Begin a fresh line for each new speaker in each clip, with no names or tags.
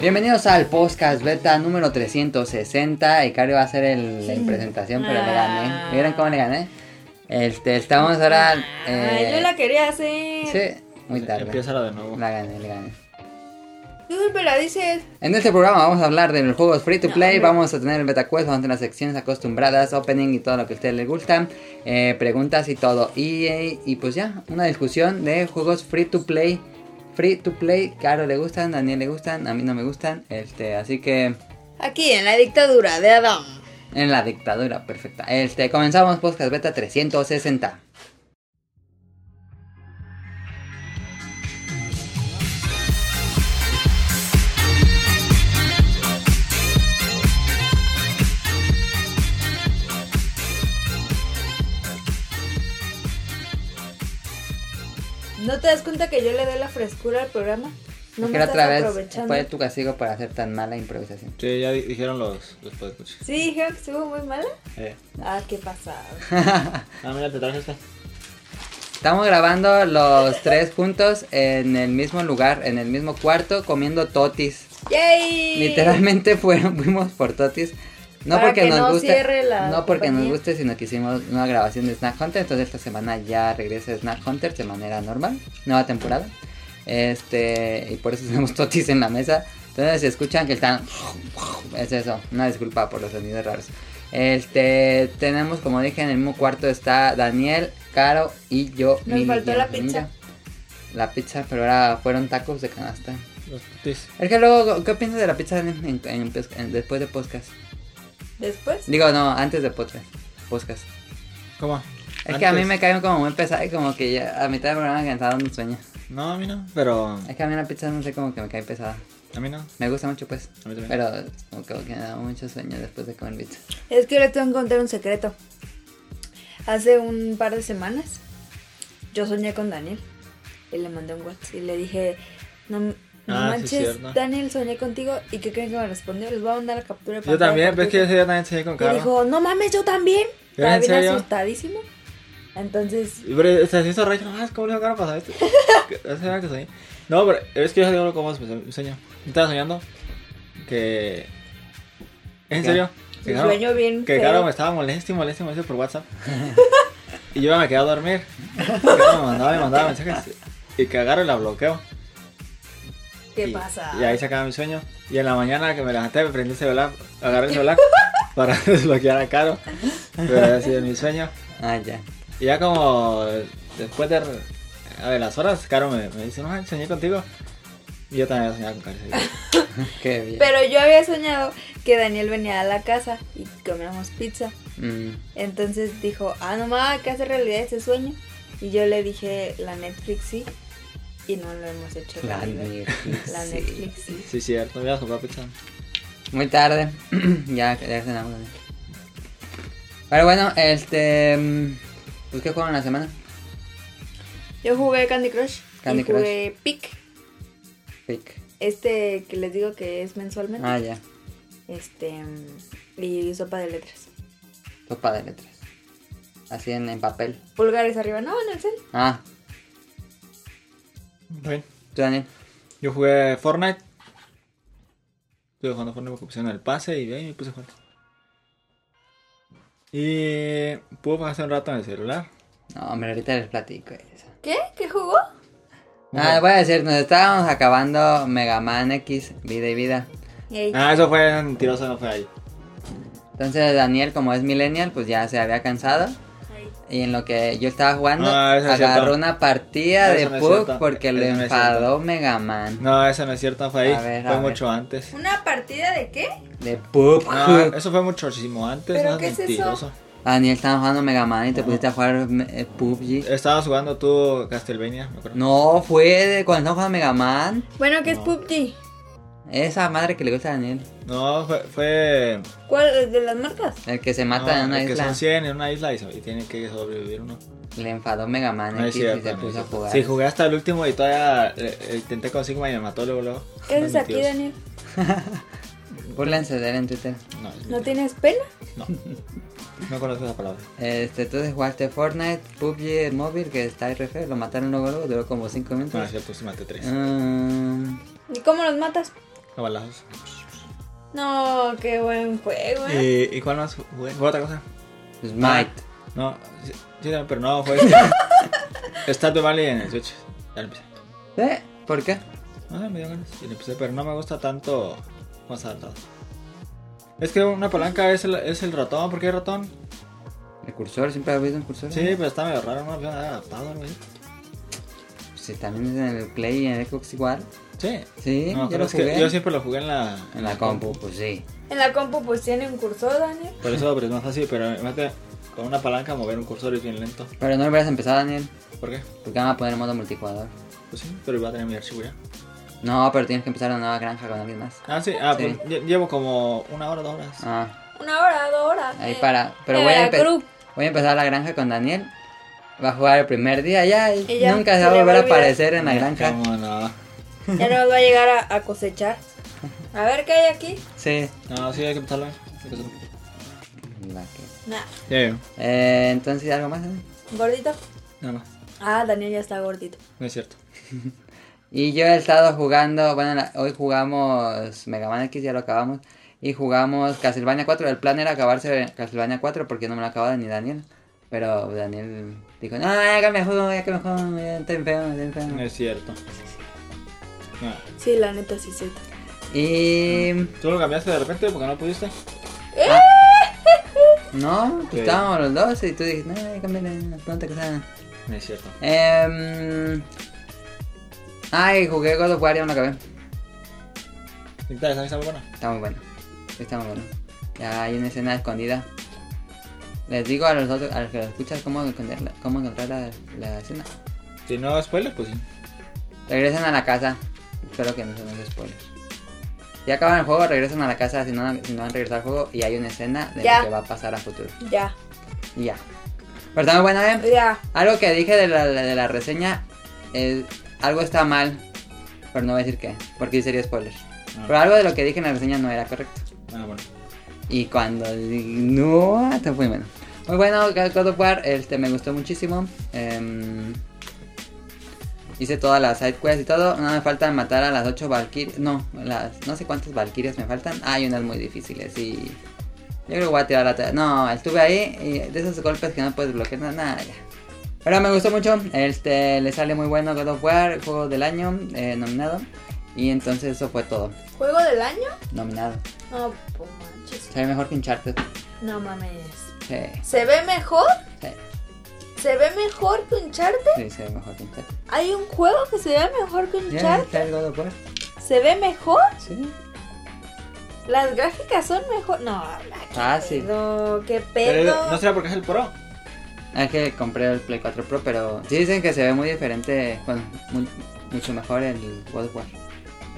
Bienvenidos al podcast beta número 360. Y Cari va a hacer el- la presentación, pero le
Ah.
gané. ¿Vieron cómo le gané? Este, estamos ahora. eh,
Ay, yo la quería hacer.
Sí, muy tarde.
Empieza la de nuevo.
La gané, le gané.
Tú siempre la dices.
En este programa vamos a hablar de los juegos free to
No,
play,
hombre.
vamos a tener el beta quest, vamos a tener las secciones acostumbradas, opening y todo lo que a ustedes les gusta, eh, preguntas y todo. Y, eh, y pues ya, una discusión de juegos free to play. Free to play, claro, le gustan, a Daniel le gustan, a mí no me gustan. Este, así que
Aquí, en la dictadura de Adán.
en la dictadura, perfecta. Este, comenzamos podcast beta 360.
¿No te das cuenta que yo le doy la frescura al programa? No
Creo
me
que la
estás
otra vez
aprovechando.
fue tu castigo para hacer tan mala improvisación.
Sí, ya di- dijeron los, los podcasts.
Sí, dijeron que estuvo muy mala.
Eh.
Ah, qué pasado.
Ah, mira, te traje esta.
Estamos grabando los tres juntos en el mismo lugar, en el mismo cuarto, comiendo totis.
¡Yay!
Literalmente fueron, fuimos por totis. No
Para
porque
que
nos
no
guste,
cierre la
no porque nos
compañía.
guste, sino que hicimos una grabación de Snack Hunter. Entonces esta semana ya regresa Snack Hunter de manera normal, nueva temporada. Este y por eso tenemos totis en la mesa. Entonces si escuchan que están, es eso. Una disculpa por los sonidos raros. Este tenemos, como dije, en el mismo cuarto está Daniel, Caro y yo.
Nos
Mili,
faltó
y
la
Angelina.
pizza.
La pizza, pero ahora fueron tacos de canasta.
Los putis.
Es que luego, ¿qué piensas de la pizza en- en- en- en- después de podcast?
Después.
Digo, no, antes de podcast. Podcast.
¿Cómo?
Es que a mí
Antes.
me caen como muy pesada y como que ya a mitad del programa cansaron mis sueño.
No, a mí no. Pero.
Es que a mí la pizza no sé como que me cae pesada.
A mí no.
Me gusta mucho pues.
A mí también.
Pero como que me da mucho sueño después de comer pizza.
Es que ahora te voy a contar un secreto. Hace un par de semanas, yo soñé con Daniel. Y le mandé un WhatsApp y le dije, no, no
Ah, sí,
manches,
cierto.
Daniel, soñé contigo. ¿Y qué creen que me respondió? Les voy a mandar la captura de
Yo
pantalla
también,
para
ves que ese día también enseñé con
Y
Caro.
dijo, no mames, yo también. Estaba
¿Era en
bien
serio?
asustadísimo. Entonces,
Y Pero se hizo rey, no, ah, es como le dijo Caro pasada, ¿viste? Que- Ese día que soñé. No, pero es que yo digo cómo es mi sueño. Yo estaba soñando que. ¿En
¿Qué?
serio? Que
un
Caro-
sueño bien
Que
feo.
claro, me estaba molesto y molesto y molesto por WhatsApp. y yo me quedé a dormir. Caro me mandaba, me mandaba mensajes. Y que agarro y la bloqueo.
¿Qué
Y-
pasa?
Y ahí se acaba mi sueño. Y en la mañana que me levanté, me prendí el celular, agarré el celular para desbloquear a Caro. Pero ha sido mi sueño.
Ah, ya.
Y ya como después de, de las horas, Caro me, me dice, no, soñé contigo. Y yo también soñaba con Caro. ese día.
Qué bien.
Pero yo había soñado que Daniel venía a la casa y comíamos pizza.
Mm,
Entonces dijo, ah, no mames, que hace realidad este sueño. Y yo le dije, la Netflix sí. Y no lo hemos hecho
la
realidad.
Netflix,
La
sí.
Netflix sí.
Sí, cierto, voy a comprar pizza.
Muy tarde. ya, ya cenamos. Daniel. Pero bueno, este... mm, Pues qué juego en la semana.
Yo jugué Candy Crush.
Candy
y jugué Pic.
Pick.
Este que les digo que es mensualmente.
Ah, ya.
Este. mm, Y sopa de letras.
Sopa de letras. Así en, en papel.
Pulgares arriba. No, en el cel.
Ah,
Está bien.
tú Daniel.
Yo jugué Fortnite. Estuve jugando Fortnite porque pusieron el pase y ahí me puse a jugar. Y pude pasar un rato en el celular.
No, hombre, ahorita les platico eso.
¿Qué? ¿Qué jugó?
Ah, voy a decir, nos estábamos acabando Mega Man X, vida y vida.
Ey.
Ah, eso fue mentiroso, no fue ahí.
Entonces Daniel, como es millennial, pues ya se había cansado.
Ey.
Y en lo que yo estaba jugando,
Ah, eso es
agarró
cierto.
una partida
Eso
de
no es
Pug
cierto.
porque
Eso
le
no es
enfadó Mega Man.
No, eso no es cierto, no fue ahí.
A ver, a
fue
ver.
mucho antes.
¿Una partida de qué?
De Pug.
No, eso fue muchísimo antes.
¿Pero
no
qué es eso?
mentiroso.
Daniel, estaba jugando Mega Man y te pusiste a jugar eh, PUBG.
Estabas jugando tú Castlevania, me acuerdo.
No, fue de cuando estaba jugando Mega Man.
Bueno, ¿qué
No.
es PUBG?
Esa madre que le gusta a Daniel.
No, fue. fue
¿Cuál? eh, ¿De las marcas?
El que se mata
no,
en una
que
isla.
son 100 en una isla y, so- y tienen que sobrevivir uno.
Le enfadó Mega Man
No es
X y
cierto.
se
no es
puso a
cierto.
jugar.
Sí, jugué hasta el último y todavía eh, eh, intenté con Sigma y me mató luego. luego.
¿Qué haces
No,
aquí,
mentiroso.
Daniel?
Búrlense de él en Twitter.
No, es
¿No
mentira.
tienes pena?
No. No conozco esa palabra.
Este, entonces jugaste Fortnite, PUBG, el móvil, que está RF, lo mataron luego, luego duró como 5
No, es
minutos.
cierto, sí maté tres.
Mm,
¿Y cómo los matas?
A balazos.
No, qué buen juego, ¿eh?
¿Y, ¿Y cuál más jugué? ¿Jugué otra cosa?
Smite.
No, sí, sí, no, pero no, fue. Está tu Valley en el Switch. Ya lo empecé.
¿Eh? ¿Por qué?
No sé, me dio ganas. Y lo empecé, pero no me gusta tanto más adaptado. Es que una palanca es el, es el ratón. ¿Por qué ratón?
El cursor, siempre habéis un cursor.
Sí, pues. pero está medio raro, no lo adaptado, güey.
Sí, también es en el Play y en el Xbox igual.
Sí.
Sí,
No,
yo
pero
lo
es que
jugué.
yo siempre lo jugué en la,
En la compu, pues sí.
En la compu pues tiene un cursor, Daniel.
Por eso pero es más fácil, pero imagínate, con una palanca mover un cursor es bien lento.
Pero no lo hubieras empezado, Daniel.
¿Por qué?
Porque van a poner modo multijugador.
Pues sí, pero iba a tener mi archivo ya.
No, pero tienes que empezar una nueva granja con alguien más.
Ah, sí, ah,
Sí.
pues lle- llevo como una hora, dos horas.
Ah,
Una hora, dos horas.
ahí
eh.
para. Pero
de
voy a, empe-
Veracruz.
voy a empezar la granja con Daniel. Va a jugar el primer día ya y
Y ya,
nunca se
se
va a
le
volver
va
a
a olvidar.
aparecer en la granja.
No, no.
Ya no va a llegar a, a cosechar. A ver qué hay aquí.
Sí.
No, sí, hay que empezarlo.
La que-
Nah,
Ya, ya.
Eh, entonces, ¿algo más? Daniel?
gordito.
No, no,
Ah, Daniel ya está gordito.
no es cierto.
Y yo he estado jugando, bueno, la- hoy jugamos Mega Man X, ya lo acabamos. Y jugamos Castlevania 4. El plan era acabarse Castlevania 4 porque no me lo acababa ni Daniel. Pero Daniel dijo, no, ya que me juego, ya que me juego, ya estoy enfermo, estoy
No
enfermo.
es cierto. No.
Sí, la neta sí, sí.
Y...
¿Tú lo cambiaste de repente porque no pudiste?
No, pues
Sí.
estábamos los dos y tú dijiste, no, ya cámbiale, no te casas.
No es cierto.
Eh, ay, jugué God of War y aún no acabé.
¿Y tal? ¿Sabes algo bueno?
Está muy bueno. Está muy bueno. Ya hay una escena escondida. Les digo a los otros, a los que lo escuchan, cómo encontrarla- cómo encontrar, la, la escena.
Si no spoilers, pues sí.
Regresan a la casa. Espero que no se nos spoilers. Ya acaban el juego, regresan a la casa si no, si no han regresado al juego y hay una escena de
Ya.
lo que va a pasar a futuro.
Ya,
Y ya. Pero está muy buena, ¿eh?
ya.
Algo que dije de la, de la reseña es algo está mal, pero no voy a decir qué, porque sí sería spoilers.
Ah.
Pero algo de lo que dije en la reseña no era correcto.
Ah, bueno.
Y cuando di- no, está muy bueno. Muy bueno, God of War, este me gustó muchísimo. Em, hice todas las side quests y todo. No me faltan matar a las 8 Valkyrias. No, las no sé cuántas Valkyrias me faltan. Ah, Hay unas muy difíciles y. Yo creo que voy a tirar la ta- No, estuve ahí y de esos golpes que no puedes bloquear nada, nada, ya. Pero me gustó mucho. Este le sale muy bueno God of War, juego del año, eh, nominado. Y entonces eso fue todo.
¿Juego del año?
Nominado.
No, pues manches.
Sale mejor que Uncharted.
No mames.
Sí.
¿Se ve mejor?
Sí,
¿Se ve mejor que un charter?
sí, se ve mejor que un chat.
¿Hay un juego que se ve mejor que un
Ya
charter?
está el God of War.
¿Se ve mejor?
Sí.
¿Las gráficas son mejor? No, la qué
Fácil.
pedo, qué
Pero,
pedo.
¿No será porque es el pro?
Ah, Es que compré el Play 4 Pro, pero sí dicen que se ve muy diferente, bueno, mu- mucho mejor el God of War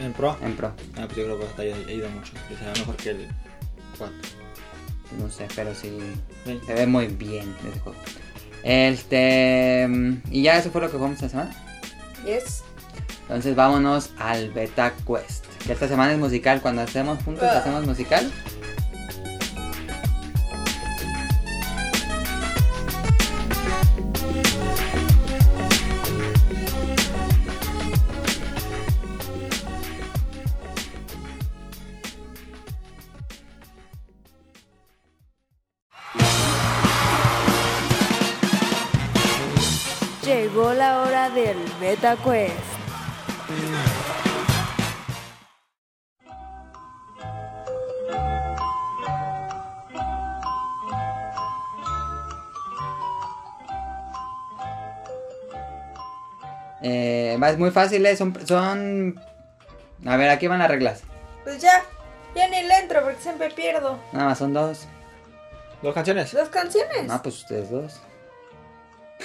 En pro.
en Pro.
Ah, pues yo creo que hasta ahí ha ido mucho. Y será mejor que el 4.
No sé, pero sí
Sí.
se ve muy bien ese juego. Este. mm, Y ya eso fue lo que jugamos esta semana.
Yes.
Entonces vámonos al Beta Quest. Que esta semana es musical. Cuando hacemos juntos,
Ah.
hacemos musical.
Llegó la hora del Beta Quest.
Eh, es muy fácil, eh, son, son. A ver, aquí van las reglas.
Pues ya, ya ni le entro porque siempre pierdo.
Nada más son dos.
¿Dos canciones?
¿Dos canciones?
No, pues ustedes dos.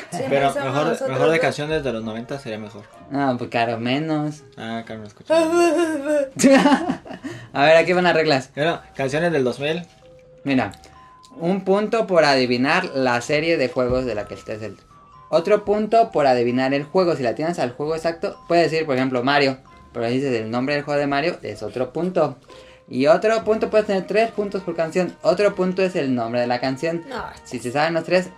Siempre
Pero
somos
mejor,
nosotros
mejor de
dos.
canciones de los 90 sería mejor.
No, pues claro, menos.
Ah, Carmen, escucha.
a ver, aquí van las reglas.
Bueno, canciones del 2000.
Mira, un punto por adivinar la serie de juegos de la que estés el. Otro punto por adivinar el juego. Si la tienes al juego exacto, puedes decir, por ejemplo, Mario. Pero si dices el nombre del juego de Mario, es otro punto. Y otro punto puedes tener tres puntos por canción. Otro punto es el nombre de la canción.
No,
Si se saben los tres,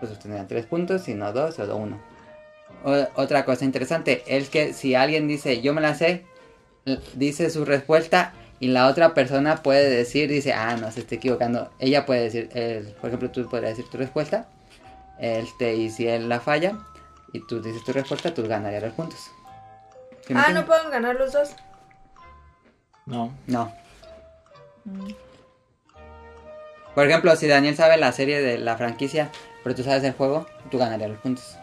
pues obtendrán tres puntos, si no dos, solo uno. O- otra cosa interesante es que si alguien dice yo me la sé, dice su respuesta y la otra persona puede decir, dice, ah, no, se está equivocando. Ella puede decir, eh, por ejemplo, tú podrías decir tu respuesta. Este, y si él la falla y tú dices tu respuesta, tú ganarías los puntos. ¿Sí me
Ah,
entiendes?
¿no pueden ganar los dos?
No.
No. Mm. Por ejemplo, si Daniel sabe la serie de la franquicia, pero tú sabes el juego, tú ganarías los puntos.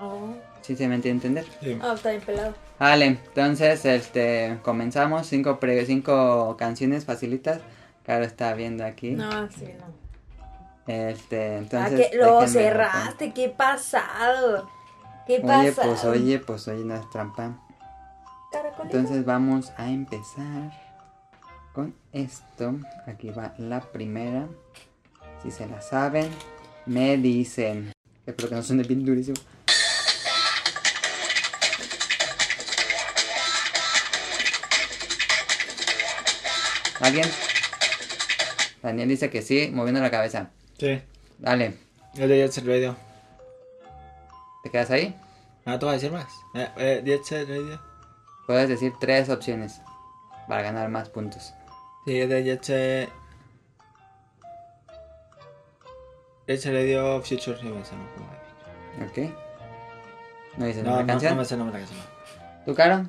Oh.
Sí, se me entiende entender.
Sí.
Ah, está bien pelado.
Vale, entonces este, comenzamos. Cinco, pre- cinco canciones facilitas. Claro, está viendo aquí.
No, sí, no.
Este,
Ah,
entonces.
que lo
déjenme
cerraste, qué pasado. Qué
ver. Oye,
pasado.
pues oye, pues oye, no es trampa.
Caracolito.
Entonces vamos a empezar con esto. Aquí va la primera. Si se la saben, me dicen. Espero que no suene bien durísimo. ¿Alguien? Daniel dice que sí, moviendo la cabeza.
Sí.
Dale,
El de Jet Set Radio.
¿te quedas ahí?
Ah, tú vas a decir más. Eh, eh, Jet Set Radio.
Puedes decir tres opciones para ganar más puntos.
Sí, el de Jet Set. Jet Set Radio Future. Sí, me sé, no, no,
¿Ok? ¿No dices
no,
la
no,
canción?
no me sé, no me la canción. no.
¿Tú, Caro?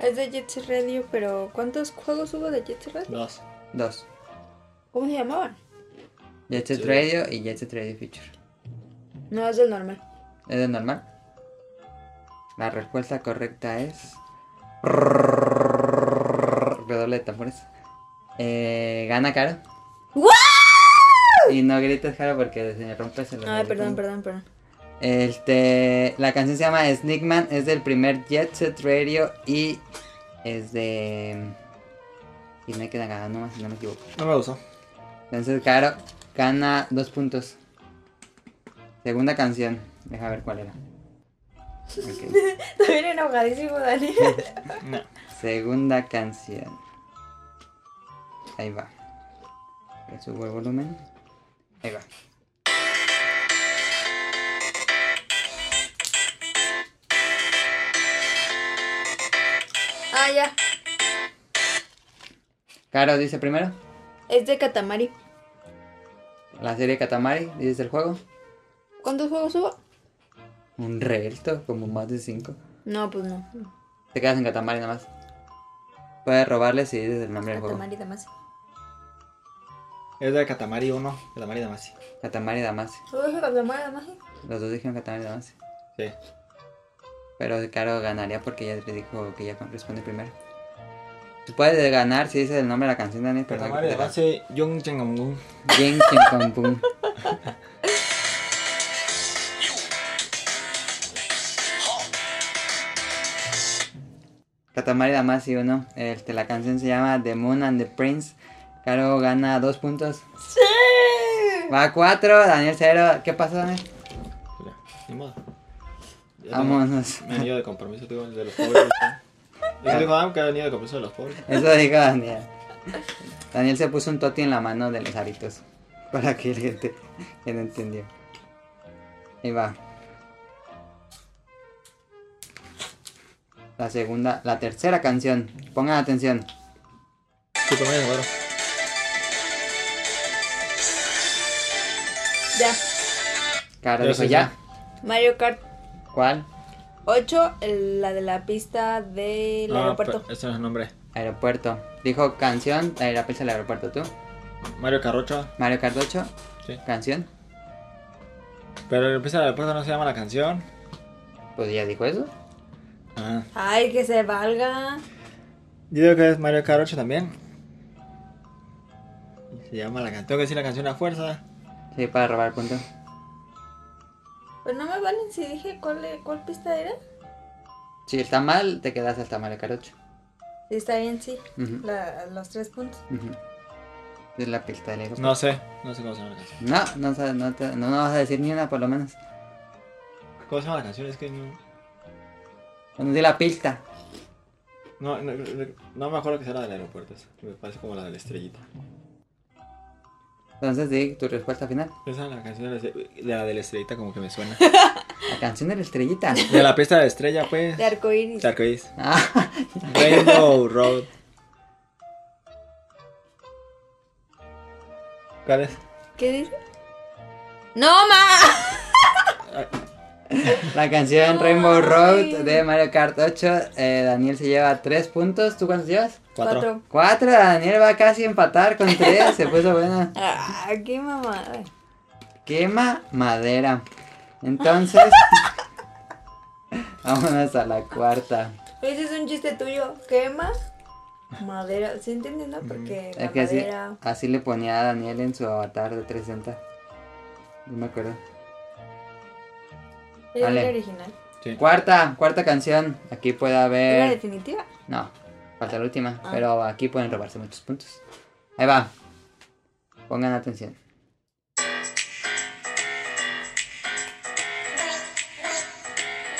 Es de Jet Set Radio, pero ¿cuántos juegos hubo de Jet Set Radio?
Dos.
Dos.
¿Cómo se llamaban?
Jet Set
Sí.
Radio y Jet Set Radio Future.
No, es del normal. Ah,
¿Es de normal? La respuesta correcta es... Redoble de tambores. Eh, gana Caro.
¡Guau!
Y no grites, Caro, porque se me rompes el
Ay, perdón,
audífono.
perdón, perdón.
Este, la canción se llama Sneakman, es del primer Jet Set Radio y es de... Y me queda ganando más, si no me equivoco.
No me gustó.
Entonces, Caro gana dos puntos. Segunda canción. Deja ver cuál era. Ok.
Está bien enojadísimo, Dani.
No.
Segunda canción. Ahí va. Le subo el volumen. Ahí va.
ah, ya.
Caro dice primero.
Es de Katamari.
La serie Katamari. Dices el juego.
¿Cuántos juegos hubo?
Un reelto, como más de cinco.
No, pues no.
Te quedas en Katamari nada más. Puedes robarle si dices el nombre del juego.
Katamari Damacy.
Es de Katamari 1. Katamari Damasi.
Katamari Damasi.
¿Tú dije Katamari Damacy?
Los dos dijeron Katamari Damasi.
Sí.
Pero Caro ganaría porque ella le dijo que ella responde primero. Tú puedes ganar si dices el nombre de la canción, Dani, pero no
Katamari
hay que te
Damasi. Jung Chengamungun.
la- Jing Ching Kong Pum. Katamari Damacy 1. Este, la canción se llama The Moon and the Prince. Caro gana dos puntos.
¡Sí!
Va 4, Daniel 0. ¿Qué pasó, Daniel?
Mira, Ni modo. Ya
Vámonos.
tengo Mi anillo de compromiso, digo, el de los pobres. Yo digo, ah, que el anillo de compromiso de los pobres.
Eso dijo Daniel. Daniel se puso un toti en la mano de los aritos. Para que la gente que no entendió. Ahí va. La segunda, la tercera canción. Pongan atención.
Sí, pero mira, bueno.
Ya.
Caro
Ya
dijo
sé,
ya.
Mario Kart
¿Cuál?
8, el- la de la pista del
No,
aeropuerto.
Ah, pero Ese no es el nombre.
Aeropuerto. Dijo canción, eh, la pizza del aeropuerto. ¿Tú?
Mario Carrocho.
Mario Kart 8,
Sí.
canción.
Pero el empieza del aeropuerto no se llama la canción.
Pues ya dijo eso.
Ah.
Ay, que se valga.
Yo digo que es Mario Carrocho también. Y Se llama la canción. Tengo que decir la canción a fuerza.
Sí, para robar punto.
Pero Pues no me valen si dije cuál, cuál pista era.
Si está mal, te quedas hasta Mario Kart 8.
Sí, está bien, sí.
Ujú.
La- los tres puntos.
Ujú. Es la pista del aeropuerto.
No sé. No sé cómo se llama la canción.
No, no, sabes- no, te- no, no vas a decir ni una por lo menos.
¿Cómo se llama la canción? Es que no.
Cuando di la pista.
No, no, no me acuerdo que sea la del aeropuerto. esa. Me parece como la de la estrellita.
Entonces di tu respuesta final.
Esa es la canción de la- de la de la estrellita como que me suena.
La canción de la estrellita.
De la pista de estrella, pues.
De arcoíris.
De arcoíris.
Ah,
Rainbow Road. ¿Cuál es?
¿Qué dice? ¡No, ma!
la canción Rainbow Road de Mario Kart 8. Eh, Daniel se lleva 3 puntos. ¿Tú cuántos llevas?
Cuatro.
4.
Cuatro.
Daniel va casi a empatar con 3. Se puso buena.
Ah, qué mamada.
Quema madera. Entonces. Vámonos a la cuarta.
Ese es un chiste tuyo. Quema madera. ¿Se entiende, no? Porque la
Es que así,
madera.
así le ponía a Daniel en su avatar de 360. No me acuerdo.
Era
Vale.
el original.
Sí.
Cuarta, cuarta canción. Aquí puede
¿Era
haber.
definitiva?
No, falta la
Ah.
última. Pero aquí pueden robarse muchos puntos. Ahí va. Pongan atención.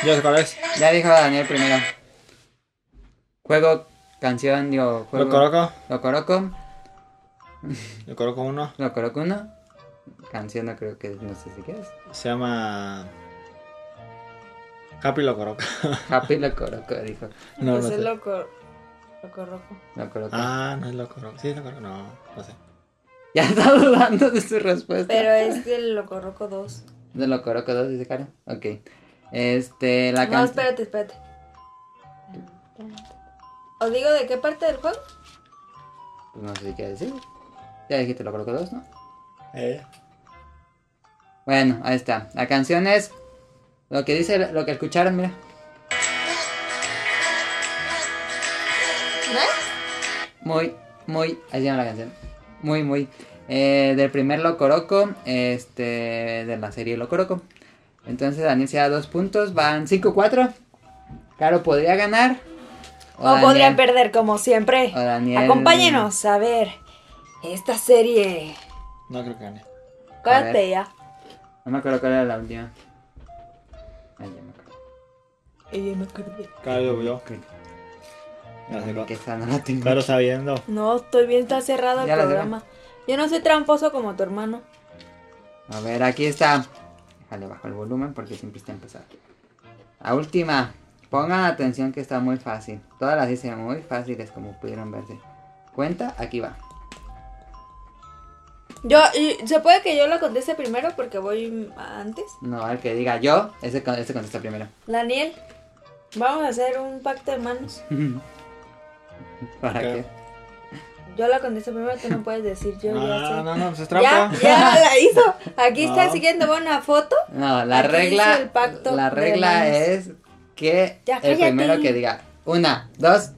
Ya sé cuál es.
Ya dijo Daniel primero. Juego, canción, digo, juego.
Lo coloco.
Lo coloco.
Lo coloco uno.
Lo coloco uno. Canción no creo que, no sé si quieres.
Se llama. Happy lo coloco.
Happy lo coloco, dijo.
No, no
pues es
sé.
loco. Loco rojo.
Lo coloco.
Ah, no es lo coloco. Sí, es lo coloco. No, no sé.
Ya está dudando de su respuesta.
Pero es el loco rojo 2.
De lo coloco dos, dice Karen. Ok. Este, la
No,
canción.
espérate, espérate. ¿Os digo de qué parte del juego?
No sé si quieres decir. Ya dijiste lo coloco dos, ¿no?
Eh.
Bueno, ahí está. La canción es lo que dice, lo que escucharon, mira.
¿No?
Muy, muy, ahí se llama la canción. Muy, muy. eh, del primer Locoroco, este, de la serie Locoroco. Entonces Daniel se da dos puntos, van 5-4. Claro, podría ganar.
O, podrían perder como siempre.
o Daniel-
Acompáñenos a ver esta serie.
No creo que gane.
ver.
Cállate ya.
No me acuerdo cuál era la última. Ay, ya me acuerdo.
Ella Eh, me acordé.
Claro, yo. No sé
Que
cuál.
esa no la tengo.
Claro, sabiendo.
No, estoy bien, está cerrado
Ya
el
la
programa. Yo no soy tramposo como tu hermano.
A ver, aquí está. Déjale bajo el volumen porque siempre está empezado. La última. Pongan atención que está muy fácil. Todas las hice muy fáciles como pudieron verse. Cuenta, aquí va.
Yo, y- se puede que yo la conteste primero porque voy antes.
No, el que diga yo, ese, con- ese contesta primero.
Daniel, vamos a hacer un pacto de manos.
¿Para
Ok.
qué?
Yo la contesto primero, tú no puedes decir yo.
No,
ya sé.
no, no, no, pues es
Ya,
trampa.
ya la hizo. Aquí está
No.
siguiendo una foto.
No, la
Aquí
regla.
dice el pacto
la
de
regla
hermanos.
es que
Ya,
el
cállate.
primero que diga. Una, dos.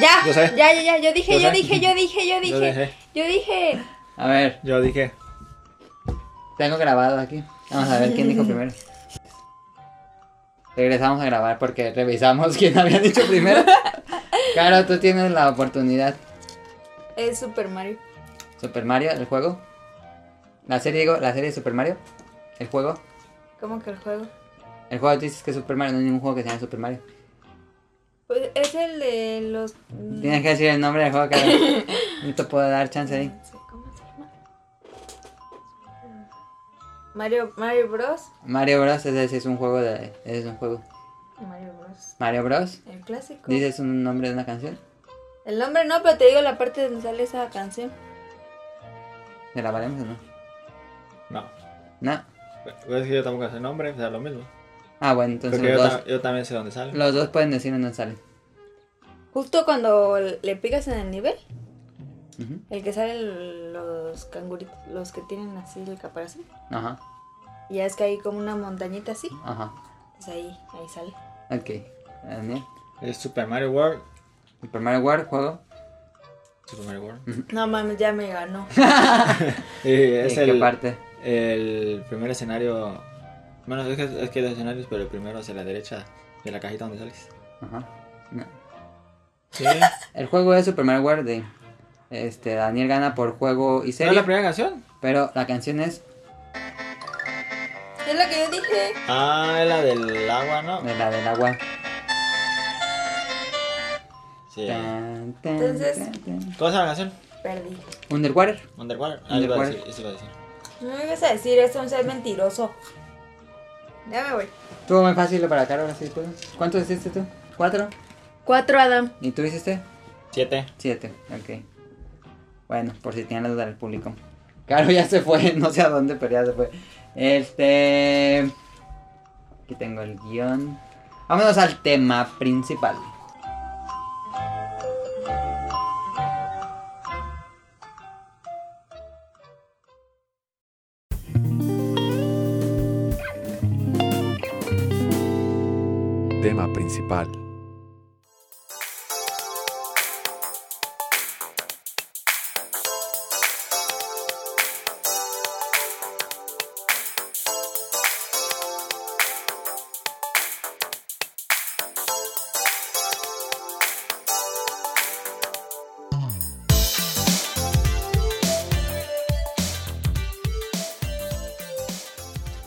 Ya,
Yo sé.
ya, ya, ya. Yo dije,
Yo
yo,
sé.
dije, yo dije, yo dije, yo dije.
dejé.
A ver,
Yo dije.
tengo grabado aquí. Vamos a ver quién dijo primero. Regresamos a grabar porque revisamos quién había dicho primero. Caro, tú tienes la oportunidad.
Es Super Mario.
Super Mario, el juego. La serie, digo, la serie de Super Mario. El juego.
¿Cómo que el juego?
El juego, tú dices que es Super Mario, no hay ningún juego que se llame Super Mario.
Pues es el de los.
Tienes que decir el nombre del juego, Caro. No te puedo dar chance ahí.
No sé cómo se llama. Mario, Mario Bros.
Mario Bros. Ese sí es un juego de. Ese es un juego.
Mario Bros.
Mario Bros.
El clásico.
Dices un nombre de una canción.
El nombre no, pero te digo la parte donde sale esa canción.
¿Se la valemos o no?
No.
No.
Pues es que yo tampoco sé el nombre, o sea, lo mismo.
Ah, bueno, entonces
Porque
los
yo,
dos,
ta- yo también sé dónde sale.
los dos pueden decir dónde sale.
Justo cuando le picas en el nivel,
Ujú.
el que salen los canguritos, los que tienen así el caparazón.
Ajá,
Y ya es que hay como una montañita así.
ajá.
Pues ahí, ahí sale.
Ok. Daniel.
Es Super Mario World.
Super Mario World, juego.
Super Mario World.
No mames, ya me ganó.
Y es
¿En qué
el,
parte?
el primer escenario. Bueno, es que, es que hay dos escenarios, pero el primero hacia la derecha de la cajita donde sales.
Ajá. No.
Sí. ¿No
El juego es Super Mario World. y, Este, Daniel gana por juego y
es
serie.
la primera canción?
pero la canción es
Es lo que yo dije.
Ah, es la del agua, ¿no?
de la del agua.
Sí.
Tan, tan,
Entonces-
tan, tan.
¿Cómo se llama la canción?
Perdí.
Underwater.
Underwater. Ah, eso iba a
Underwater.
decir. Eso iba a decir.
No me ibas a decir eso, un ser mentiroso. Ya me voy.
Estuvo muy fácil para acá ahora sí puedo. ¿Cuántos hiciste tú? ¿Cuatro?
Cuatro, Adam.
¿Y tú hiciste?
Siete.
Siete, ok. Bueno, por si tienen la duda del público. Claro, ya se fue, no sé a dónde, pero ya se fue. Este. Aquí tengo el guión. Vámonos al tema principal.
Tema principal.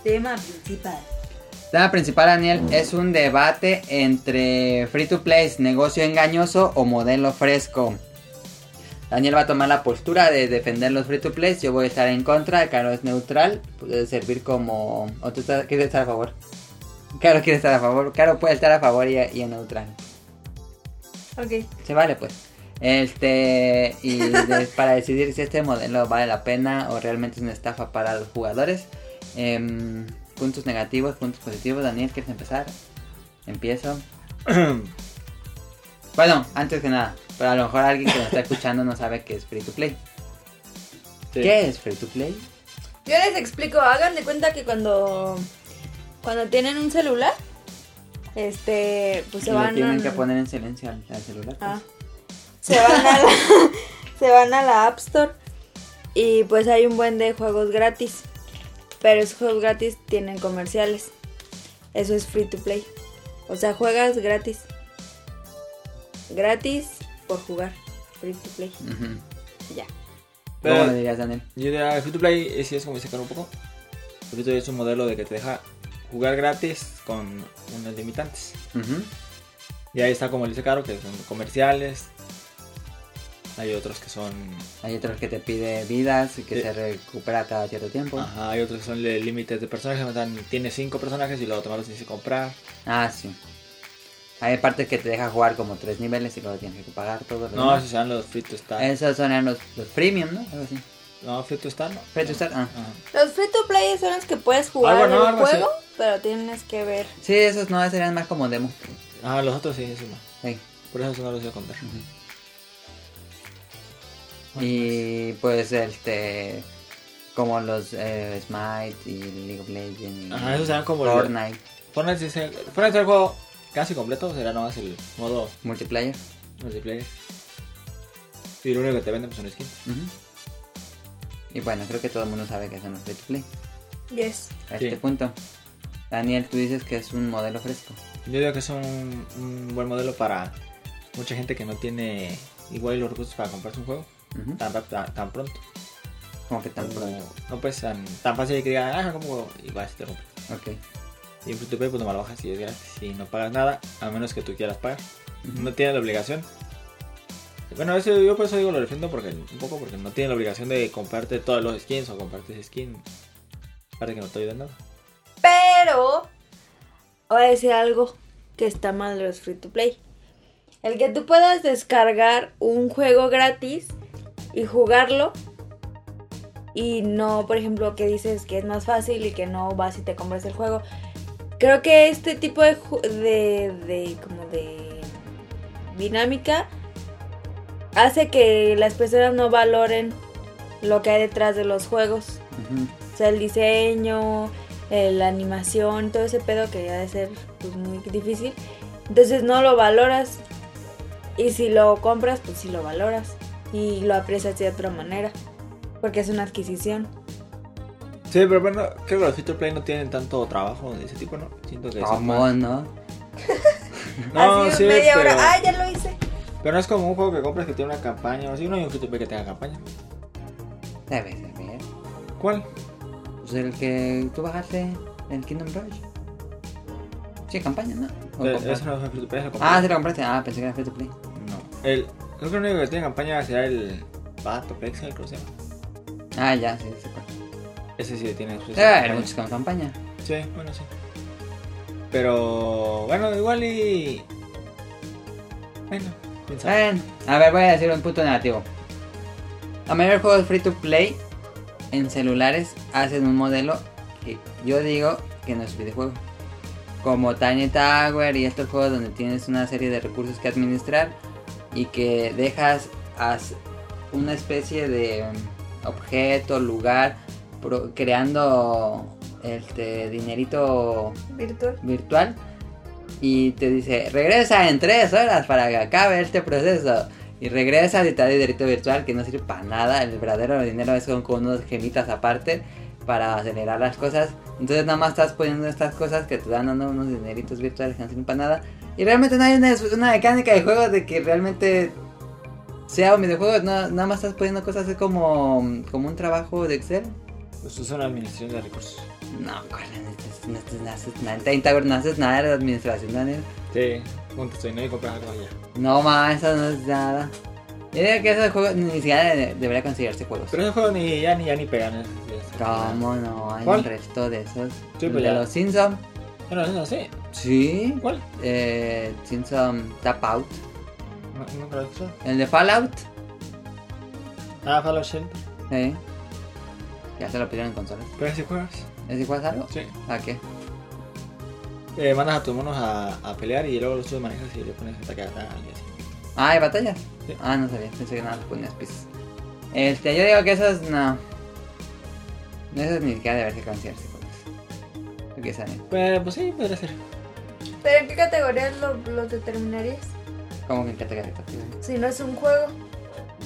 Tema principal.
Tema principal, Daniel, es un debate entre free to play, negocio engañoso o modelo fresco. Daniel va a tomar la postura de defender los free to play, yo voy a estar en contra, Caro es neutral, puede servir como... ¿O tú estás- quieres estar a favor? Caro quiere estar a favor, Caro puede estar a favor y, y en neutral.
Ok.
Se vale pues. Este, y de- para decidir si este modelo vale la pena o realmente es una estafa para los jugadores. Em, puntos negativos, puntos positivos. Daniel, ¿quieres empezar? Empiezo. Bueno, antes que nada, pero a lo mejor alguien que nos está escuchando no sabe qué es free to play.
Sí.
¿Qué es free to play?
Yo les explico, hagan de cuenta que cuando cuando tienen un celular, este, pues se
Y lo
van
tienen
a-
que poner en silencio al, al celular. pues.
Ah. se van a la, se van a la App Store y pues hay un buen de juegos gratis. Pero esos juegos gratis tienen comerciales. Eso es free to play. O sea, juegas gratis. Gratis por jugar. Free to play.
Ujú.
Ya.
¿Cómo
Pero-
lo dirías, Daniel?
Yo diría, el free to play eh, sí es como dice Caro un poco. El free to play es un modelo de que te deja jugar gratis con unos limitantes.
Ujú.
Y ahí está como dice Caro, que son comerciales. Hay otros que son.
Hay otros que te pide vidas y que
Sí.
se recupera cada cierto tiempo.
Ajá, hay otros que son de límites de personajes. o sea, Tienes cinco personajes y luego tomarlos tienes que comprar.
Ah, sí. Hay partes que te deja jugar como tres niveles y luego tienes que pagar todo. lo
No,
demás.
esos sean los free to start.
Esos son los, los premium, ¿no? Algo así.
No, free to start no.
Free to start, ah.
Ajá.
Los free to play son los que puedes jugar
Algo, ¿no?
el
Algo así.
juego, pero tienes que ver.
Sí, esos no, serían más como demo.
Ah, los otros sí, esos no.
Sí.
Por eso no los voy a contar.
Y pues este. Como los eh, Smite y League of Legends. y
Ajá, esos serán como los-
Fortnite,
Fortnite sí se- Fortnite es el juego casi completo, será nomás el modo
multiplayer.
multiplayer. Y lo único que te venden pues, son skins.
Ujú. Y bueno, creo que todo el mundo sabe que son los free to play.
Yes.
A
Sí.
este punto. Daniel, tú dices que es un modelo fresco.
Yo digo que es un, un buen modelo para mucha gente que no tiene igual los recursos para comprarse un juego
Ujú.
tan, rap- tan, tan pronto.
Como que tan pronto.
Como- No pues tan, tan fácil de que digan, ah, como y vas y te lo compras.
Ok.
Y en free to play pues no lo bajas y es gratis y no pagas nada, a menos que tú quieras pagar. No tiene la obligación. Bueno, eso, yo por eso digo lo defiendo porque un poco porque no tiene la obligación de comprarte todos los skins o comprarte ese skin. Aparte que no te ayuda en nada.
Pero voy a decir algo que está mal de los free to play. El que tú puedas descargar un juego gratis y jugarlo y no, por ejemplo, que dices que es más fácil y que no vas y te compras el juego. Creo que este tipo de ju- de, de como de dinámica hace que las personas no valoren lo que hay detrás de los juegos.
Ujú.
O sea, el diseño, eh, la animación, todo ese pedo que ha de ser pues, muy difícil. Entonces no lo valoras. Y si lo compras, pues sí lo valoras. Y lo aprecias de otra manera. Porque es una adquisición.
Sí, pero bueno, creo que los free to play no tienen tanto trabajo de ese tipo, ¿no? Siento que son
Vamos,
más-
¿no?
No, sí, pero,
"Ah, ya lo hice!
pero no es como un juego que compras que tiene una campaña. O si no hay un free to play que tenga campaña.
Debe de ver.
¿Cuál?
Pues el que tú bajaste el Kingdom Rush. Sí, campaña, ¿no? ¿O
Eh,
compraste?
Eso no es free to play, eso
Ah, sí lo compraste. Ah, pensé que era free to play.
No. El, creo que el único que tiene campaña será el Pato Pexel, creo que se llama.
Ah, ya, sí, sí. sí.
Ese sí tiene.
Ah, Debe haber muchos con campaña.
Sí, bueno, sí. Pero bueno, igual y. Bueno, quién sabe.
Ven, a ver, voy a decir un punto negativo. La mayoría de juegos free to play en celulares hacen un modelo que yo digo que no es videojuego. Como Tiny Tower y estos juegos donde tienes una serie de recursos que administrar y que dejas as- una especie de mm, objeto, lugar, pro- creando este dinerito
Virtual.
virtual y te dice, regresa en tres horas para que acabe este proceso. Y regresa y te da dinerito virtual que no sirve para nada. El verdadero dinero es con, con unas gemitas aparte para acelerar las cosas. Entonces nada más estás poniendo estas cosas que te dan dando unos dineritos virtuales que no sirven para nada. Y realmente no hay una, una mecánica de juego de que realmente sea un videojuego. no- nada más estás poniendo cosas es como, como un trabajo de Excel.
Pues es una administración de recursos.
No, cuál, no, haces- no haces nada. En Time Tower no haces nada de administración, Daniel.
Sí, juntas tu dinero y compras algo allá.
No más, eso no es nada. Yo diría que esos juegos ni siquiera de- debería considerarse juegos.
Pero esos juegos ni ya ni, ya ni pegan. es- es-
¿Cómo no? Hay
¿Cuál?
un resto de esos.
Sí,
¿El
pues
de
ya.
los Simpsons.
Bueno, no sé.
Sí.
¿Cuál?
Eh, Simpson Tap Out.
¿No, no lo has visto?
El de Fallout.
Ah, Fallout Shelter.
Sí. Ya se lo pidieron en consolas.
¿Pero si juegas?
¿Es igual algo?
Sí.
¿A qué?
Eh, mandas a tus monos a, a pelear y luego los tú manejas y le pones ataque a tal y así.
Ah, ¿hay batallas?
Sí.
Ah, no sabía. Pensé que nada más ponías pisos. Este, yo digo que esos no. No, esos ni siquiera deberían considerarse juegos. ¿Tú qué sabes?
Pues, pues sí, podría ser.
¿Pero en qué categorías lo, lo determinarías?
¿Cómo que en categoría?
Si no es un juego.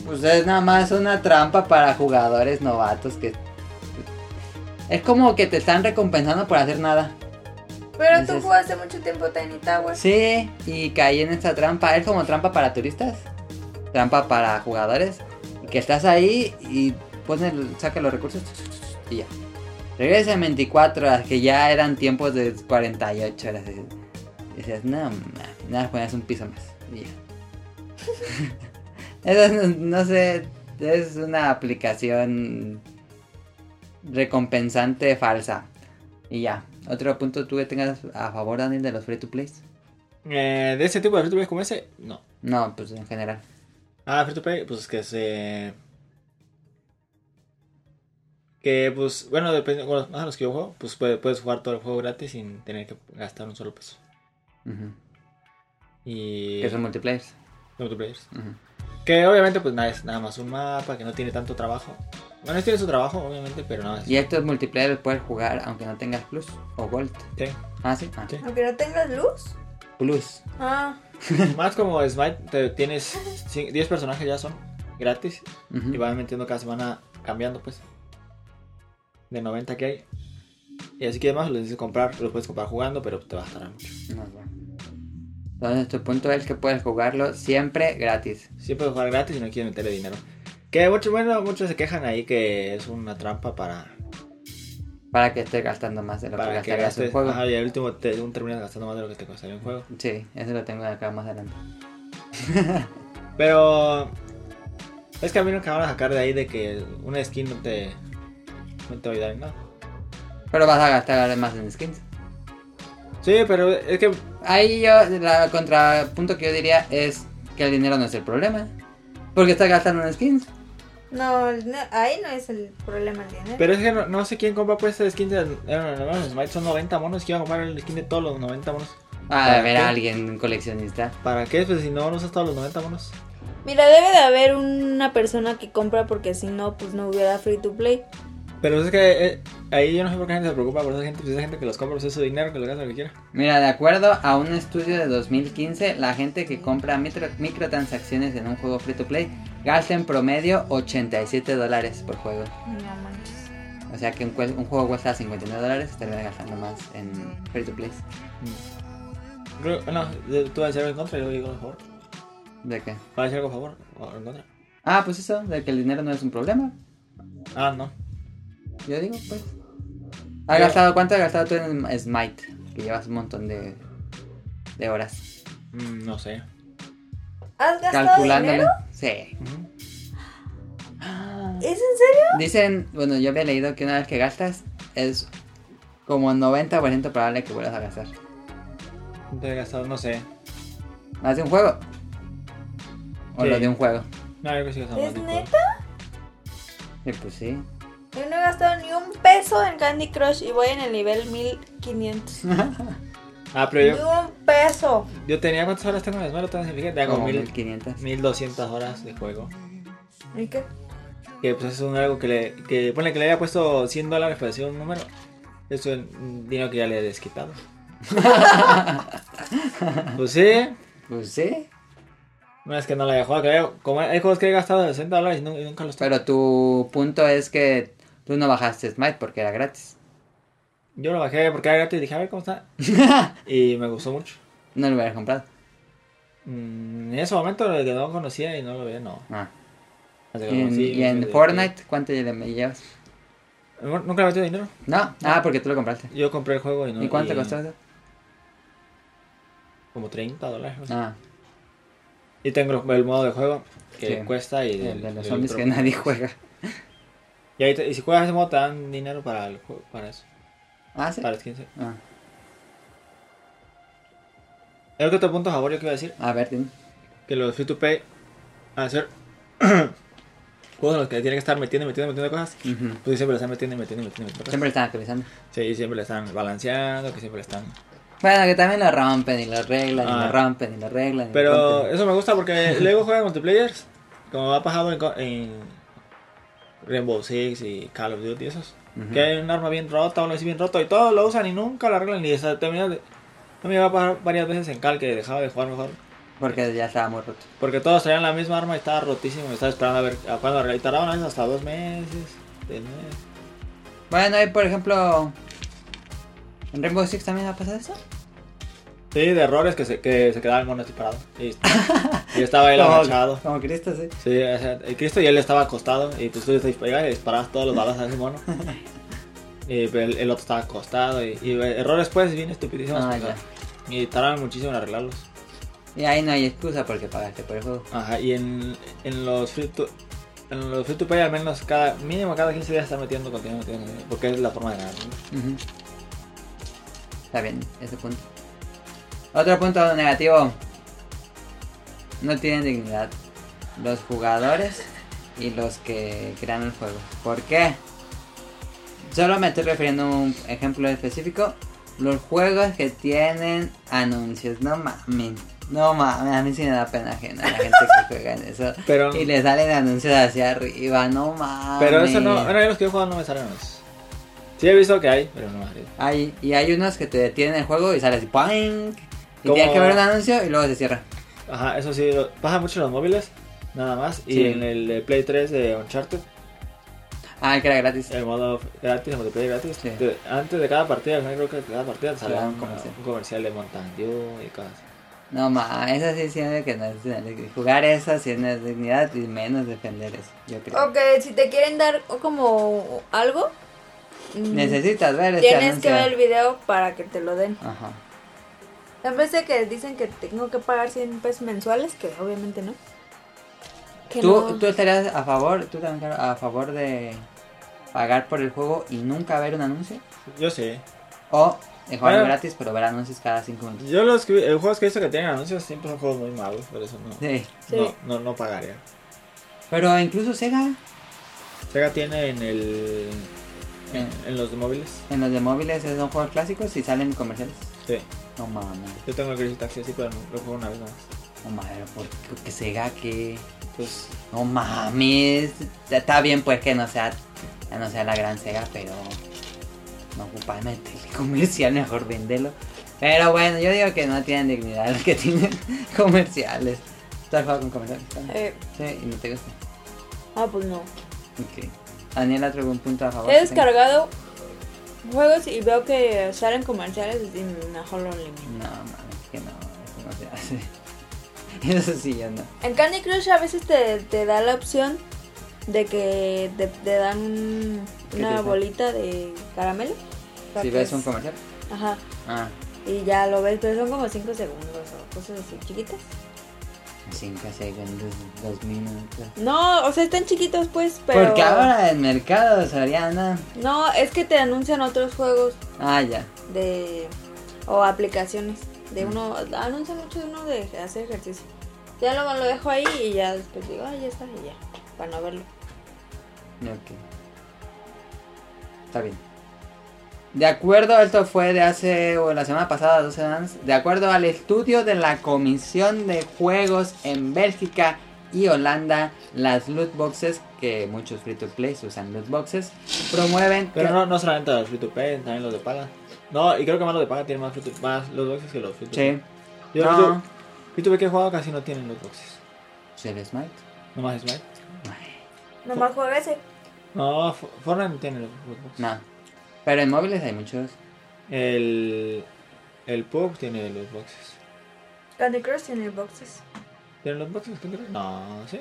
Pues es nada más una trampa para jugadores novatos que... Es como que te están recompensando por hacer nada.
Pero
Dices-
tú jugaste mucho tiempo Tiny Tower.
Sí, y caí en esta trampa. Es como trampa para turistas. Trampa para jugadores. Que estás ahí y pones, saca los recursos y ya. Regresa en 24 horas, que ya eran tiempos de 48 horas. Y dices, no, mames, nada, más ponías un piso más. Y ya. Eso no, no sé, es una aplicación recompensante falsa. Y ya. Otro punto tú que tengas a favor, Daniel, de los free to plays.
Eh, ¿De ese tipo de free to play como ese? No.
No, pues en general.
Ah, free to play, pues es que se. Que pues, bueno, dependiendo con los, ah, los que yo juego, pues puede- puedes jugar todo el juego gratis sin tener que gastar un solo peso.
Ujú.
Y.
Que son multiplayers.
multiplayers.
Ujú.
Que obviamente, pues nada, es nada más un mapa que no tiene tanto trabajo. Bueno, este tiene su trabajo, obviamente, pero nada más.
Y estos multiplayer los puedes jugar aunque no tengas plus o gold.
Sí.
Ah, sí. Ah,
Sí.
Aunque no tengas luz.
Plus.
Ah,
Más como Smite, te- tienes cin- 10 personajes ya son gratis
Ujú.
y van metiendo cada semana cambiando, pues. De 90 que hay. Y así que además los dices comprar, los puedes comprar jugando, pero te va a estar mucho.
No, bueno. Entonces tu punto es que puedes jugarlo siempre gratis.
Siempre puedes jugar gratis y no quieres meterle dinero. Que muchos, bueno, muchos se quejan ahí que es una trampa para,
Para que estés gastando más de lo que
para que
gastarías en
gastes.
juego.
Ajá, y al último te, un terminas gastando más de lo que te costaría un juego.
Sí, eso lo tengo acá más adelante.
Pero es que a mí no me van a sacar de ahí de que una skin no te, no te va a ayudar en nada.
Pero vas a gastar más en skins.
Sí, pero es que
Ahí yo, la contrapunto que yo diría es que el dinero no es el problema. Porque estás gastando en skins.
no, no, ahí no es el problema el dinero.
Pero es que no, no sé quién compra pues esta skin de eh, no, no, no, Smite. Son 90 monos. ¿Quién va a comprar el skin de todos los 90 monos?
A
¿Para
ver,
qué?
a alguien un coleccionista.
¿Para qué? Pues si no, no usas todos los 90 monos.
Mira, debe de haber una persona que compra porque si no, pues no hubiera free to play.
Pero es que eh, ahí yo no sé por qué la gente se preocupa por esa gente. Pues esa gente que los compra, pues es su dinero, que lo gasta lo que quiera.
Mira, de acuerdo a un estudio de 2015, la gente que compra micro- microtransacciones en un juego free to play gasta en promedio 87 dólares por juego.
No manches.
O sea que un, cue- un juego cuesta 59 dólares y termina gastando más en free to play.
Creo- No, de- tú vas a decir algo en contra y yo digo algo a favor.
¿De qué?
¿Vas a decir algo a favor o en contra?
Ah, pues eso, de que el dinero no es un problema.
Ah, no.
Yo digo, pues. ¿Has
Yo-
gastado cuánto has gastado tú en Smite? Que llevas un montón de, de horas.
Mm, no sé.
¿Has gastado
Calculándole.
dinero?
Sí.
Ujú.
¿Es en serio?
Dicen, bueno, yo había leído que una vez que gastas es como 90% probable que vuelvas a gastar.
¿Cuánto he gastado? No sé.
¿Más de un juego? ¿O
Sí.
lo de un juego?
No, yo creo que sí he gastado más
¿Es
de un juego.
neta?
Y pues sí.
Yo no he gastado ni un peso en Candy Crush y voy en el nivel 1500.
Ah,
ni
pero yo,
un peso.
yo tenía cuántas horas tengo en Smash Bros. Fíjate, hago
Como
mil,
1500.
1200 horas de juego.
¿Y qué?
Que pues es un algo que le. Que, ponle que le haya puesto 100 dólares para decir un número. Eso es un dinero que ya le he desquitado. pues sí.
Pues sí.
No es que no la haya jugado, creo. Como hay juegos que he gastado 60 dólares y nu- y nunca los toco.
Pero tu punto es que tú no bajaste Smite porque era gratis.
Yo lo bajé porque era gratis y dije, a ver cómo está. y me gustó mucho.
No lo hubieras comprado.
Mm, en ese momento lo que no conocía y no lo veía, no.
Ah.
Hasta que
¿Y en,
conocí,
y
me-
en Fortnite cuánto le me llevas?
No, Nunca le metí dinero.
No. Ah, porque tú lo compraste.
Yo compré el juego y no.
¿Y cuánto costó eso?
Como 30 dólares. o sea.
Ah,
Y tengo el modo de juego que
Sí.
cuesta y
el
del-
de los
del
zombies
otro.
que nadie juega.
Y, ahí te- y si juegas ese modo te dan dinero para el juego, para eso.
Ah, sí.
Para skins.
Ah,
El otro punto a favor yo quiero decir
a ver, dime.
que los free to pay al ser juegos en los que tienen que estar metiendo, metiendo, metiendo cosas.
Ujú.
Pues siempre le están metiendo, metiendo, metiendo, metiendo cosas.
Siempre lo están actualizando.
Sí, siempre le están balanceando, que siempre le están.
Bueno, que también lo rompen y lo arreglan y
Ah.
lo rompen y lo arreglan. y lo
Pero
rompen.
eso me gusta porque luego juegan multiplayers, como ha pasado en, co- en Rainbow Six y Call of Duty y esos.
Ujú.
Que hay un arma bien rota, uno así bien roto y todos lo usan y nunca lo arreglan. Y hasta termina de... A mí me va a pasar varias veces en Cal que dejaba de jugar mejor.
Porque ya estaba muy roto.
Porque todos traían la misma arma y estaba rotísimo. y Estaba esperando a ver a cuándo arreglar. Y tardaban a veces hasta dos meses. tres meses.
Bueno, y por ejemplo. ¿En Rainbow Six también ha pasado eso?
Sí, de errores que se, que se quedaba el mono así parado. Y, y estaba él agachado.
como, como Cristo, sí.
Sí, o sea, el Cristo y él estaba acostado y tú estuviste disparando y disparabas todos los balas a ese mono. y pero el, el otro estaba acostado y, y errores pues bien estupidísimos.
Ah,
o sea, y tardaron muchísimo en arreglarlos.
Y ahí no hay excusa porque pagaste por el juego.
Ajá, y en, en los free to, en los free to play al menos cada, mínimo cada 15 días están metiendo contenido, metiendo contenido, porque es la forma de ganar. ¿no?
Ujú. Está bien, ese punto. Otro punto negativo. No tienen dignidad. Los jugadores y los que crean el juego. ¿Por qué? Solo me estoy refiriendo a un ejemplo específico. Los juegos que tienen anuncios. No mames. No mames. A mí sí me da pena ajena la gente que juega en eso.
Pero-
y le salen anuncios hacia arriba. No mames.
Pero eso no, bueno, yo los que he jugado no me salen los. Sí he visto que hay, pero no me salen.
Hay, y hay unos que te detienen el juego y sale así ¡poing! Y
Como-
tienes que ver un anuncio y luego se cierra.
Ajá, eso sí, lo- pasa mucho en los móviles, nada más.
Sí.
Y en el de Play 3 de Uncharted,
Ah, que era gratis.
el modo gratis, el multiplayer gratis.
Sí.
te- antes de cada partida, al final creo que de cada partida te salía
Claro,
un,
comercial.
un comercial de Mountain Dew y cosas.
No ma, eso sí siento que no es dignidad. Jugar eso sí no es dignidad y menos defender eso, yo creo.
Ok, si te quieren dar como algo, mm,
Necesitas ver este
tienes
anuncio.
que ver el video para que te lo den.
Ajá.
En vez de que dicen que tengo que pagar 100 pesos mensuales, que obviamente no. Que
¿Tú,
no.
tú estarías a favor, tú también, Caro, a favor de pagar por el juego y nunca ver un anuncio?
Yo sí.
¿O de jugarlo
Bueno.
gratis pero ver anuncios cada cinco minutos?
Yo los que, vi- los juegos que he visto que tienen anuncios siempre son juegos muy malos, por eso no,
Sí.
Sí.
no, no, no pagaría.
Pero incluso Sega,
Sega tiene en el. en, en los móviles.
en los de móviles, son juegos clásicos y salen comerciales.
Sí.
No mames.
Yo tengo el Crazy Taxi así, pero lo juego una vez más.
No mames, porque que Sega que.
Pues.
No mames. Está bien pues que no sea. que no sea la gran Sega, pero. No ocupas meterle comercial, mejor véndelo. Pero bueno, yo digo que no tienen dignidad los que tienen comerciales. ¿Tú has jugado con comerciales? Tania?
Eh,
Sí, y no te gusta.
ah, pues no.
Ok. Daniela, ¿otro algún punto a favor?
He
que tengas?
descargado juegos y veo que salen comerciales y mejor lo elimino.
No mames, que no. Eso no se hace. Eso sí, yo no.
En Candy Crush a veces te, te da la opción de que te, te dan un-
¿Qué te
una
dan?
bolita de caramelo. para
Si
que
ves un
es-
comercial.
Ajá.
Ah,
Y ya lo ves, pero son como 5 segundos o cosas así chiquitas.
5 segundos, 2 minutos.
No, o sea, están chiquitos pues, pero...
Porque ahora en mercado Soriana.
No, es que te anuncian otros juegos
Ah, ya.
de... o aplicaciones. De uno, ah, no sé mucho de uno de hacer ejercicio. Ya lo, lo dejo ahí y ya después digo, ah, ya está, y ya, para no verlo.
Ok. Está bien. De acuerdo, esto fue de hace, o la semana pasada, dos semanas. De acuerdo al estudio de la Comisión de Juegos en Bélgica y Holanda, las loot boxes, que muchos free to play usan loot boxes, promueven.
Pero
que-
no, no solamente los free to pay, también los de paga. No, y creo que más los de paga tienen más, free to- más los boxes que los free to pay.
Che,
Yo,
No.
yo- free to pay que he jugado casi no tienen los boxes.
se les smite.
Nomás Smite.
Nomás juega ese.
No, F- Fortnite tiene los los boxes.
No. Pero en móviles hay muchos.
El, el PUBG tiene los boxes.
Candy Crush tiene boxes.
¿Tienen los boxes? ¿Tú crees? No, sí.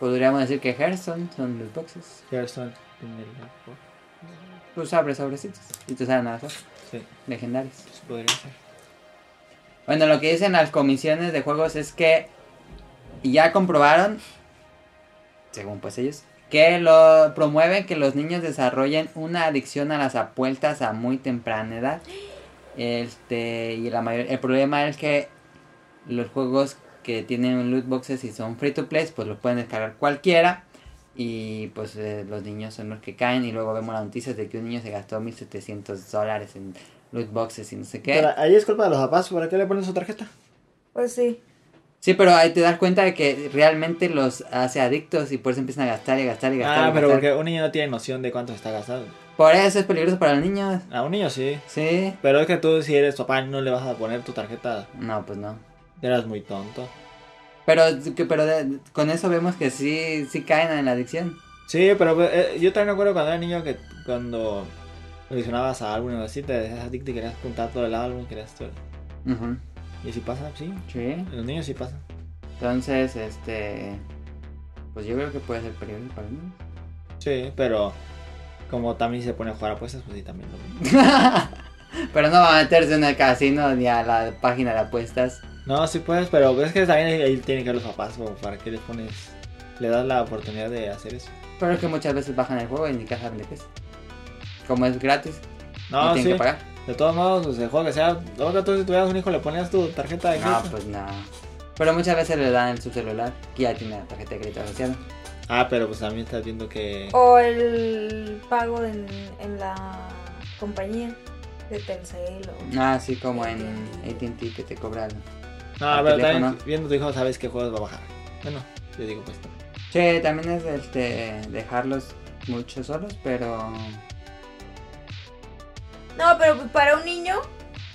Podríamos decir que Hearthstone son loot boxes.
Hearthstone tiene los boxes.
Tú abres sobrecitos y te salen nada
Sí,
legendarios.
pues podría ser.
Bueno, lo que dicen las comisiones de juegos es que ya comprobaron, según pues ellos, que lo promueven que los niños desarrollen una adicción a las apuestas a muy temprana edad. Este, y la mayor- el problema es que los juegos que tienen loot boxes y son free to play, pues los pueden descargar cualquiera. Y pues eh, los niños son los que caen. Y luego vemos las noticias de que un niño se gastó 1700 dólares en loot boxes y no sé qué.
Pero ahí es culpa de los papás, ¿para qué le ponen su tarjeta?
Pues sí.
Sí, pero ahí te das cuenta de que realmente los hace adictos y por eso empiezan a gastar y gastar y gastar.
Ah,
y
pero
gastar.
porque un niño no tiene noción de cuánto se está gastando.
Por eso es peligroso para los niños.
A un niño sí.
Sí.
Pero es que tú, si eres papá, no le vas a poner tu tarjeta.
No, pues no.
Eras muy tonto.
Pero, que- pero de- con eso vemos que sí, sí caen en la adicción.
Sí, pero eh, yo también me acuerdo cuando era niño que cuando coleccionabas a álbumes así, te decías adicto y querías juntar todo el álbum, querías todo. el-
Ujú.
Y si pasa, sí.
Sí.
Los niños sí pasan.
Entonces, este... Pues yo creo que puede ser peligroso para los niños.
Sí, pero como también se pone a jugar apuestas, pues sí, también lo mismo.
pero no va a meterse en el casino ni a la página de apuestas.
No, sí puedes, pero es que también ahí- ahí tienen que ver los papás, como para qué les pones. Le das la oportunidad de hacer eso.
Pero es que muchas veces bajan el juego y ni caja de qué es. Como es gratis, no,
No,
tienen
sí.
que pagar.
De todos modos, pues, el juego que sea, luego tú si tuvieras un hijo le ponías tu tarjeta de
No,
crédito.
pues nada. Pero muchas veces le dan en su celular que ya tiene la tarjeta de crédito asociada.
Ah, pero pues también estás viendo que...
O el pago en, en la compañía de Telcel o...
Ah, sí, como en ATT que te cobran.
No,
al
pero
teléfono.
también viendo tu hijo sabes qué juegos va a bajar. Bueno, yo digo pues...
Che, también es este dejarlos mucho solos, pero.
No, pero pues para un niño,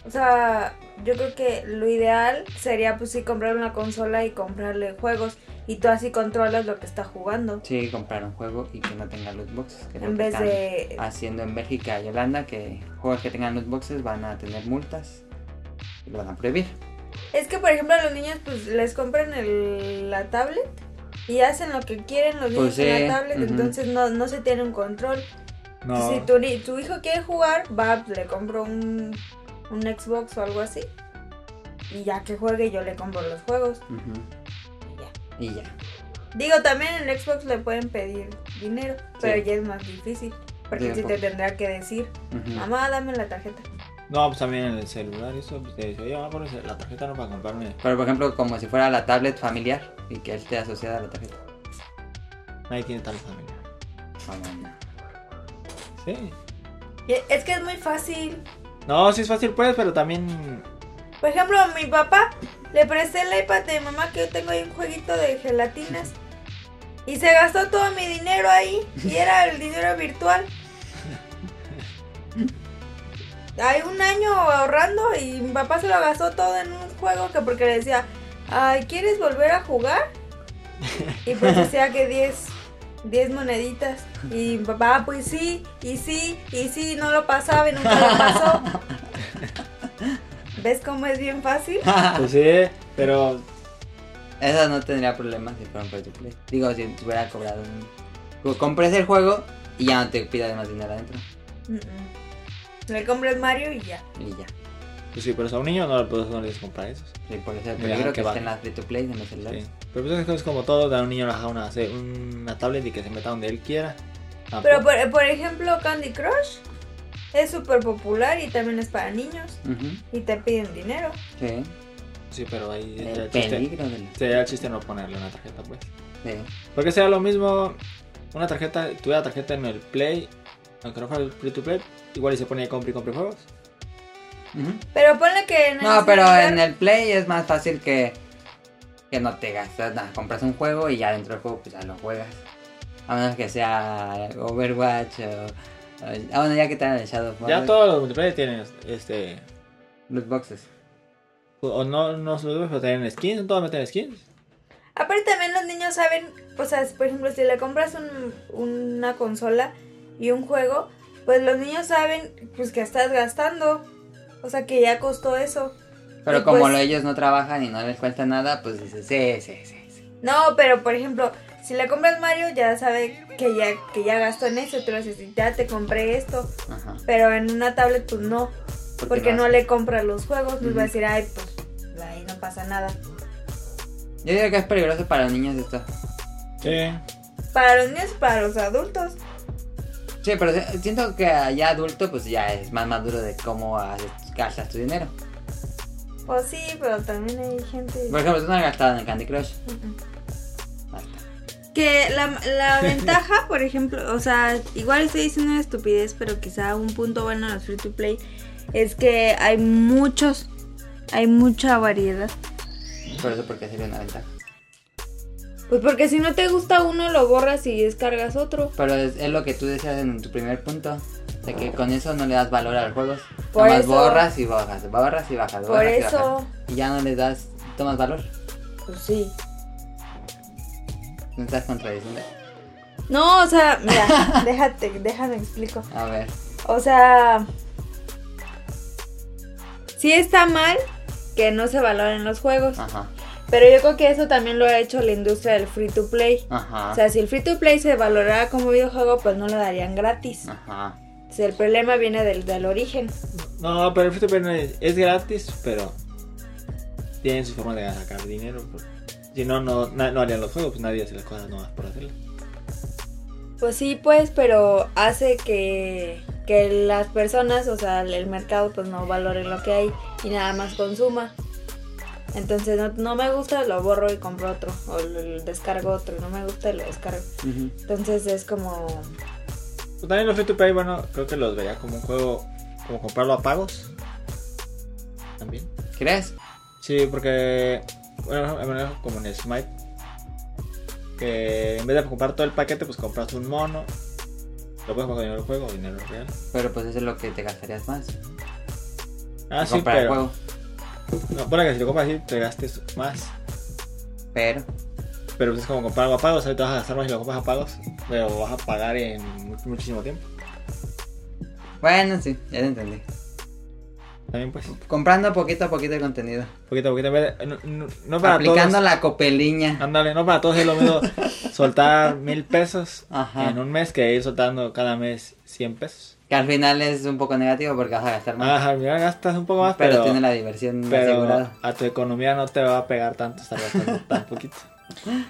o sea, yo creo que lo ideal sería pues sí comprar una consola y comprarle juegos y tú así controlas lo que está jugando
Sí, comprar un juego y que no tenga loot boxes. Que es lo
en
que
vez
están
de
Haciendo en Bélgica y Holanda que juegos que tengan loot boxes van a tener multas y lo van a prohibir.
Es que por ejemplo a los niños pues les compran el- la tablet y hacen lo que quieren los niños
Pues
con
sí,
la tablet,
ujú.
entonces no, no se tiene un control.
No,
Si tu, ni- tu hijo quiere jugar, va, le compro un, un Xbox o algo así y ya que juegue yo le compro los juegos.
Ujú.
y ya.
Y ya.
Digo, también en el Xbox le pueden pedir dinero, pero
Sí.
ya es más difícil. Porque
Digo,
sí
por-
te tendrá que decir,
Ujú.
mamá, dame la tarjeta.
no, pues también en el celular y eso, pues te dice, oye, vamos a poner la tarjeta no para comprarme
Pero por ejemplo, como si fuera la tablet familiar y que él esté asociada a la tarjeta.
Nadie tiene tal familia.
No, no, no.
Sí.
Y Es que es muy fácil.
No, sí es fácil pues, pero también...
Por ejemplo, a mi papá le presté el iPad de mi mamá que yo tengo ahí un jueguito de gelatinas. Y se gastó todo mi dinero ahí. Y era el dinero virtual. Hay un año ahorrando y mi papá se lo gastó todo en un juego que porque le decía, ay, ¿quieres volver a jugar? Y pues decía que 10, 10 moneditas. Y mi papá, "Ah, pues sí, y sí, y sí, no lo pasaba y nunca lo pasó. ¿Ves cómo es bien fácil?
Pues sí, pero...
Esa no tendría problemas si fueran free to play. Digo, si te hubiera cobrado un... co- Compres el juego y ya no te pida más dinero adentro.
Mm, mm. Le compras Mario y ya.
Y ya.
Pues sí, pero a un niño no, pues, no le des comprar esos.
Y por eso el
Ya,
peligro
que
que
va.
estén las free to play en los celulares.
Sí. Pero pues es que es como todo, a un niño le deja una,
pues,
una tablet y que se meta donde él quiera. Tampoco.
Pero por, por ejemplo, Candy Crush Es súper popular y también es para niños.
Ujú,
Y te piden dinero.
Sí.
Sí, pero ahí sería
El
el chiste.
peligro de la...
Sería el chiste no ponerle una tarjeta, pues.
de-
Porque sea lo mismo, una tarjeta, tuviera tarjeta en el Play, aunque no fuera el free to play, igual y se ponía compra y compra juegos.
Ujú.
Pero ponle que en el
No, pero
celular-
en el Play es más fácil que, que no te gastas nada. Compras un juego y ya dentro del juego pues ya lo juegas. A menos que sea Overwatch o... o- Ah, bueno, ya que te han echado
Ya todos los multiplayer tienen este.
Los boxes.
O no, no se los veo, pero tienen skins, todos meten skins.
Aparte también los niños saben, o sea, por ejemplo, si le compras un- una consola y un juego, pues los niños saben pues que estás gastando. O sea, que ya costó eso.
Pero
Y
como
pues-
lo- ellos no trabajan y no les cuesta nada, pues dices, sí, sí, sí. sí.
No, pero por ejemplo, si le compras Mario, ya sabe que ya, que ya gastó en eso, pero si ya te compré esto,
Ajá.
pero en una tablet pues no,
¿Por qué
porque
no
no le compras los juegos, pues va a
Ujú.
decir, ay, pues ahí no pasa nada.
Yo digo que es peligroso para los niños esto.
Sí.
Para los niños, para los adultos.
Sí, pero si- siento que ya adulto pues ya es más maduro de cómo haces- gastas tu dinero.
Pues sí, pero también hay gente...
Por ejemplo, tú no has gastado en el Candy Crush.
Ujú.
Ahí está.
Que la, la ventaja, por ejemplo, o sea, igual estoy diciendo una estupidez, pero quizá un punto bueno en los free to play es que hay muchos, hay mucha variedad.
Por eso porque sería una ventaja.
Pues porque si no te gusta uno, lo borras y descargas otro.
Pero es, es lo que tú decías en tu primer punto, de que con eso no le das valor al juego.
Por
Nada más
eso.
borras y bajas, borras y bajas,
Por
borras y
eso.
bajas. Y ya no le das, tomas valor,
Pues sí.
no estás contradiciendo.
No, o sea, mira, déjate, déjame explico.
A ver,
O sea, sí está mal que no se valoren los juegos,
ajá,
pero yo creo que eso también lo ha hecho la industria del free to play.
ajá,
O sea, si el free to play se valorara como videojuego, pues no lo darían gratis.
ajá.
Entonces, el problema viene del, del origen.
No, pero el free to play no es, es gratis, pero tienen su forma de sacar dinero. pues. Si no, no, na- no harían los juegos, pues nadie hace las cosas nuevas por hacerlas.
Pues sí, pues, pero hace que, que las personas, o sea, el, el mercado, pues no valore lo que hay y nada más consuma. Entonces no, no me gusta, lo borro y compro otro. O lo, lo descargo otro. No me gusta, lo descargo.
ujú.
Entonces es como...
Pues también los free to play, bueno, creo que los vería como un juego, como comprarlo a pagos. También.
¿Crees?
Sí, porque. Bueno, al menos como en Smite. Que en vez de comprar todo el paquete, pues compras un mono. Lo puedes comprar con dinero del juego o dinero real.
Pero pues eso es lo que te gastarías más.
Ah,
en
sí,
comprar el
pero.
juego.
No, bueno, que si lo compras así, te gastes más.
Pero,
Pero pues es como comprar algo a pagos. Ahí te vas a gastar más si lo compras a pagos. Pero vas a pagar en much- muchísimo tiempo.
bueno, sí, ya te entendí.
También, pues.
Comprando poquito a poquito el contenido.
Poquito a poquito. en vez de- No, no- no para
aplicando
todos. Ah.
la copeliña.
Ándale, no para todos es lo mismo soltar mil pesos
Ajá.
en un mes que ir soltando cada mes 100 pesos.
Que al final es un poco negativo porque vas a gastar más.
Ajá, mira, gastas un poco Ah, más,
pero,
pero,
tiene la diversión
pero
asegurada.
a tu economía no te va a pegar tanto estar gastando tan poquito.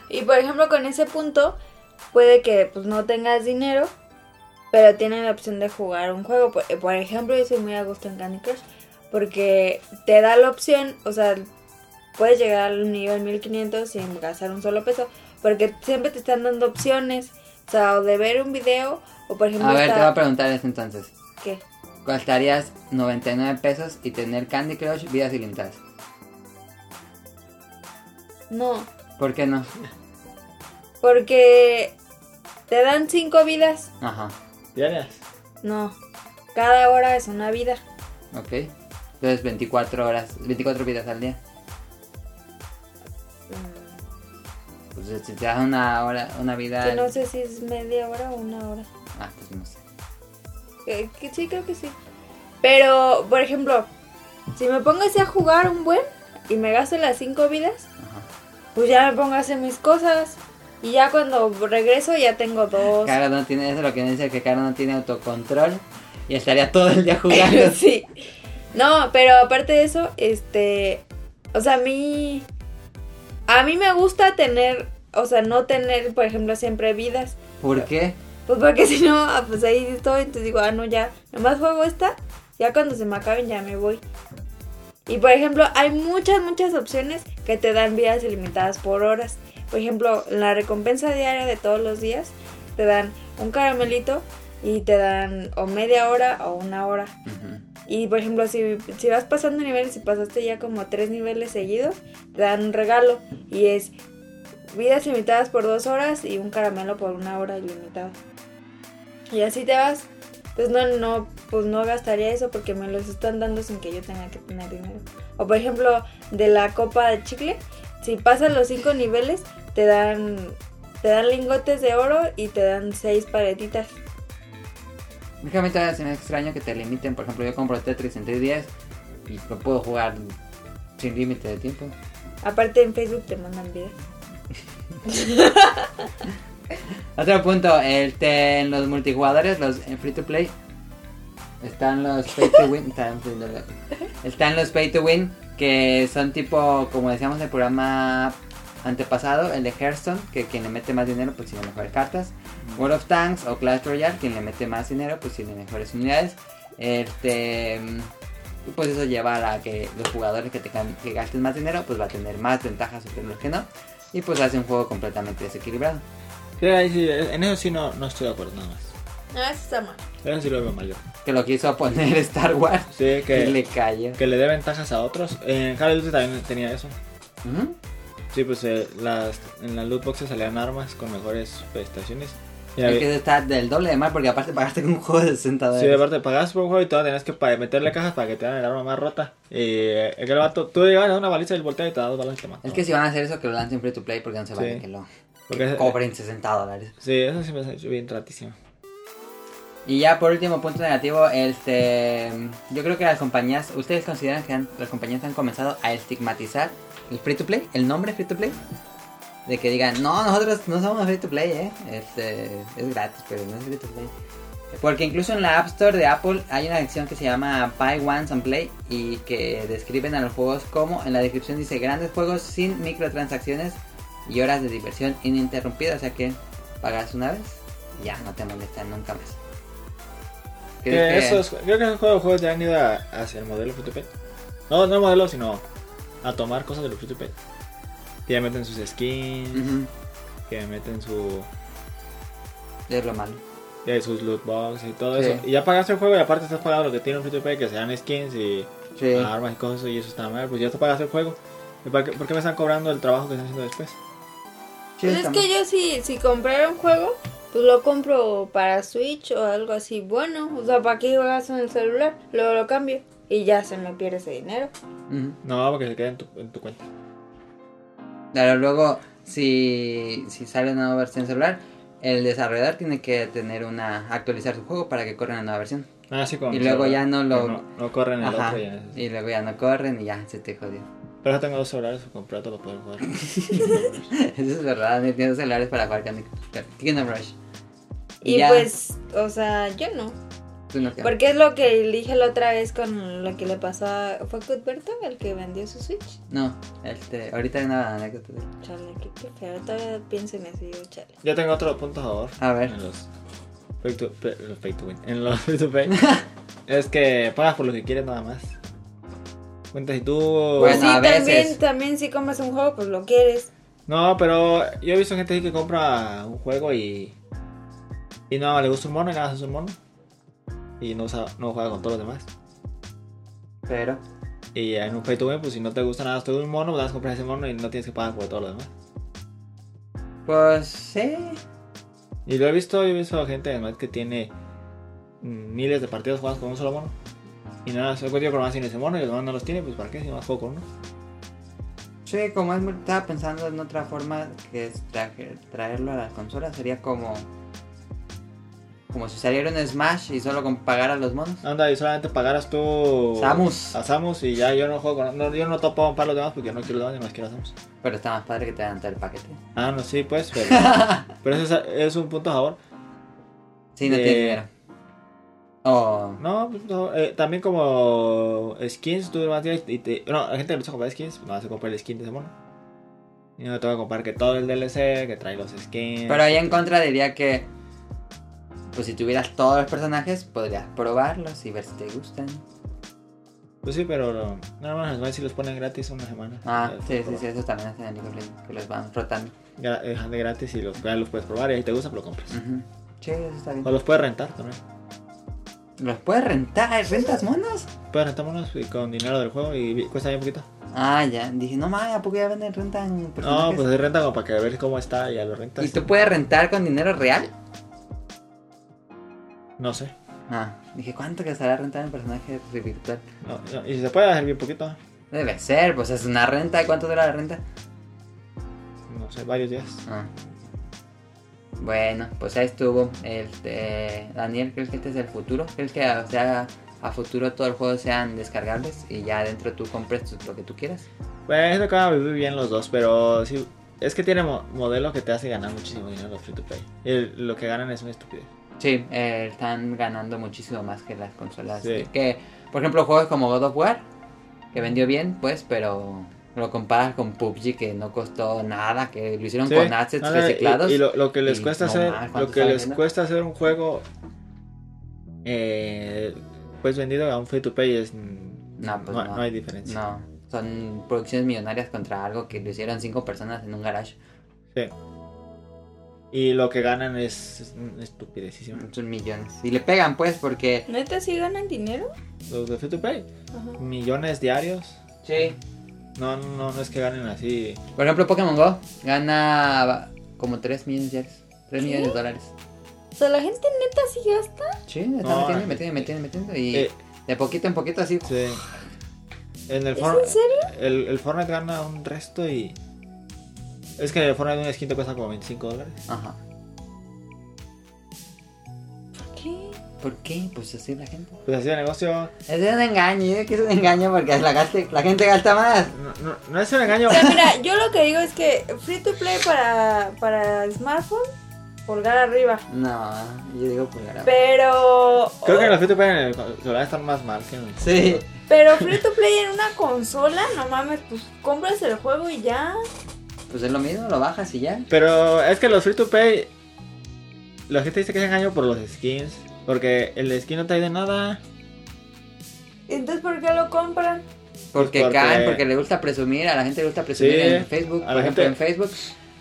Y por ejemplo, con ese punto, puede que pues no tengas dinero, pero tienen la opción de jugar un juego. Por, por ejemplo, yo soy muy a gusto en Candy Crush, porque te da la opción, o sea, puedes llegar al nivel 1500 sin gastar un solo peso, porque siempre te están dando opciones, o sea, o de ver un video, o por ejemplo,
A ver, te voy
está-
a preguntar esto entonces.
¿qué?
Costarías 99 pesos y tener Candy Crush vidas ilimitadas.
No,
¿Por qué no?
porque te dan cinco vidas,
Ajá,
¿Diarias?
no, cada hora es una vida.
ok. Entonces 24 horas, 24 vidas al día.
Mm.
Pues si te das una hora, una vida...
Que no sé si es media hora o una hora.
Ah, pues no sé.
Que- que sí, creo que sí. Pero, por ejemplo, si me pongo así a jugar un buen y me gasto las cinco vidas,
Ajá.
pues ya me pongo a hacer mis cosas. Y ya cuando regreso ya tengo dos.
Caro no tiene, eso es lo que dice que Caro no tiene autocontrol y estaría todo el día jugando.
sí. No, pero aparte de eso, este. O sea, a mí. A mí me gusta tener. O sea, no tener, por ejemplo, siempre vidas.
¿Por qué?
Pues porque si no, ah, pues ahí estoy. Entonces digo, ah, no, ya, nomás juego esta. Ya cuando se me acaben, ya me voy. Y por ejemplo, hay muchas, muchas opciones que te dan vidas ilimitadas por horas. Por ejemplo, la recompensa diaria de todos los días te dan un caramelito y te dan o media hora o una hora.
Ujú.
Y por ejemplo, si, si vas pasando niveles y pasaste ya como tres niveles seguidos, te dan un regalo y es vidas limitadas por dos horas y un caramelo por una hora ilimitada. Y así te vas. Entonces no, no, pues no gastaría eso porque me los están dando sin que yo tenga que tener dinero. O por ejemplo, de la copa de chicle, si pasas los cinco niveles, te dan, te dan lingotes de oro y te dan seis paletitas.
Es que a mí todavía se me hace extraño que te limiten. Por ejemplo, yo compro Tetris en 3 días y lo puedo jugar sin límite de tiempo.
Aparte en Facebook te mandan vidas.
Otro punto, el te- en los multijugadores, los en free to play, están los pay to win. están, están los pay to win que son tipo, como decíamos en el programa antepasado, el de Hearthstone, que quien le mete más dinero pues tiene mejores cartas. World of Tanks o Clash Royale, quien le mete más dinero pues tiene mejores unidades. Este. mm, y, Pues eso lleva a que los jugadores que, te, can- que gasten más dinero pues va a tener más ventajas sobre los que no. Y pues hace un juego completamente desequilibrado.
Sí, ahí sí, en eso sí no, no estoy de acuerdo nada más.
No, Ah, eso está mal.
Eso sí lo veo mal yo.
que lo quiso poner Star Wars
Sí,
y le
que,
cayó.
que le dé ventajas a otros. En Call of Duty también tenía eso.
Ujú.
Sí, pues eh, las, en las loot boxes salían armas con mejores prestaciones. Y
Es que
había-
eso está del doble de mal porque aparte pagaste con un juego de 60
Sí,
dólares.
aparte pagas por un juego y todavía tenías que pa- meterle cajas para que te dan el arma más rota. Y eh, el vato, tú llegabas a una baliza del volteo y te da dos balas y te mata.
es que si van a hacer eso que lo lancen free to play porque no se vale que lo
Porque es-
cobren 60 dólares.
Sí, eso sí me ha hecho bien tratísimo.
Y ya por último punto negativo, este yo creo que las compañías, ¿ustedes consideran que han- las compañías han comenzado a estigmatizar el free to play, el nombre free to play? De que digan, no, nosotros no somos free to play, eh. Este, es gratis, pero no es free to play. Porque incluso en la App Store de Apple hay una sección que se llama Buy Once and Play y que describen a los juegos como, en la descripción dice, grandes juegos sin microtransacciones y horas de diversión ininterrumpida. O sea que pagas una vez, ya no te molestan nunca más.
Que
¿Crees que-
esos, creo que esos juegos, juegos ya han ido a- hacia el modelo free to play. No, no el modelo, sino a tomar cosas de los free to play. Que ya meten sus skins,
Ujú,
que meten su,
es lo malo.
eh, sus loot boxes y todo
Sí.
eso. Y ya pagaste el juego y aparte estás pagando lo que tiene un free to play, que sean skins y ah,
Sí.
armas y cosas, y eso está mal. Pues ya te pagaste el juego. ¿Y para qué- ¿Por qué me están cobrando el trabajo que están haciendo después?
Sí,
Pues es
está
que
mal.
yo si, si comprara un juego, pues lo compro para Switch o algo así bueno. O sea, ¿para qué juegas en el celular? Luego lo cambio y ya se me pierde ese dinero.
Ujú.
No, porque se queda en tu, en tu cuenta.
Claro, luego, si, si sale una nueva versión celular, el desarrollador tiene que tener una actualizar su juego para que corra una nueva versión.
Ah, sí, como
Y luego ya no lo-
No, no corren el
Ajá.
otro ya.
Y luego ya no corren y ya se te jodió.
Pero ya tengo dos horarios compré todo lo puedo jugar.
Eso es verdad, no tiene celulares para jugar Candy Kingdom Rush.
Y
ya,
pues, o sea, yo no.
tú no te-
Porque es lo que dije la otra vez con lo que le pasó a... ¿Fue Cuthberto el que vendió su Switch?
No, este, ahorita hay una anécdota. de-
Chale, qué, qué feo. Todavía pienso en eso y digo, chale.
Yo tengo otro punto a favor.
A ver.
En los pay to, pe- los pay to win. En los pay to pay. es que pagas por lo que quieres nada más. Cuenta si tú.
Bueno,
Pues sí,
a veces.
también, también si compras un juego, pues lo quieres.
No, pero yo he visto gente así que compra un juego y. Y no, le gusta un mono y nada más es un mono. Y no, usa- no juega con todos los demás.
Pero,
Y en un pay to win, pues si no te gusta nada más todo un mono, pues nada más compras ese mono y no tienes que pagar por todos los demás.
pues sí.
Y lo he visto, yo he visto gente además que tiene mm, miles de partidos jugados con un solo mono. Y nada, se cuenta con más sin ese mono y los demás no los tiene, pues para qué si más juego con uno.
Sí, como es, muy- estaba pensando en otra forma que es traje- traerlo a las consolas, sería como. Como si saliera un Smash y solo con pagar a los monos.
Anda, y solamente pagaras tú
Samus.
a Samus y ya yo no juego con no, yo no topo un par los demás porque no quiero los demás, yo más quiero a Samus.
Pero está más padre que te dan todo el paquete.
Ah, no, sí, pues, pero, pero eso es, es un punto a favor.
Sí, no
Eh.
tienes dinero. Oh,
No, pues, no, eh, también como skins, tú nomás tienes y te, no, la gente que gusta comprar skins, no se compra el skin de ese mono. Y no te va a comprar que todo el DLC, que trae los skins.
Pero ahí en contra diría que pues si tuvieras todos los personajes, podrías probarlos y ver si te gustan.
Pues sí, pero no, nada más los si los ponen gratis una semana.
Ah,
Ya,
sí, sí,
probar.
sí, eso también hacen en League of Legends, que los van rotando.
Ya dejan de gratis y los, ya los puedes probar y ahí te gusta, pues lo compras.
Ujú. Sí, eso está bien.
O los puedes rentar también.
¿Los puedes rentar? ¿Rentas monos?
Puedes rentar unos y con dinero del juego y vi- cuesta bien poquito.
Ah, ya. Dije, no mames, ¿a poco ya venden, rentan
No,
personajes?
pues se renta como para que ver cómo está y ya lo rentas.
¿Y tú puedes rentar con dinero real?
No sé.
Ah, dije, ¿cuánto gastará rentar un personaje virtual?
No, no, Y si se puede hacer bien poquito,
Debe ser, pues es una renta. ¿Y cuánto dura la renta?
no sé, varios días.
Ah. Bueno, pues ahí estuvo. Este, Daniel, ¿crees que este es el futuro? ¿Crees que o sea, a futuro todos los juegos sean descargables y ya adentro tú compres tu- lo que tú quieras?
Pues eso acaba de vivir bien los dos, pero sí. Es que tiene mo- modelo que te hace ganar muchísimo dinero los free to play. Y el- lo que ganan es una estupidez.
Sí, eh, están ganando muchísimo más que las consolas.
Sí.
Que, por ejemplo, juegos como God of War, que vendió bien, pues, pero lo comparas con PUBG, que no costó nada, que lo hicieron
Sí,
con assets
nada, y-
reciclados.
Y, lo, lo que les
y
cuesta
no
hacer,
mames, ¿cuánto
lo que
estaba
les
vendiendo?
cuesta hacer un juego, eh, pues vendido a un free to play es, mm,
No, pues no.
hay diferencia.
No, son producciones millonarias contra algo que lo hicieron cinco personas en un garage.
Sí. Y lo que ganan es, es un- estupidecísimo.
Son millones. Y le pegan, pues, porque...
¿Neta sí ganan dinero?
Los de free to play,
Ajá.
millones diarios.
Sí.
No, no, no es que ganen así.
Por ejemplo, Pokémon Go gana como 3 millones de dólares. 3 millones de dólares.
O sea, la gente neta sí gasta.
Sí, está
No,
metiendo,
eh,
metiendo, metiendo, metiendo. Y
Eh,
de poquito en poquito así.
sí. En el
¿Es
For-
en serio?
El, el Fortnite gana un resto y. Es que el Fortnite un skin te cuesta como 25 dólares.
Ajá.
¿Por qué?
¿Por qué? Pues así es la gente.
Pues así de negocio.
Ese es un engaño, yo digo que es un engaño porque la, gaste- la gente gasta más.
No, no, no es un engaño.
O sea, mira, yo lo que digo es que free to play para, para smartphone, pulgar arriba.
No, yo digo pues, pulgar abajo.
Pero.
Creo que los free to play en el celular están más mal que en el
Sí.
Pero free to play en una consola, no mames, pues compras el juego y ya.
Pues es lo mismo, lo bajas y ya.
Pero es que los free to play. La gente dice que es engaño por los skins. Porque el skin no te de nada.
Entonces, ¿por qué lo compran?
Porque,
Pues porque-
caen, porque le gusta presumir, a la gente le gusta presumir
Sí,
en Facebook,
a
por
la
ejemplo
gente-
en Facebook,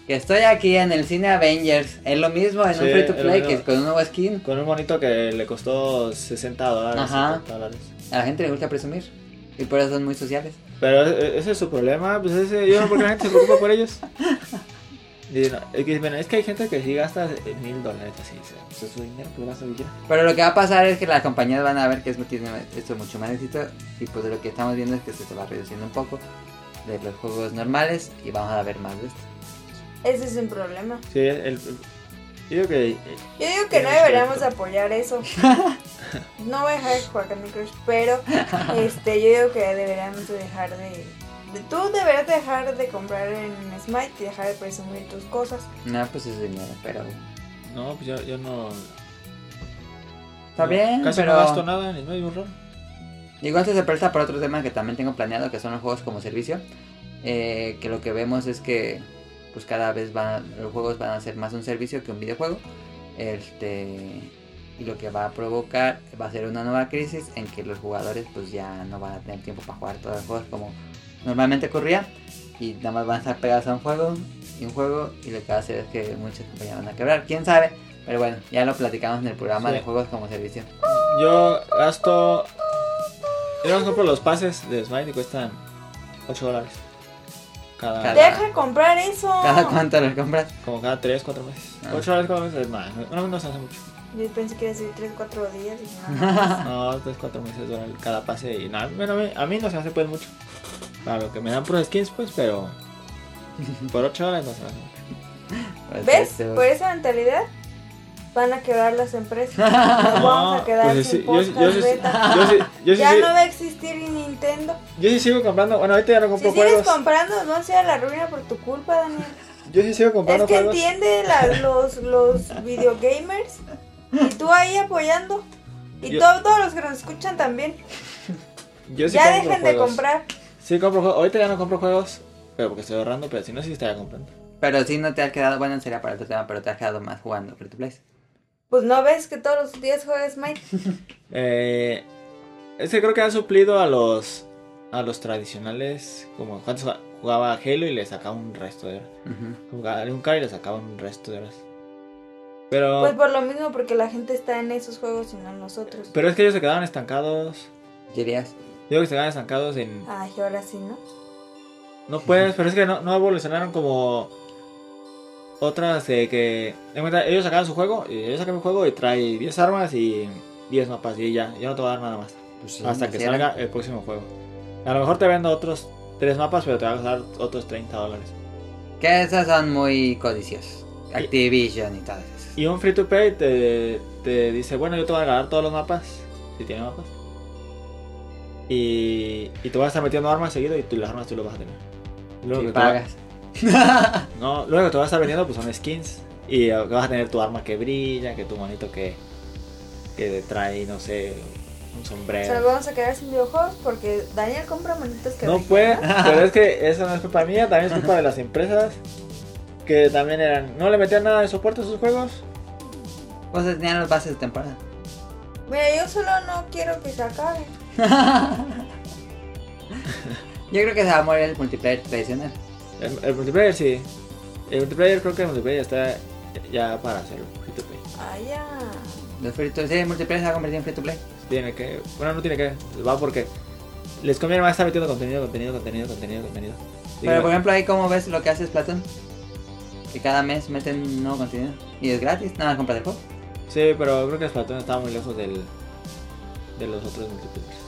que estoy aquí en el cine Avengers, es lo mismo en un
Sí,
free to
es lo
play que
mismo.
con un nuevo skin,
Con un bonito que le costó 60 dólares.
Ajá.
70 dólares.
a la gente le gusta presumir, y por eso son muy sociales.
Pero e- ese es su problema. Pues ese, yo no porque la gente se preocupa por ellos. Y no, es, que, bueno, es que hay gente que sí gasta eh, mil dólares así. o sea, Pues es su dinero, pues lo gasta lo que quiera.
Pero lo que va a pasar es que las compañías van a ver que es, tiene esto mucho más éxito, y pues lo que estamos viendo es que se va reduciendo un poco de los juegos normales, y vamos a ver más de esto.
Ese es un problema.
Sí, el, el- yo digo que. eh,
Yo digo que no
Tienes
deberíamos
razón.
apoyar eso. No voy a dejar de jugar Candy Crush, pero este, yo digo que deberíamos de dejar de, de- Tú deberías de dejar de comprar en Smite y dejar de presumir tus cosas.
No, pues es dinero, pero...
No, pues yo, yo no.
Está
no,
bien,
Casi
pero...
no gasto nada ni no hay un rol.
Igual esto se presta para otro tema que también tengo planeado, que son los juegos como servicio. eh, que lo que vemos es que pues cada vez van, los juegos van a ser más un servicio que un videojuego. Este, y lo que va a provocar va a ser una nueva crisis en que los jugadores pues ya no van a tener tiempo para jugar todos los juegos como normalmente ocurría. Y nada más van a estar pegados a un juego y un juego y lo que va a hacer es que muchas compañías van a quebrar. ¿Quién sabe? Pero bueno, ya lo platicamos en el programa
Sí.
de juegos como servicio.
Yo gasto. Yo no compro los pases de Smite y cuestan 8 dólares. Cada,
Cada-
Deja de comprar eso.
¿Cada cuánto los compras?
Como cada 3, 4 meses.
Ah.
8 dólares cada mes es más. No, no, no se hace mucho.
Yo pensé que iba a decir 3, 4 días y nada.
No, 3, 4 meses dura cada pase. Y nada, bueno, a mí, a mí no se hace pues mucho. Para lo que me dan puros skins, pues, pero. Por 8 dólares no se hace mucho.
Pues,
¿Ves?
este,
Por esa mentalidad van a quedar las empresas. Nos Ah, vamos a quedar
pues,
sin
sí, yo, sí- yo,
podcast
sí-
beta.
yo sí- yo sí
Ya
sigo-
no va a existir Nintendo.
yo sí sigo comprando. Bueno, ahorita ya no
Si
compro
sigues
juegos.
comprando, no sea la ruina por tu culpa, Daniel.
Yo sí sigo comprando
Es que
juegos.
entiende la- los, los videogamers y tú ahí apoyando. Y
Yo-
to- todos los que nos escuchan también.
Yo sí
ya
compro
dejen de
juegos.
comprar.
Sí, compro juegos. Ahorita ya no compro juegos, pero porque estoy ahorrando, pero si no, sí estaría comprando.
Pero si no te has quedado, bueno, sería para otro tema, pero te has quedado más jugando free to play.
Pues no ves que todos los días juegas Smite.
Eh, es que creo que han suplido a los a los tradicionales. Como antes jugaba Halo y le sacaba un resto de horas.
Ujú.
Jugaba un cara y le sacaba un resto de horas. Pero,
Pues por lo mismo, porque la gente está en esos juegos y no en nosotros.
pero es que ellos se quedaban estancados.
Dirías.
Digo que se quedaban estancados en.
Ay, ahora sí, ¿no?
No puedes, pero es que no, no evolucionaron como otras eh, que. en cuenta, ellos sacaban su juego, y yo saqué mi juego y trae 10 armas y 10 mapas y ya, ya no te va a dar nada más.
Pues sí,
hasta que
hicieron.
salga el próximo juego. A lo mejor te vendo otros 3 mapas, pero te van a costar otros 30 dólares.
Que esas son muy codiciosas. Activision y todas esas.
Y un free to pay te, te dice, bueno, yo te voy a regalar todos los mapas, si tiene mapas. Y, y te vas a estar metiendo armas seguido y tú, las armas tú las vas a tener. Luego
Si
que te va-
pagas.
No, luego que te vas a estar vendiendo pues son skins. Y eh, vas a tener tu arma que brilla, que tu monito que, que trae, no sé, un
O
sombrero.
sea, nos vamos a quedar sin videojuegos porque Daniel compra manitas que
no
brillan,
puede,
¿no?
pero es que eso no es culpa mía, también es culpa de las empresas. Que también eran, no le metían nada de soporte a sus juegos.
Pues tenían los bases de temporada.
Mira, yo solo no quiero que se acabe.
Yo creo que se va a morir el multiplayer tradicional.
El, el multiplayer sí. El multiplayer creo que el multiplayer está ya para hacer free to play.
Ay, Ah, ya.
Los free to- sí, el multiplayer se va a convertir en free to play.
Tiene que, bueno no tiene que, va porque les conviene más estar metiendo contenido, contenido, contenido, contenido, contenido.
Pero
Digo,
por ejemplo ahí como ves lo que hace Splatoon. Que cada mes meten un nuevo contenido. Y es gratis, nada más compras el juego.
Sí, pero creo que Splatoon estaba muy lejos del, de los otros multiplayers.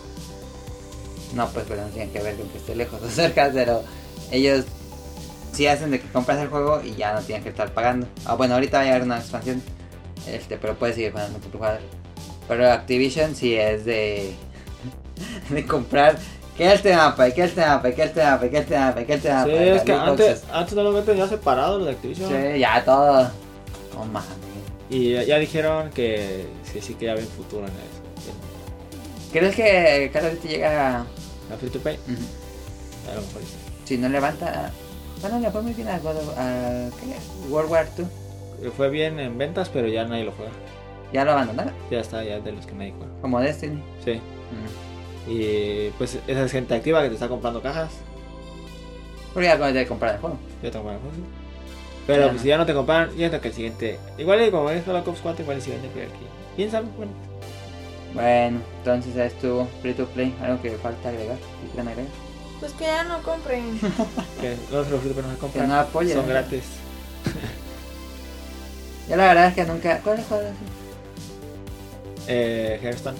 No, pues pero no tiene que ver con que esté lejos o cerca, pero ellos sí hacen de que compras el juego y ya no tienen que estar pagando. Ah, bueno, ahorita va a haber una expansión, este, pero puedes seguir con el multijugador. Pero Activision sí es de, de comprar que este mapa, y que este mapa, y que este mapa, y que este mapa, y que este mapa.
sí,
y
es
las
que
loot
antes,
boxes.
antes no lo meten ya separado los de Activision.
Sí, ya todo. Oh, mames.
Y ya, ya dijeron que sí, sí que ya ven futuro en eso. en
¿Crees que Call of Duty llega a...
La free to play,
Ujú.
a lo mejor sí.
Si no levanta... Bueno, le fue muy bien a, God of- a- ¿qué? World War 2.
Le Fue bien en ventas, pero ya nadie lo juega.
Ya lo abandonaron,
Ya está, ya es de los que nadie juega.
como Destiny.
Sí.
Mm.
Y pues esa es gente activa que te está comprando cajas.
Porque ya acabas de comprar el juego.
Yo tengo para juegos. Pero
Ya
pues,
no.
si ya no te compran, ya hasta que el siguiente. Igual y como es Black Ops 4, igual y si vende por aquí. ¿Quién sabe? Bueno.
Bueno, entonces ahí estuvo Free to Play. Algo que falta agregar. ¿Qué quieran agregar?
Pues que ya no compren.
Que los free to play no se
Que
compran.
no apoyen.
Son gratis.
Yo la verdad es que nunca. ¿Cuál es cuál?
Eh, Hearthstone.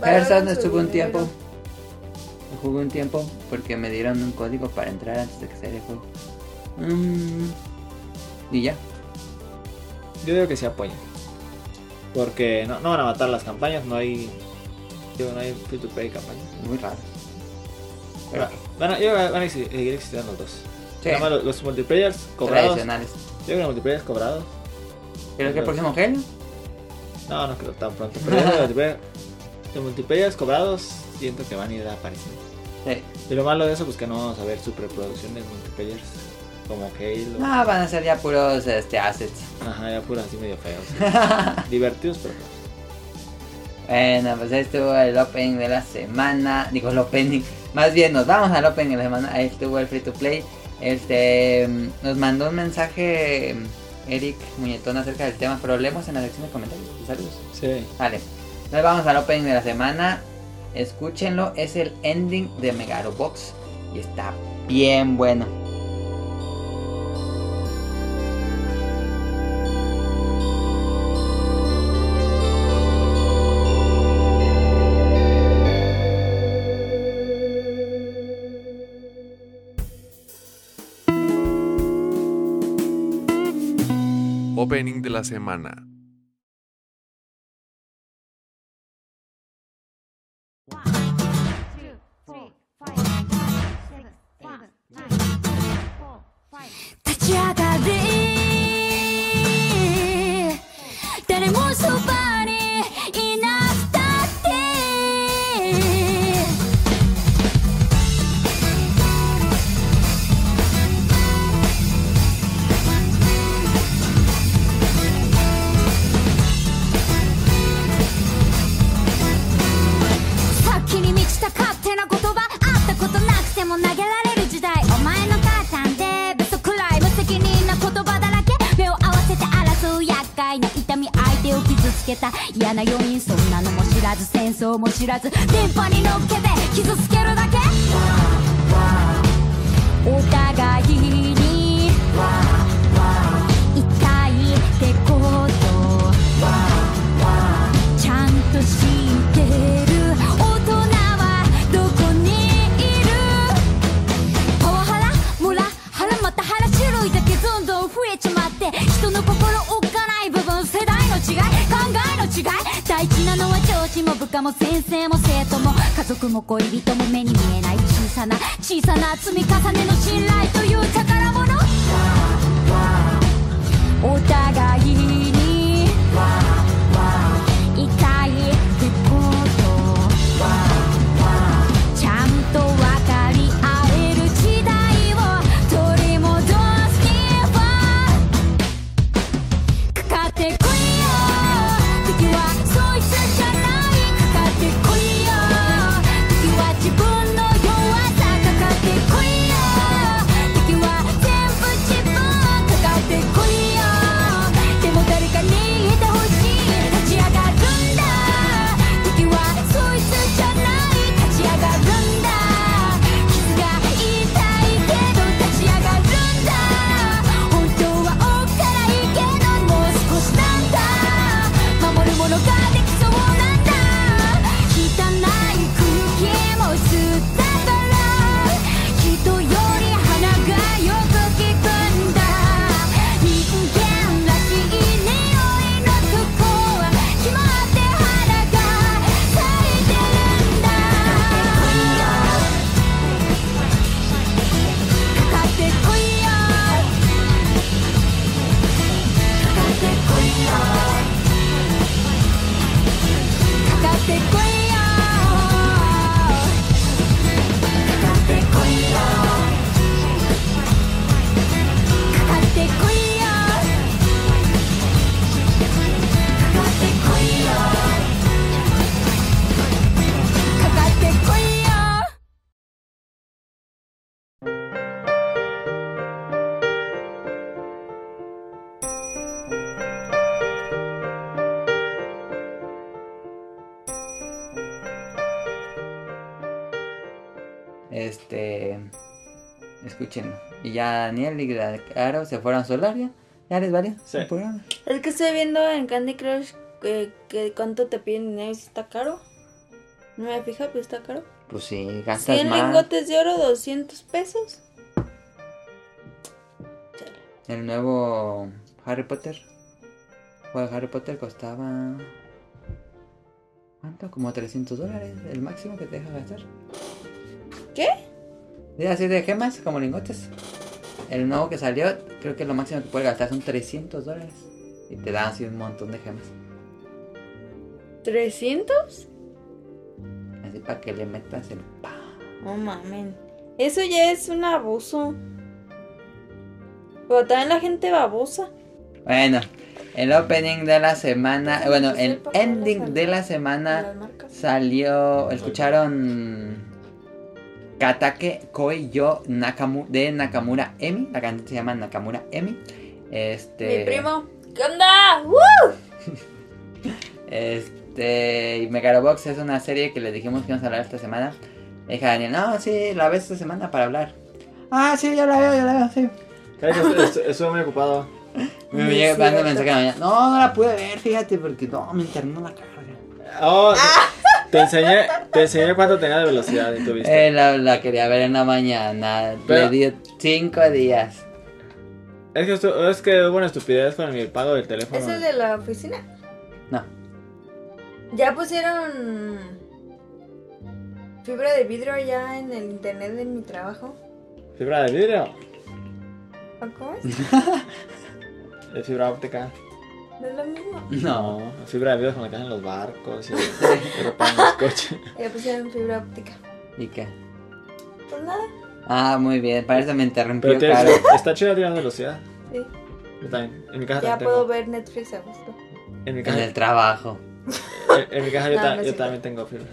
Valoren
Hearthstone
su
estuvo un
dinero.
tiempo. Lo Jugué un tiempo porque me dieron un código para entrar antes de que saliera el juego. Mm, Y ya.
Yo digo que sí apoyen. Porque no, no van a matar las campañas, no hay. Digo, no hay free to play campañas.
Muy raro. Pero-
Pero van a, yo creo que van a exi- seguir existiendo los dos.
Sí,
Nada más los, los multiplayers cobrados. Yo
tradicionales.
creo que los multiplayers cobrados.
¿Crees que el próximo Halo?
No, no creo tan pronto. Pero yo creo que los multiplayer- los multiplayers cobrados siento que van a ir apareciendo.
Sí.
Y lo malo de eso, pues que no vamos a ver superproducciones multiplayers como Halo.
No, van a ser ya puros este, assets.
Ajá, ya puras así medio feos. Divertidos, pero feos.
Bueno, pues ahí estuvo el opening de la semana. Digo, el opening. Más bien, nos vamos al opening de la semana. Ahí estuvo el free to play. Este. mm, Nos mandó un mensaje mm, Eric Muñetón acerca del tema, pero leemos en la sección de comentarios. Saludos.
Sí.
Vale. Nos vamos al opening de la semana. Escúchenlo, es el ending de Megarobox. Y está bien bueno.
Opening de la semana.
「立ち上がり」「誰もそばにいなくたって」「つけた嫌な余韻そんなのも知らず戦争も知らず電波に乗っけて傷つけるだけお互いに痛いってことちゃんと知ってる大人はどこにいるパワハラモラハラまた腹種類だけどんどん増えちまって人の心おっかない部分世代の違い考えの違い大事なのは上司も部下も先生も生徒も家族も恋人も目に見えない小さな小さな積み重ねの信頼という宝物お互いに痛いってことちゃんと分かり合える時代を取り戻すにはかかってこいよ敵はそいつじゃないかかってこいよ敵は自分の弱さかかってこいよ敵は全部自分かかってこいよでも誰かにいてほしい立ち上がるんだ敵はそいつじゃない立ち上がるんだ傷が痛いけど立ち上がるんだ本当はおっかないけどもう少しなんだ守るものができそうなんだ汚い空気も吸ったから人より花がよく聞くんだ人間らしい匂いのとこは決まって花が咲いてるんだかかってこいよかかってこいよかかってこいよかかってこいよかかってこいよかかってこいよかかってこいよ
Este. Escuchen. Y ya Daniel y Caro se fueron a Solaria. ¿Ya les valió?
Sí.
el programa?
Es que estoy viendo en Candy Crush que, que cuánto te piden dinero y si está caro. No me fija, pero está caro.
Pues sí, gastas
100
más.
lingotes de oro, 200 pesos.
El nuevo Harry Potter. Juego de Harry Potter costaba. ¿Cuánto? Como 300 dólares, el máximo que te deja gastar.
¿Qué?
Y así de gemas, como lingotes. El nuevo que salió, creo que lo máximo que puedes gastar son 300 dólares. Y te dan así un montón de gemas.
¿300?
Así para que le metas el pa.
No mamen. Eso ya es un abuso. Pero también la gente babosa.
Bueno, el opening de la semana. Bueno,
Entonces,
el
el papá de la
ending de la
de
semana.
Las marcas.
Salió, escucharon Katake Koiyo Nakamu, de Nakamura Emi. La cantante se llama Nakamura Emi. Este,
Mi primo. ¿Qué onda? ¡Uh!
Este, y Megalobox es una serie que les dijimos que íbamos a hablar esta semana. Le dije a Daniel, no, sí, la ves esta semana para hablar. Ah, sí, yo la veo, yo la veo, sí.
¿Sabes? Estu- estu- Estuve muy ocupado.
Me
Sí,
llega mandando
cierto.
mensaje en la mañana. No, no la pude ver, fíjate, porque no, me internó la carga.
Oh,
Ah.
te, te enseñé, te enseñé cuánto tenía de velocidad y tú viste.
Eh, la, la quería ver en la mañana.
Pero-
Le dio cinco días.
Es, que estu- es que hubo una estupidez con el pago del teléfono.
¿Es el de la oficina?
No.
Ya pusieron fibra de vidrio ya en el internet de mi trabajo.
¿Fibra de vidrio?
¿O ¿Cómo es?
¿De fibra óptica?
No es lo mismo.
No.
Fibra de vidrio con la que hacen los barcos y y ropa en los coches.
Ya pusieron fibra óptica.
¿Y qué?
Pues nada.
Ah, muy bien, para eso me interrumpió,
Pero tiene-
Caro.
está chido tiene velocidad.
Sí.
Yo también. En mi casa
Ya
también
puedo
tengo.
ver Netflix a gusto.
En mi
En
casa,
el trabajo.
en, en mi casa yo,
No,
ta-
no es
yo
cierto.
también tengo fibra.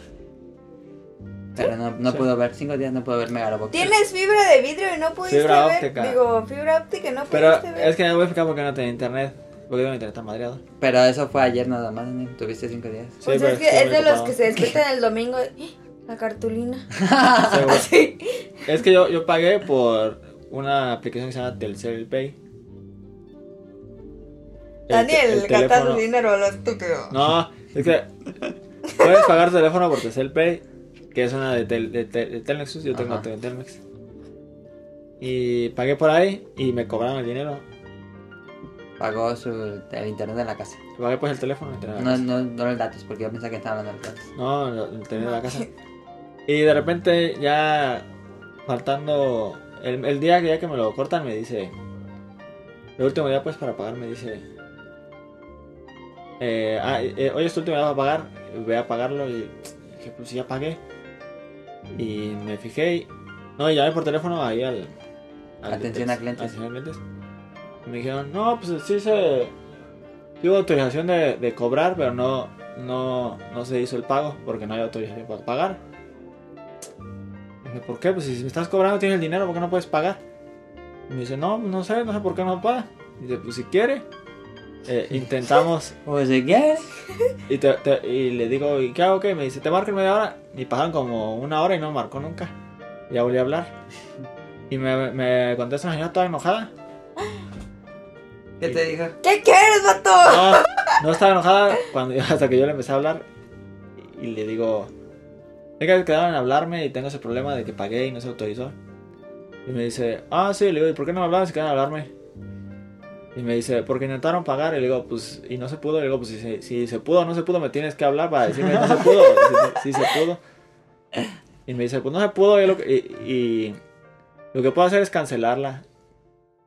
Pero no, no
Sí.
puedo ver, cinco días no puedo ver Megalobox.
Tienes fibra de vidrio y no pudiste
Fibra
ver.
óptica.
Digo, fibra óptica y no
Pero
pudiste ver.
es que me voy a fijar porque no tenía internet. Porque tengo el internet tan madreado.
Pero eso fue ayer nada más, Daniel. Tuviste cinco días.
Sí,
Pues
pero
es que
estoy
es
muy
de los
ocupado.
que se despiertan el domingo. y, ¡ah! La cartulina.
Sí, güey.
Así.
Es que yo, yo pagué por una aplicación que se llama Telcel Pay. El te- el
Daniel,
teléfono-
gastando dinero a lo estúpido.
No, es que puedes pagar tu teléfono por Telcel Pay, que es una de, tel, de, Tel- de Telmex. Yo tengo
Ajá.
de Telmex. Y pagué por ahí y me cobraron el dinero.
Pagó su, el internet de la casa.
Pagué pues el teléfono. el teléfono de la
No,
casa.
no, no los datos, porque yo pensaba que estaba hablando de los datos.
No, lo- el teléfono de la casa. Y de repente ya faltando el, el día que ya que me lo cortan me dice el último día pues para pagar me dice eh, ah, eh, hoy es tu último día para pagar voy a pagarlo y dije pues ya pagué y me fijé y, no y llamé por teléfono ahí al, al
Atención
de-
a clientes.
atención a clientes. Y me dijeron no pues sí se tuvo autorización de, de cobrar pero no no no se hizo el pago porque no hay autorización para pagar Dije, ¿por qué? Pues si me estás cobrando tienes el dinero, ¿por qué no puedes pagar? Y me dice, no, no sé, no sé por qué no paga. Y dice, pues si quiere, eh, intentamos.
Pues si quieres.
Y, te- te- y le digo, ¿y qué hago? ¿Qué? Me dice, te marco en media hora. Y pasaron como una hora y no marcó nunca. Ya volví a hablar. Y me, me contesta una señora toda enojada.
¿Qué te dijo?
¿Qué quieres, vato?
No, no estaba enojada cuando, hasta que yo le empecé a hablar. Y le digo, es que quedaron en hablarme y tengo ese problema de que pagué y no se autorizó. Y me dice, ah, sí, le digo, ¿y por qué no me hablaron si quedaron a hablarme? Y me dice, porque intentaron pagar. Y le digo, pues, y no se pudo. Y le digo, pues, si, se- si se pudo o no se pudo, me tienes que hablar para decirme que no se pudo. Si, si se pudo. Y me dice, pues no se pudo. Y lo, que- y- y lo que puedo hacer es cancelarla.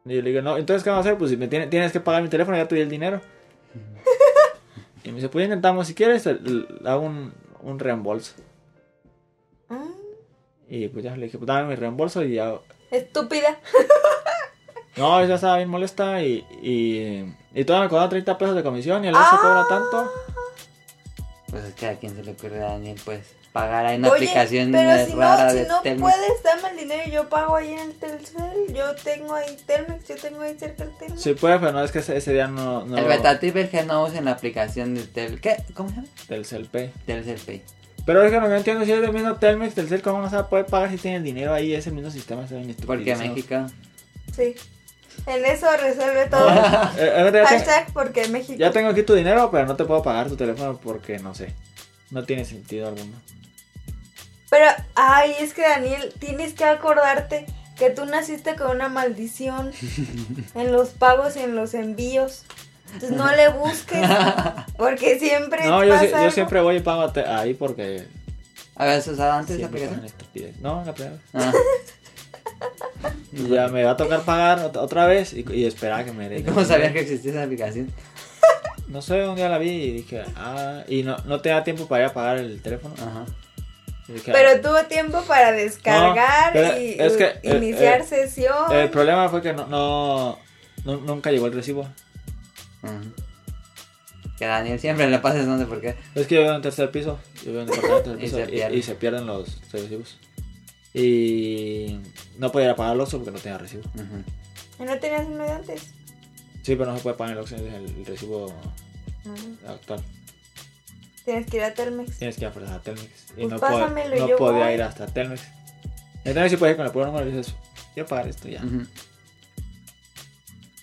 Y yo le digo, no, entonces, ¿qué vamos a hacer? Pues, si me tiene- tienes que pagar mi teléfono, ya te di el dinero. Y me dice, pues intentamos, si quieres, el- el- hago un, un reembolso.
Ah,
Y pues ya le dije, pues dame mi reembolso y ya.
Estúpida.
No, ya estaba bien molesta y, y, y todavía me cobraba 30 pesos de comisión y el
Ah.
se cobra tanto.
Pues es que a quien se le ocurre a Daniel, pues, pagar a una
Oye,
aplicación
pero
eh,
si
rara
no, si
de
no
Telmex.
puedes, dame el dinero y yo pago ahí en el Telcel. Yo tengo ahí Telmex, yo tengo ahí cerca el Telmex.
Sí, pues, pero no es que ese, ese día no. no
El beta tip es que no usen la aplicación de Tel... ¿Qué? ¿Cómo se llama?
Del Pay.
Telcel Pay.
Pero es que no, no entiendo si es del mismo Telmex, del Cel, ¿cómo no se va a poder pagar si tiene el dinero ahí? Ese mismo sistema está bien
Porque
estupidísimo.
México...
Sí. En eso resuelve todo.
Eh, ahorita ya, te-
Hashtag porque México.
ya tengo aquí tu dinero, pero no te puedo pagar tu teléfono porque no sé. No tiene sentido alguno.
Pero, ay, es que Daniel, tienes que acordarte que tú naciste con una maldición en los pagos y en los envíos. Entonces no le busques, porque siempre
No, yo,
pasa
sí- yo
algo.
siempre voy y pago a te- ahí porque
¿Habías usado antes esa
Siempre pagan
aplicación?
estupidez. No, la primera vez.
Ah.
Y ya me va a tocar pagar ot- otra vez y, y esperar a que me den.
¿Y cómo sabías que existía esa aplicación?
No sé, un día la vi y dije, ah, y no, no te da tiempo para ir a pagar el teléfono. Ah,
Ajá.
Y dije,
Pero tuvo tiempo para descargar
pero
y
es
uh,
que, eh,
iniciar
eh,
sesión.
El problema fue que no, no, nu- nunca llegó el recibo.
Ajá. Que a Daniel siempre le pasa eso, no sé por qué.
Es que yo vivo en tercer piso, yo vivo en departamento de
Y se
tercer piso y,
pierde.
y se pierden los recibos. Y no podía ir a pagar el Oxxo porque no tenía recibo.
Ajá.
¿Y ¿No tenías uno de antes?
Sí, pero no se puede pagar en el Oxxo, es el, el recibo
No.
actual.
Tienes que ir a Telmex.
Tienes que ir a fuerza a Telmex. Y
Pues
no, po-
pásamelo,
no
yo
podía
voy.
ir hasta Telmex. Entonces si puedes ir con el puro número y dices, quiero pagar esto ya.
Ujú.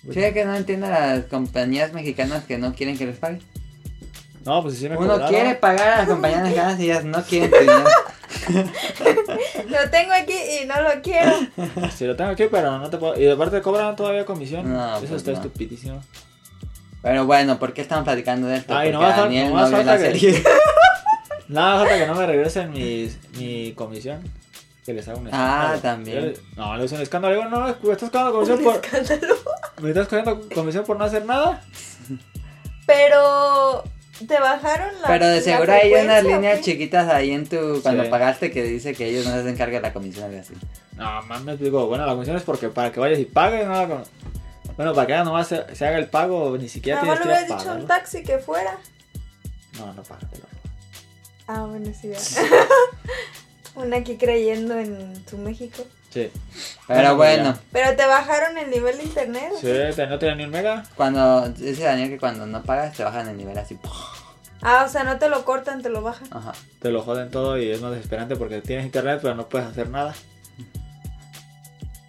Pues
Sí, que no entiendo a las compañías mexicanas que no quieren que les paguen.
No, pues sí me
Uno
cobraron.
quiere pagar a las compañías mexicanas y ellas no quieren tu dinero.
Lo tengo aquí y no lo quiero.
pues.
Si lo tengo aquí, pero no te puedo. Y aparte cobran todavía comisión.
No,
Eso
pues
está
no.
estupidísimo.
Pero bueno, ¿por qué estamos platicando de esto?
Ay,
Porque
nomás fal-
Daniel
nomás
no vio la
falta que-
serie.
Nada, falta que no me regresen mis, mi comisión. Que les haga un escándalo.
Ah, también.
Yo le- No, le hice un escándalo. Le digo, no, me estás cobrando comisión por. Me estás cobrando comisión por no hacer nada.
Pero te bajaron la.
Pero de
la
seguro hay unas
frecuencia, ¿o
líneas
qué?
chiquitas ahí en tu. Cuando
Sí.
pagaste que dice que ellos no se encargan de la comisión o algo así.
No, mames, digo, bueno, la comisión es porque para que vayas y pagues, no la com- Bueno, para que ya nomás se, se haga el pago, ni siquiera
Nada más
tienes
le
que ir a
hubieras dicho a
pagarlo.
un taxi que fuera.
No, no paga, te lo robo.
Ah, bueno, sí. ya. Una aquí creyendo en su México.
Sí.
Pero
pues
bueno,
Pero te bajaron el nivel de internet.
Sí, te- no tenía ni un mega.
cuando dice Daniel que cuando no pagas te bajan el nivel así.
Ah, o sea, no te lo cortan, te lo bajan.
Ajá.
Te lo joden todo y es más desesperante porque tienes internet pero no puedes hacer nada.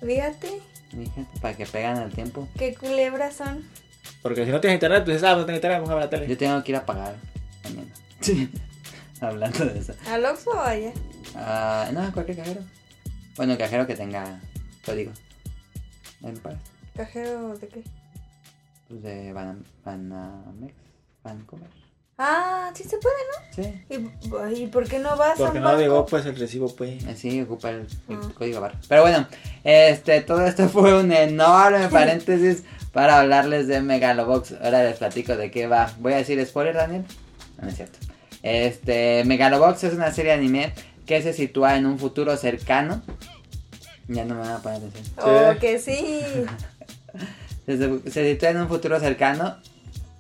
Fíjate,
Fíjate, para que pegan el tiempo.
qué culebras son.
Porque si no tienes internet, pues ah, no tengo internet, vamos a ver la tele.
Yo tengo que ir a pagar mañana. Hablando de eso.
¿Al Oxxo o allá?
Ah, no, a cualquier cajero. Bueno, cajero que tenga código. Ahí me pagas.
¿Cajero de qué?
Pues de Ban- Banamex. Bancomer.
Ah, sí se puede,
Sí.
¿no? ¿Y, y por qué no vas a
Porque
un
no
banco?
llegó pues el recibo, pues.
Así ocupa el, el
Ah.
código barra. Pero bueno, este, todo esto fue un enorme paréntesis para hablarles de Megalobox. Ahora les platico de qué va. Voy a decir spoiler, Daniel. No, no es cierto. Este, Megalobox es una serie de anime que se sitúa en un futuro cercano. Ya no me van a poner atención.
Oh,
Sí.
que sí.
se, se sitúa en un futuro cercano.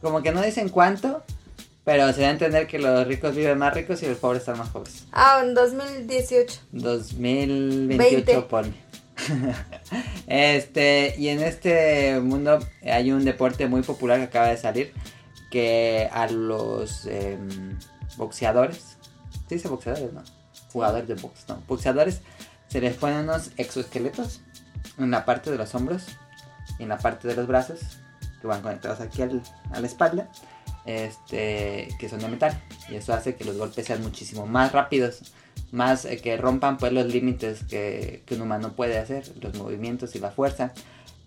Como que no dicen cuánto, pero se da a entender que los ricos viven más ricos y los pobres están más pobres.
Ah, en 2018.
2028
Veinte.
ponle. este, y en este mundo hay un deporte muy popular que acaba de salir que a los em, boxeadores, ¿se dice boxeadores, no? Jugadores de box, no, boxeadores se les ponen unos exoesqueletos en la parte de los hombros y en la parte de los brazos que van conectados aquí al- a la espalda, este, que son de metal y eso hace que los golpes sean muchísimo más rápidos más eh, que rompan pues los límites que, que un humano puede hacer, los movimientos y la fuerza.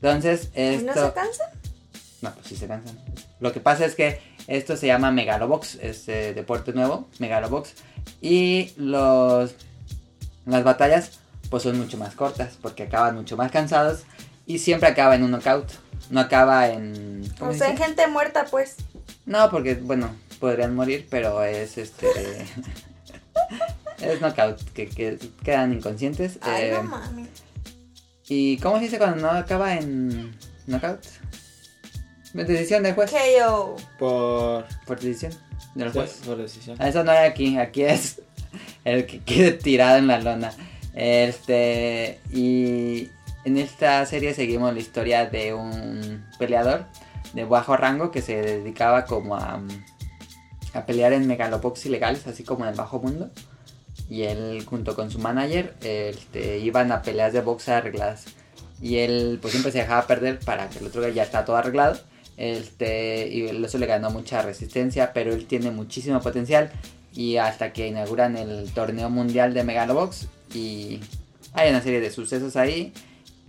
Entonces,
¿Y
esto...
Pues no se cansa?
No, pues sí se cansan. Lo que pasa es que esto se llama Megalobox, este deporte nuevo, Megalobox. Y los las batallas pues son mucho más cortas porque acaban mucho más cansados y siempre acaba en un knockout. No acaba en... ¿cómo
O
se
sea,
dice?
gente muerta, pues.
No, porque, bueno, podrían morir, pero es este. es knockout, que, que quedan inconscientes.
Ay,
eh,
no mames.
¿Y cómo se dice cuando no acaba en knockout? Decisión del juez.
KO.
Por,
Por decisión del
sí,
juez.
por decisión.
Ah, Eso no era aquí, aquí es el que quede tirado en la lona. Este, y en esta serie seguimos la historia de un peleador de bajo rango que se dedicaba como a, mm, a pelear en megalobox ilegales, así como en el bajo mundo. Y él junto con su manager este, iban a peleas de box arregladas. Y él pues siempre se dejaba perder para que el otro ya está todo arreglado. Este, y eso le ganó mucha resistencia, pero él tiene muchísimo potencial. Y hasta que inauguran el torneo mundial de Megalobox. Y hay una serie de sucesos ahí.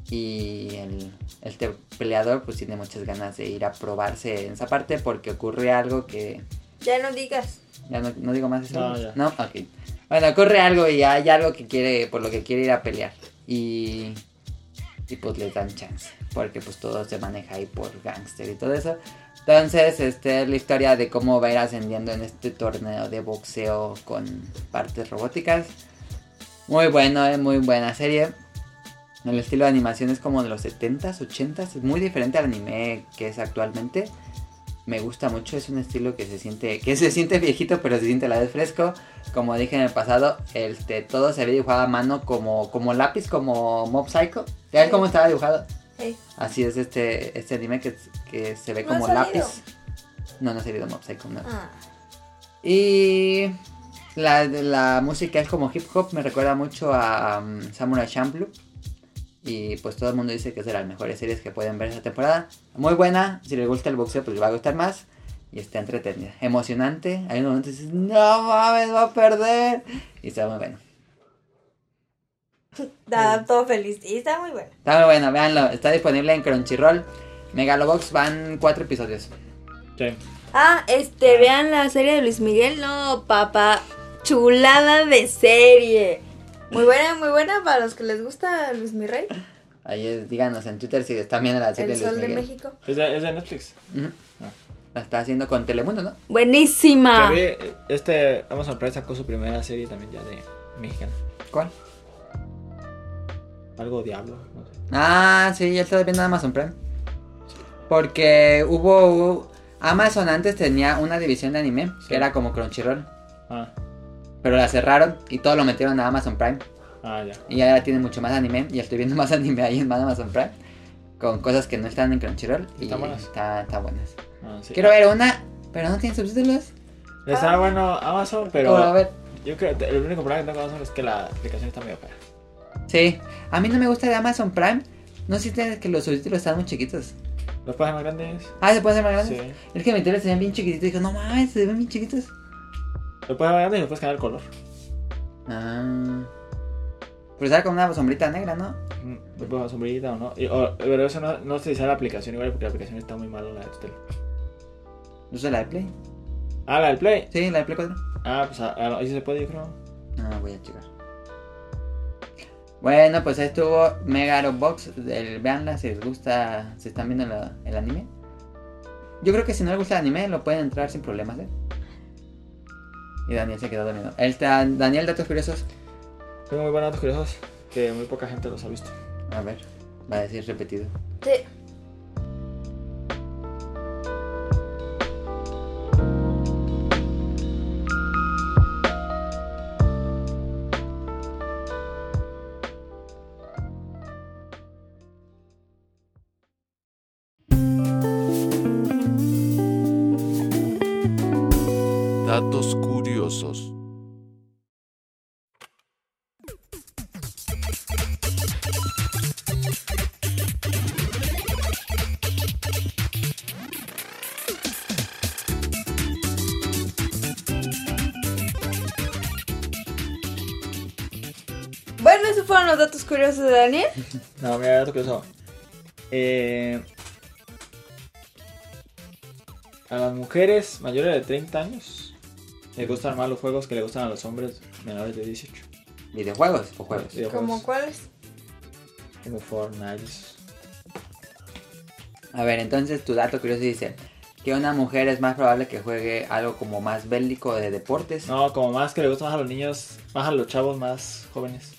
Y el, este peleador pues tiene muchas ganas de ir a probarse en esa parte porque ocurre algo que...
Ya no digas.
Ya no, no digo más eso.
No, ya.
No, ok. Bueno, ocurre algo y hay algo que quiere, por lo que quiere ir a pelear. Y, y pues les dan chance. Porque pues todo se maneja ahí por gángster y todo eso. Entonces, este es la historia de cómo va a ir ascendiendo en este torneo de boxeo con partes robóticas. Muy bueno, eh, muy buena serie. El estilo de animación es como de los 70s, 80s. Es muy diferente al anime que es actualmente me gusta mucho, es un estilo que se siente, que se siente viejito, pero se siente a la vez fresco. Como dije en el pasado, este, todo se había dibujado a mano como, como lápiz, como Mob Psycho. ¿Ya ves cómo estaba dibujado?
Ey.
Así es este, este anime que, que se ve
¿No ha
como
salido?
lápiz. No, no ha salido Mob Psycho, no.
Ah.
Y la, la música es como hip hop, me recuerda mucho a um, Samurai Champloo. Y pues todo el mundo dice que es de las mejores series que pueden ver esta temporada. Muy buena, si les gusta el boxeo pues les va a gustar más. Y está entretenida, emocionante. Hay un momento que dices, no mames, va a perder. Y está muy bueno.
Da todo feliz. Y está muy bueno.
Está muy bueno, véanlo. Está disponible en Crunchyroll. Megalobox van cuatro episodios.
Sí.
Ah, este, vean la serie de Luis Miguel. No, papá. Chulada de serie. Muy buena, muy buena para los que les gusta Luis Mirrey.
Ahí es, díganos en Twitter si están viendo la serie
el
de Luis
Sol de
Miguel.
México.
Es de, es de Netflix.
Ujú.
Ah.
La está haciendo con Telemundo, ¿no?
Buenísima.
Que vi, eh, este Amazon Prime sacó su primera serie también ya de mexicana.
¿Cuál?
Algo diablo. No sé.
Ah, sí, ya está viendo Amazon Prime. Porque hubo. Amazon antes tenía una división de anime que
Sí.
era como Crunchyroll.
Ah,
Pero la cerraron y todo lo metieron a Amazon Prime.
Ah, ya.
Y ahora tiene mucho más anime. Y estoy viendo más anime ahí en Amazon Prime. Con cosas que no están en Crunchyroll. Y
Están buenas.
Está, está buenas.
Ah, sí.
Quiero ver una, pero no tiene subtítulos.
Está bueno Amazon, pero.
Pero... a ver.
Yo creo que el único problema que tengo con Amazon es que la aplicación está medio cara.
Sí. A mí no me gusta de Amazon Prime. No sé si es que los subtítulos están muy chiquitos.
¿Los páginas más grandes?
Ah, ¿se pueden hacer más grandes?
Sí.
Es que mi tele se ven bien chiquititos. Y digo, no mames, se ven bien chiquitos.
Los páginas más grandes y los puedes cambiar el color.
Ah. Pero estaba con una sombrita negra, ¿no?
Los Mm, puedes sombrita o no. Y- o- pero eso no, no utilizar la aplicación igual porque la aplicación está muy mala la de tu tele.
Yo uso la de Play.
Ah, la del Play.
Sí, la de Play 4.
Ah, pues ah, ah, ahí sí se puede, yo creo.
No, voy a checar. Bueno, pues ahí estuvo Megaro Box. El, veanla si les gusta, si están viendo la- el anime. Yo creo que si no les gusta el anime, lo pueden entrar sin problemas, ¿eh? Y Daniel se quedó dormido. Él está- Daniel, datos curiosos.
Tengo muy buenos datos curiosos que muy poca gente los ha visto.
A ver, va a decir repetido.
Sí.
Datos curiosos.
Bueno, esos fueron los datos curiosos de Daniel.
No, mira, dato curioso. Eh, a las mujeres mayores de 30 años les gustan más los juegos que le gustan a los hombres menores de 18.
¿Videojuegos o juegos?
Videojuegos.
¿Como cuáles?
Como Fortnite.
A ver, entonces tu dato curioso dice que una mujer es más probable que juegue algo como más bélico de deportes.
No, como más que le gustan más a los niños, más a los chavos más jóvenes.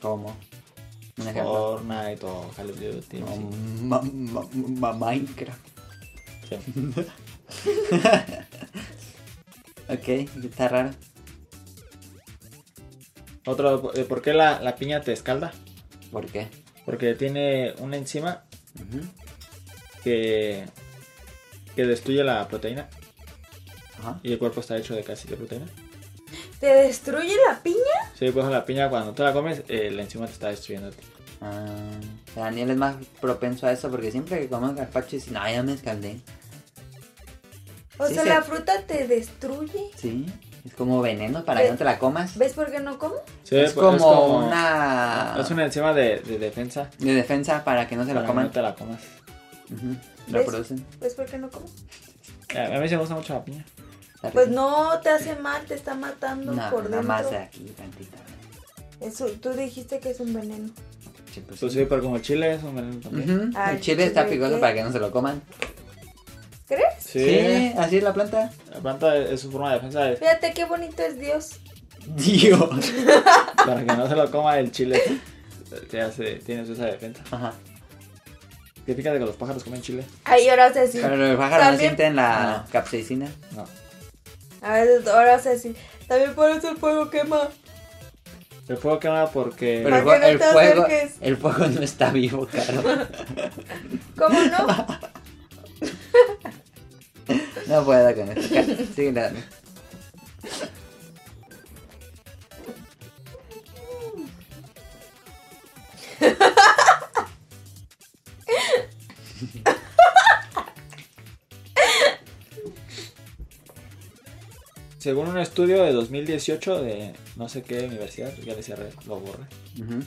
Como un
Oh,
ejemplo.
Fortnite o Call of Duty.
o
así.
ma- ma- ma- Minecraft.
Sí.
Ok, está raro.
Otro, eh, ¿por qué la, la piña te escalda?
¿Por qué?
Porque tiene una enzima
Ujú,
que, que destruye la proteína
Ajá.
y el cuerpo está hecho de casi de proteína.
¿Te destruye la piña?
Sí, pues la piña cuando tú la comes, eh, la enzima te está destruyendo. a ti.
Ah, Daniel es más propenso a eso porque siempre que come gazpacho dice, no, ya me escaldé.
O
Sí,
sea,
sí.
la fruta te destruye.
Sí, es como veneno para que no te la comas.
¿Ves por qué no como?
Sí,
es,
pues,
como
como-
una...
Es una enzima de, de defensa.
De defensa para que no se
para
lo
que
coman.
No te la comas.
Ujú,
¿Ves?
Lo producen.
¿Ves por qué no como?
Eh, A mí sí me gusta mucho la piña.
Está
Pues
rico.
no te hace mal, te está matando
No,
por
nada
dentro.
más eh. de aquí, tantita.
Eso, tú dijiste que es un veneno.
Sí, pues
Pues
sí.
sí, pero como el chile es un veneno también.
Ujú,
Ay,
El chile está
¿qué?
picoso para que no se lo coman.
¿Crees?
Sí,
Sí.
así es la planta.
La planta es es su forma de defensa es
Fíjate qué bonito es Dios.
Mm. Dios.
para que no se lo coma el chile. Te hace, tienes esa defensa.
Ajá.
¿Qué fíjate que los pájaros comen chile?
Ay, ahora sé si.
Pero los pájaros no
También-
sienten la
Ah.
capsaicina.
No.
A veces, ahora sé si. También por eso el fuego quema.
El fuego quema porque.
Pero el,
Para que no
el
te
fuego,
acerques.
el fuego no está vivo, caro.
¿Cómo no?
No puedo con esto. Caro. Síguele dando.
Según un estudio de 2018 de no sé qué universidad, ya le cerré, lo borré.
Ujú.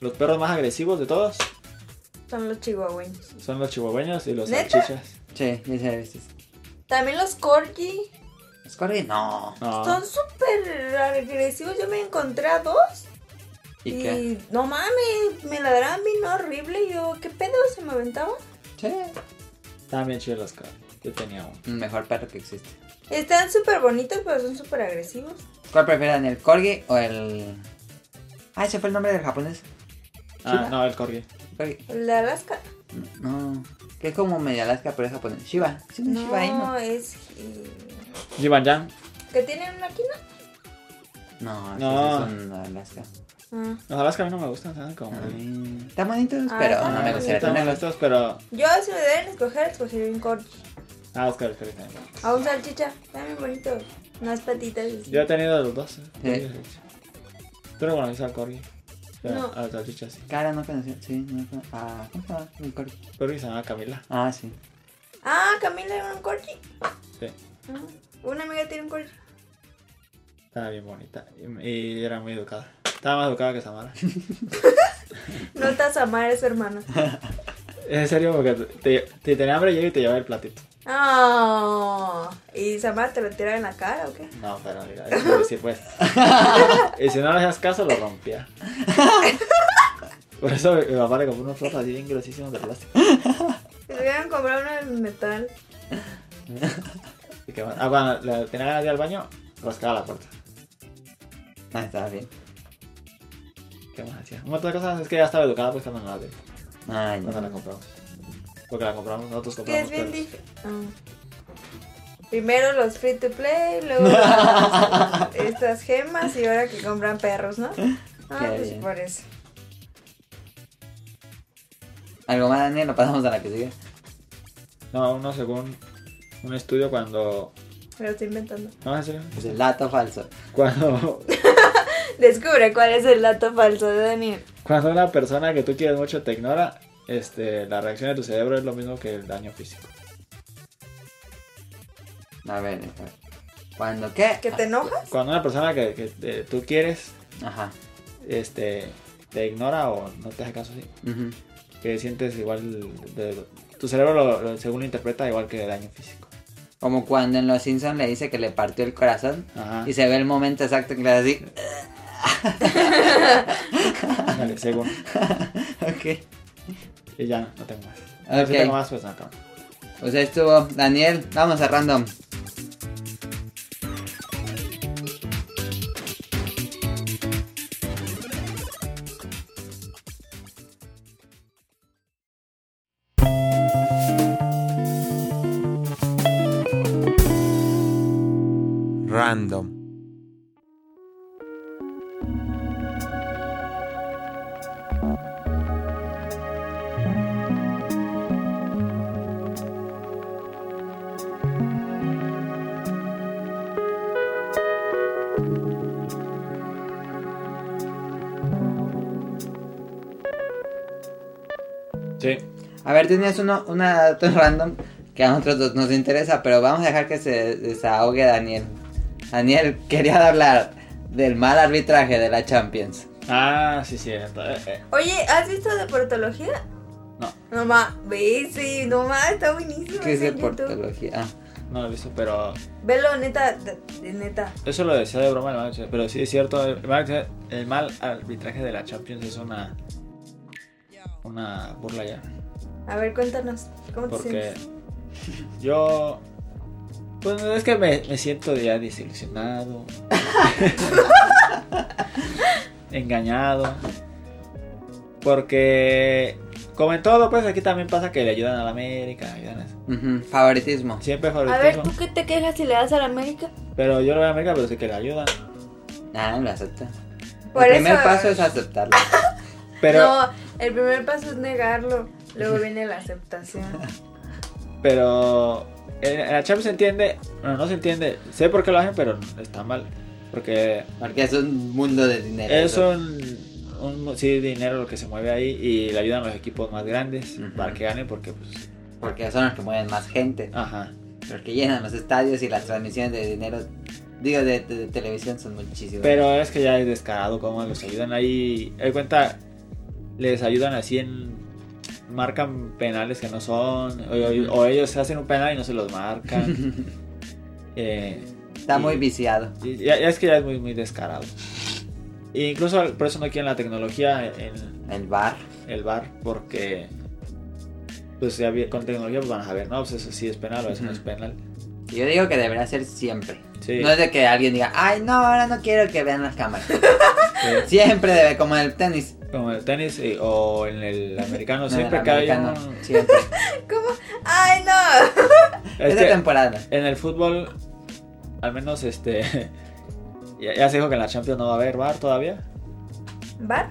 Los perros más agresivos de todos
Son los chihuahueños.
son los chihuahueños y los
¿Neta?
salchichas.
Sí, ya sabes. es-
También los corgi.
Scorpion, no.
No.
Son súper agresivos. Yo me encontré a dos.
¿Y qué?
no mames, me ladraban bien horrible. y Yo, ¿qué pedo? Se me aventaban.
Sí.
Estaban bien chidos los cabrón. Yo tenía uno.
El mejor perro que existe.
Están súper bonitos, pero son súper agresivos.
¿Cuál prefieren, el corgi o el...? Ah, ese fue el nombre del japonés.
Ah, no, el corgi.
Corgi.
El de Alaska.
No, que es como medio Alaska, pero es japonés. Shiba. Sí, no, Shiba
No,
Inu.
es. eh,
Jiban Yang.
¿Que tienen una quina?
No, no.
No.
es un Alaska.
Ah.
Los Alaska a mí no me gustan, saben como.
Mm, Están bonitos,
Ah,
pero
están
no me
bonitos.
gustaría
Están
tenerlos.
bonitos, pero.
Yo si me deben escoger, escogería un corgi.
Ah, Oscar, Oscar, está bien.
A un salchicha, también bonito. Unas patitas. así.
Yo he tenido los dos. ¿eh?
Sí.
Tú no conociste al Corgi. Pero
No.
A la salchicha sí.
Cara, no conocí. Sí, no conocí. Ah, ¿cómo se llama? El corgi.
Corgi se llama Camila.
Ah, sí.
Ah, Camila era un corgi.
Sí.
Ah, Una amiga tiene un corgi.
Estaba bien bonita. Y, y era muy educada. Estaba más educada que Samara.
No estás a amar, es su hermana.
en serio, porque te, te tenía hambre yo y te llevaba el platito.
Ah, ¿Y Samara te lo tira en la cara o qué?
No, pero mira, es por decir pues. y si no le hacías caso, lo rompía. Por eso mi mi papá le compró unos platos así bien grosísimos de plástico.
Si le hubieran comprado uno de metal.
Y que, bueno, ah, cuando le tenía ganas de ir al baño, rascaba la puerta.
Ah, estaba bien.
¿Qué más hacía? Un montón de cosas es que ya estaba educada pues cuando, la,
Ah, ya.
cuando la compramos. Porque la compramos, nosotros
Que
compramos.
es bien
perros.
difícil. Primero los free to play, luego las- estas gemas y ahora que compran perros, ¿no? Ah,
Qué
pues
bien.
por eso.
Algo más, Daniel, lo pasamos a la que sigue.
No, uno según un estudio cuando...
Me lo estoy inventando.
No, en serio.
Pues el dato falso.
Cuando,
Descubre cuál es el dato falso de Daniel.
cuando una persona que tú quieres mucho te ignora, este, la reacción de tu cerebro es lo mismo que el daño físico.
A ver, a ver. ¿Cuándo qué?
¿Que te enojas?
Cuando una persona que, que, eh, tú quieres
Ajá.
este, te ignora o no te hace caso, sí,
Ujú.
que sientes igual, de- tu cerebro lo- lo- según lo interpreta igual que daño físico.
Como cuando en Los Simpsons le dice que le partió el corazón
Ajá,
y se ve el momento exacto en que le hace así.
ándale, según.
ok.
Y ya, no tengo más. Ah, Si
Ok.
tengo más, pues no, acabo.
Pues ahí estuvo. Daniel, vamos a random.
Random.
Sí,
A ver, tenías uno, una dato random que a nosotros dos nos interesa, pero vamos a dejar que se desahogue Daniel. Daniel, quería hablar del mal arbitraje de la Champions.
ah, sí, cierto. Eh, eh,
Oye, ¿has visto deportología?
No.
No ma, ve, sí, no ma, está buenísimo.
¿Qué es
está en YouTube.
deportología? Ah,
No lo he visto, pero
Velo, neta, de- de neta.
Eso lo decía de broma el mal, pero sí es cierto, el mal, el mal arbitraje de la Champions es una una burla ya,
A ver, cuéntanos, ¿cómo te
porque
sientes?
yo pues es que me, me siento ya desilusionado, engañado, porque como en todo pues aquí también pasa que le ayudan a la América, ayudan a-
ujú, favoritismo.
siempre
A ver,
favoritismo,
¿tú qué te quejas si le das a la América?
pero yo lo voy a América pero sí que le ayudan,
Ah, lo acepta.
Por
el primer
eso-
paso es aceptarlo.
pero
No, el primer paso es negarlo. Luego viene la aceptación.
Pero en en la Champions se entiende, bueno, no se entiende, sé por qué lo hacen, pero está mal. Porque
Porque es un mundo de dinero.
es
eso.
un, un- sí, dinero lo que se mueve ahí y le ayudan a los equipos más grandes
Ujú.
para que ganen, porque pues,
Porque son los que mueven más gente.
ajá.
Los que llenan los estadios y las transmisiones de dinero, digo, de, de- de televisión son muchísimas.
Pero es que ya es descarado cómo los ayudan ahí. Hay cuenta, les ayudan así en. Marcan penales que no son, o, o- o ellos hacen un penal y no se los marcan. eh,
Está muy
y-
viciado.
Y Ya, ya es que ya es muy, muy descarado. E incluso por eso no quieren la tecnología en
El bar.
el bar, porque pues ya vi- con tecnología pues van a saber, no, pues eso sí es penal o eso no es
Ujú.
penal.
Yo digo que debería ser siempre.
Sí,
No es de que alguien diga, ay, no, ahora no quiero que vean las cámaras.
sí.
siempre debe, como en el tenis.
como en el tenis eh, o en el americano,
No, en el
siempre que hay
americano,
un-
Siempre.
¿Cómo? ¡Ay, no!
Es
Esta
que
temporada.
en el fútbol, al menos este, ya, ya se dijo que en la Champions no va a haber bar todavía.
¿Bar?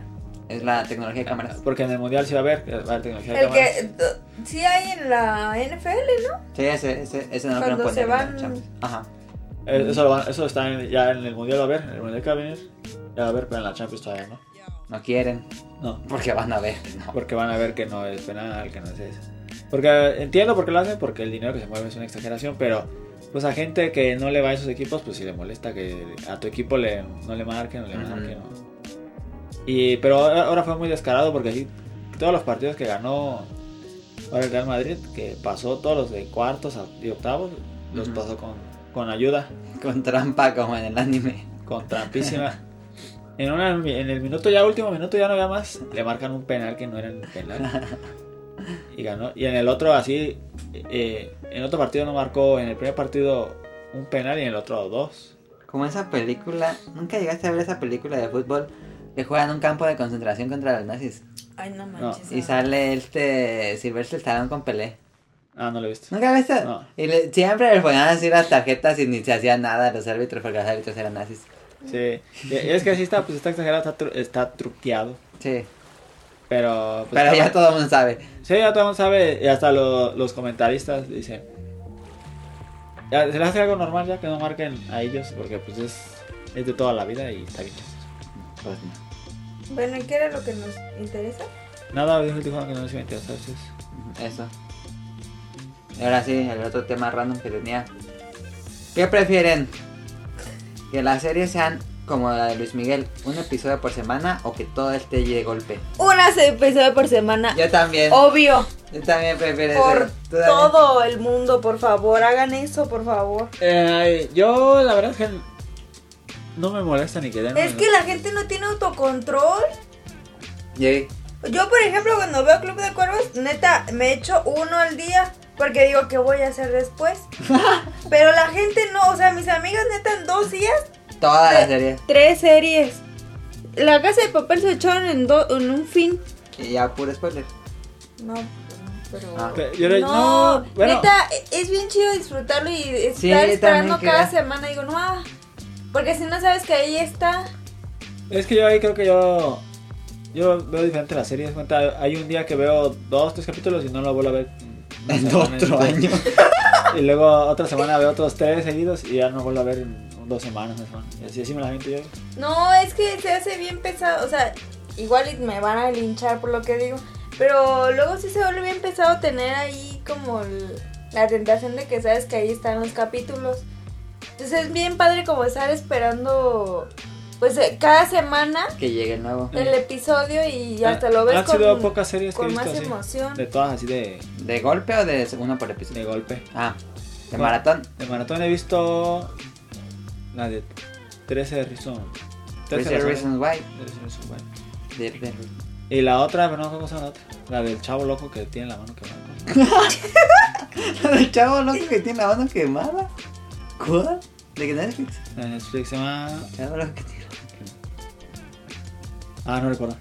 Es la tecnología de cámaras.
Porque en el mundial sí va a haber, eh, va a haber tecnología de
El
cámaras.
que d- sí hay en la NFL,
Ah,
¿no?
Sí, ese, ese, ese no lo quieren
Cuando
poner.
se
en
van-
la Champions. Ajá.
Eh, Eso, lo van- eso está en- ya en el mundial va a haber, en el mundial que va a venir, ya va a haber, pero en la Champions todavía no.
No quieren.
No,
Porque van a ver. No.
porque van a ver que no es penal, que no es eso. Porque eh, entiendo por qué lo hacen, porque el dinero que se mueve es una exageración, pero pues a gente que no le va a esos equipos, pues sí le molesta que a tu equipo le, no le marquen, no le
Ujú.
marquen. ¿no? Y, pero ahora ahora fue muy descarado porque sí, todos los partidos que ganó ahora el Real Madrid, que pasó todos los de cuartos a- y octavos, los
Ujú.
pasó con, con ayuda.
Con trampa como en el anime.
con trampísima. En, una- en el minuto ya, último minuto ya no había más, le marcan un penal que no era ni penal. Y ganó. Y en el otro así, eh, en otro partido no marcó, en el primer partido un penal y en el otro dos.
Como esa película. ¿Nunca llegaste a ver esa película de fútbol? Que juegan un campo de concentración contra los nazis.
Ay, no manches.
Y sale este Silvestre Stallone con Pelé.
Ah, no lo he visto.
¿Nunca viste?
No.
Y le- siempre les ponían así las tarjetas y ni se hacía nada a los árbitros porque los árbitros eran nazis.
Sí. Y- y es que así está, pues está exagerado, está, tru- está truqueado.
Sí.
Pero, pues,
Pero
está-
ya todo el mundo sabe.
Sí, ya todo el mundo sabe, y hasta lo- los comentaristas dicen. Ya, se les hace algo normal ya que no marquen a ellos, porque pues es, es de toda la vida y está bien chistoso.
Pues no.
Bueno, ¿y qué era lo que nos interesa?
Nada, dijo el Tijuana que no les iba a interesar, sí.
Eso. Y ahora sí, el otro tema random que tenía. ¿Qué prefieren? ¿Que las series sean como la de Luis Miguel, un episodio por semana o que todo esté de golpe?
Una episodio por semana.
Yo también.
Obvio.
Yo también prefiero eso.
Oh, Por
¿Tú también?
todo el mundo, por favor. Hagan eso, por favor.
Eh, yo, la verdad es que no me molesta ni que den.
Es que la gente no tiene autocontrol.
Sí.
Yo, por ejemplo, cuando veo Club de Cuervos, neta, me echo uno al día porque digo, ¿qué voy a hacer después? Pero la gente no, o sea, mis amigas, neta, en dos días,
Toda la
Eh.
serie.
tres series. La casa de papel se echaron en, do- en un fin.
Y ya puro spoiler.
No, pero.
Ah.
Pe- yo le-
no,
no, bueno.
neta, e, es bien chido disfrutarlo y estar
Sí,
esperando
también
cada
quería.
semana. Digo, no, ah, porque si no sabes que ahí está.
Es que yo ahí creo que yo. Yo veo diferente las series. Cuenta, hay un día que veo dos, tres capítulos y no lo vuelvo a ver. una
En
semana,
otro
entonces.
año.
Y luego otra semana veo otros tres seguidos y ya no vuelvo a ver en dos semanas, una semana. Y así, así me la gente yo.
No, es que se hace bien pesado. O sea, igual y me van a linchar por lo que digo. Pero luego sí se vuelve bien pesado tener ahí como el- la tentación de que sabes que ahí están los capítulos. Entonces es bien padre como estar esperando, pues eh, cada semana
Que llegue el nuevo.
el episodio y
Ah,
hasta
Han-
lo ves
Ah, Han sido
con,
pocas series que he
con
visto
más
así.
emoción.
De todas así de,
¿De golpe o de uno por episodio?
de golpe.
Ah, de
Bueno.
maratón.
De maratón he visto la de 13 Reasons. 13
Pues Reasons
razones-
Why.
13 Reasons Why.
De- de-
Y la otra, pero no me acuerdo cómo se llama la otra. La del chavo loco que tiene la mano quemada. ¿cómo se llama?
El chavo loco que tiene la mano quemada. ¿Cuál? ¿De qué Netflix?
La de Netflix se llama.
Chavo loco que tiene.
Ah, no recuerdo.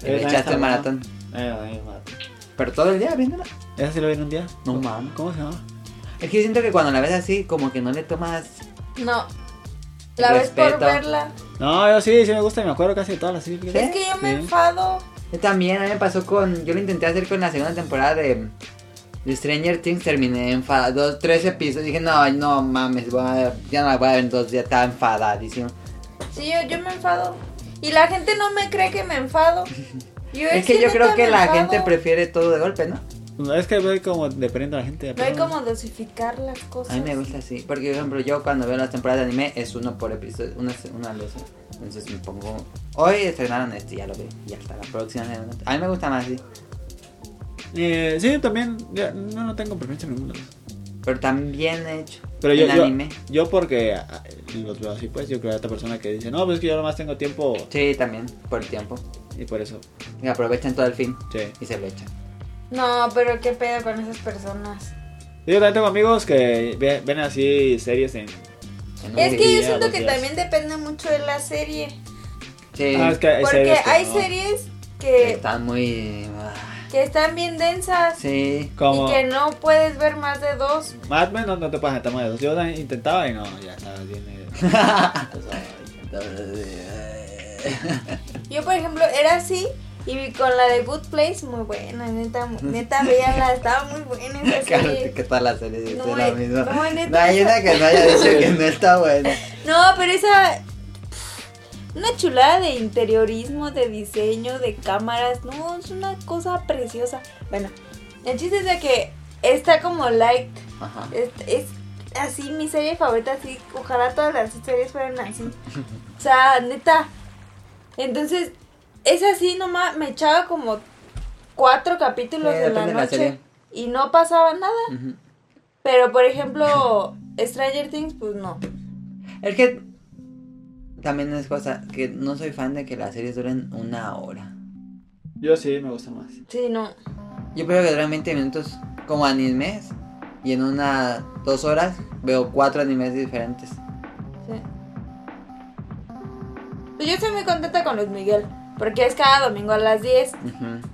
Y le
Eh,
echaste
está
el
buena.
maratón.
Eh, la del maratón.
Pero todo el día viéndola.
Esa sí la vi en un día.
No mames.
¿Cómo se llama?
Es que yo siento que cuando la ves así, como que no le tomas.
No, la ves por
Respeto.
verla.
No, yo sí, sí me gusta y me acuerdo casi de todas las series.
Es que yo me
Sí.
enfado.
Yo también, a mí me pasó con. Yo lo intenté hacer con la segunda temporada de. de Stranger Things terminé enfadado, dos, tres episodios, dije no, no mames, voy a- ya no la voy a ver en dos días, estaba enfadadísimo.
Sí, yo, yo me enfado. Y la gente no me cree que me enfado. Yo,
Es que yo
neta,
creo que
me
la
enfado.
gente prefiere todo de golpe, ¿no?
No, Es que voy como dependiendo de la gente.
No hay
pero-
como dosificar las cosas.
A mí me gusta así, porque por ejemplo yo cuando veo las temporadas de anime es uno por episodio, una, se- una luz. Entonces me pongo, hoy estrenaron este, ya lo vi, y hasta la próxima. semana. A mí me gusta más así,
Eh, sí, también. ya, no, no tengo preferencia ninguna.
pero también he hecho
Pero yo,
en
yo,
anime.
yo porque ah, los veo así, pues yo creo que esta persona que dice, no, pues es que yo nomás tengo tiempo
Sí, también, por el tiempo.
y por eso.
Y aprovechan todo el fin
Sí.
y se lo echan.
No, pero qué pedo con esas personas.
Yo también tengo amigos que ve- ven así series en...
En un
Es que
día.
yo
ya,
siento
dos
que
días.
también depende mucho de la serie.
Sí,
Ah, es que hay
Porque
series que
hay
no.
series
que
que,
están muy... ah,
que están bien densas
Sí,
Como
y que no puedes ver más de dos.
Mad Men no, no te pases tamaño de dos. Yo la intentaba y no, ya estaba bien... eh.
Entonces,
Yo, por ejemplo, era así y vi con la de Good Place, muy buena, neta, muy- neta, véanla, estaba muy buena esa
Cállate,
serie.
que todas las series dicen
No, eh,
lo mismo.
no, neta.
No hay una que no haya dicho que no está buena.
No, pero esa. Una chulada de interiorismo, de diseño, de cámaras. No, es una cosa preciosa. Bueno, el chiste es de que está como like.
Ajá.
Es, es así mi serie favorita, así. Ojalá todas las series fueran así. O sea, neta. Entonces, es así nomás. Me echaba como cuatro capítulos
Sí,
de la
depende de la
noche.
serie.
y no pasaba nada.
Ujú.
Pero, por ejemplo, Stranger Things, pues no.
Es que también es cosa que no soy fan de que las series duren una hora.
Yo sí, me gusta más.
Sí, no.
Yo creo que duran 20 minutos como animes y en una dos horas veo cuatro animes diferentes.
Sí. Pues yo estoy muy contenta con Luis Miguel, porque es cada domingo a las 10.
Ujú.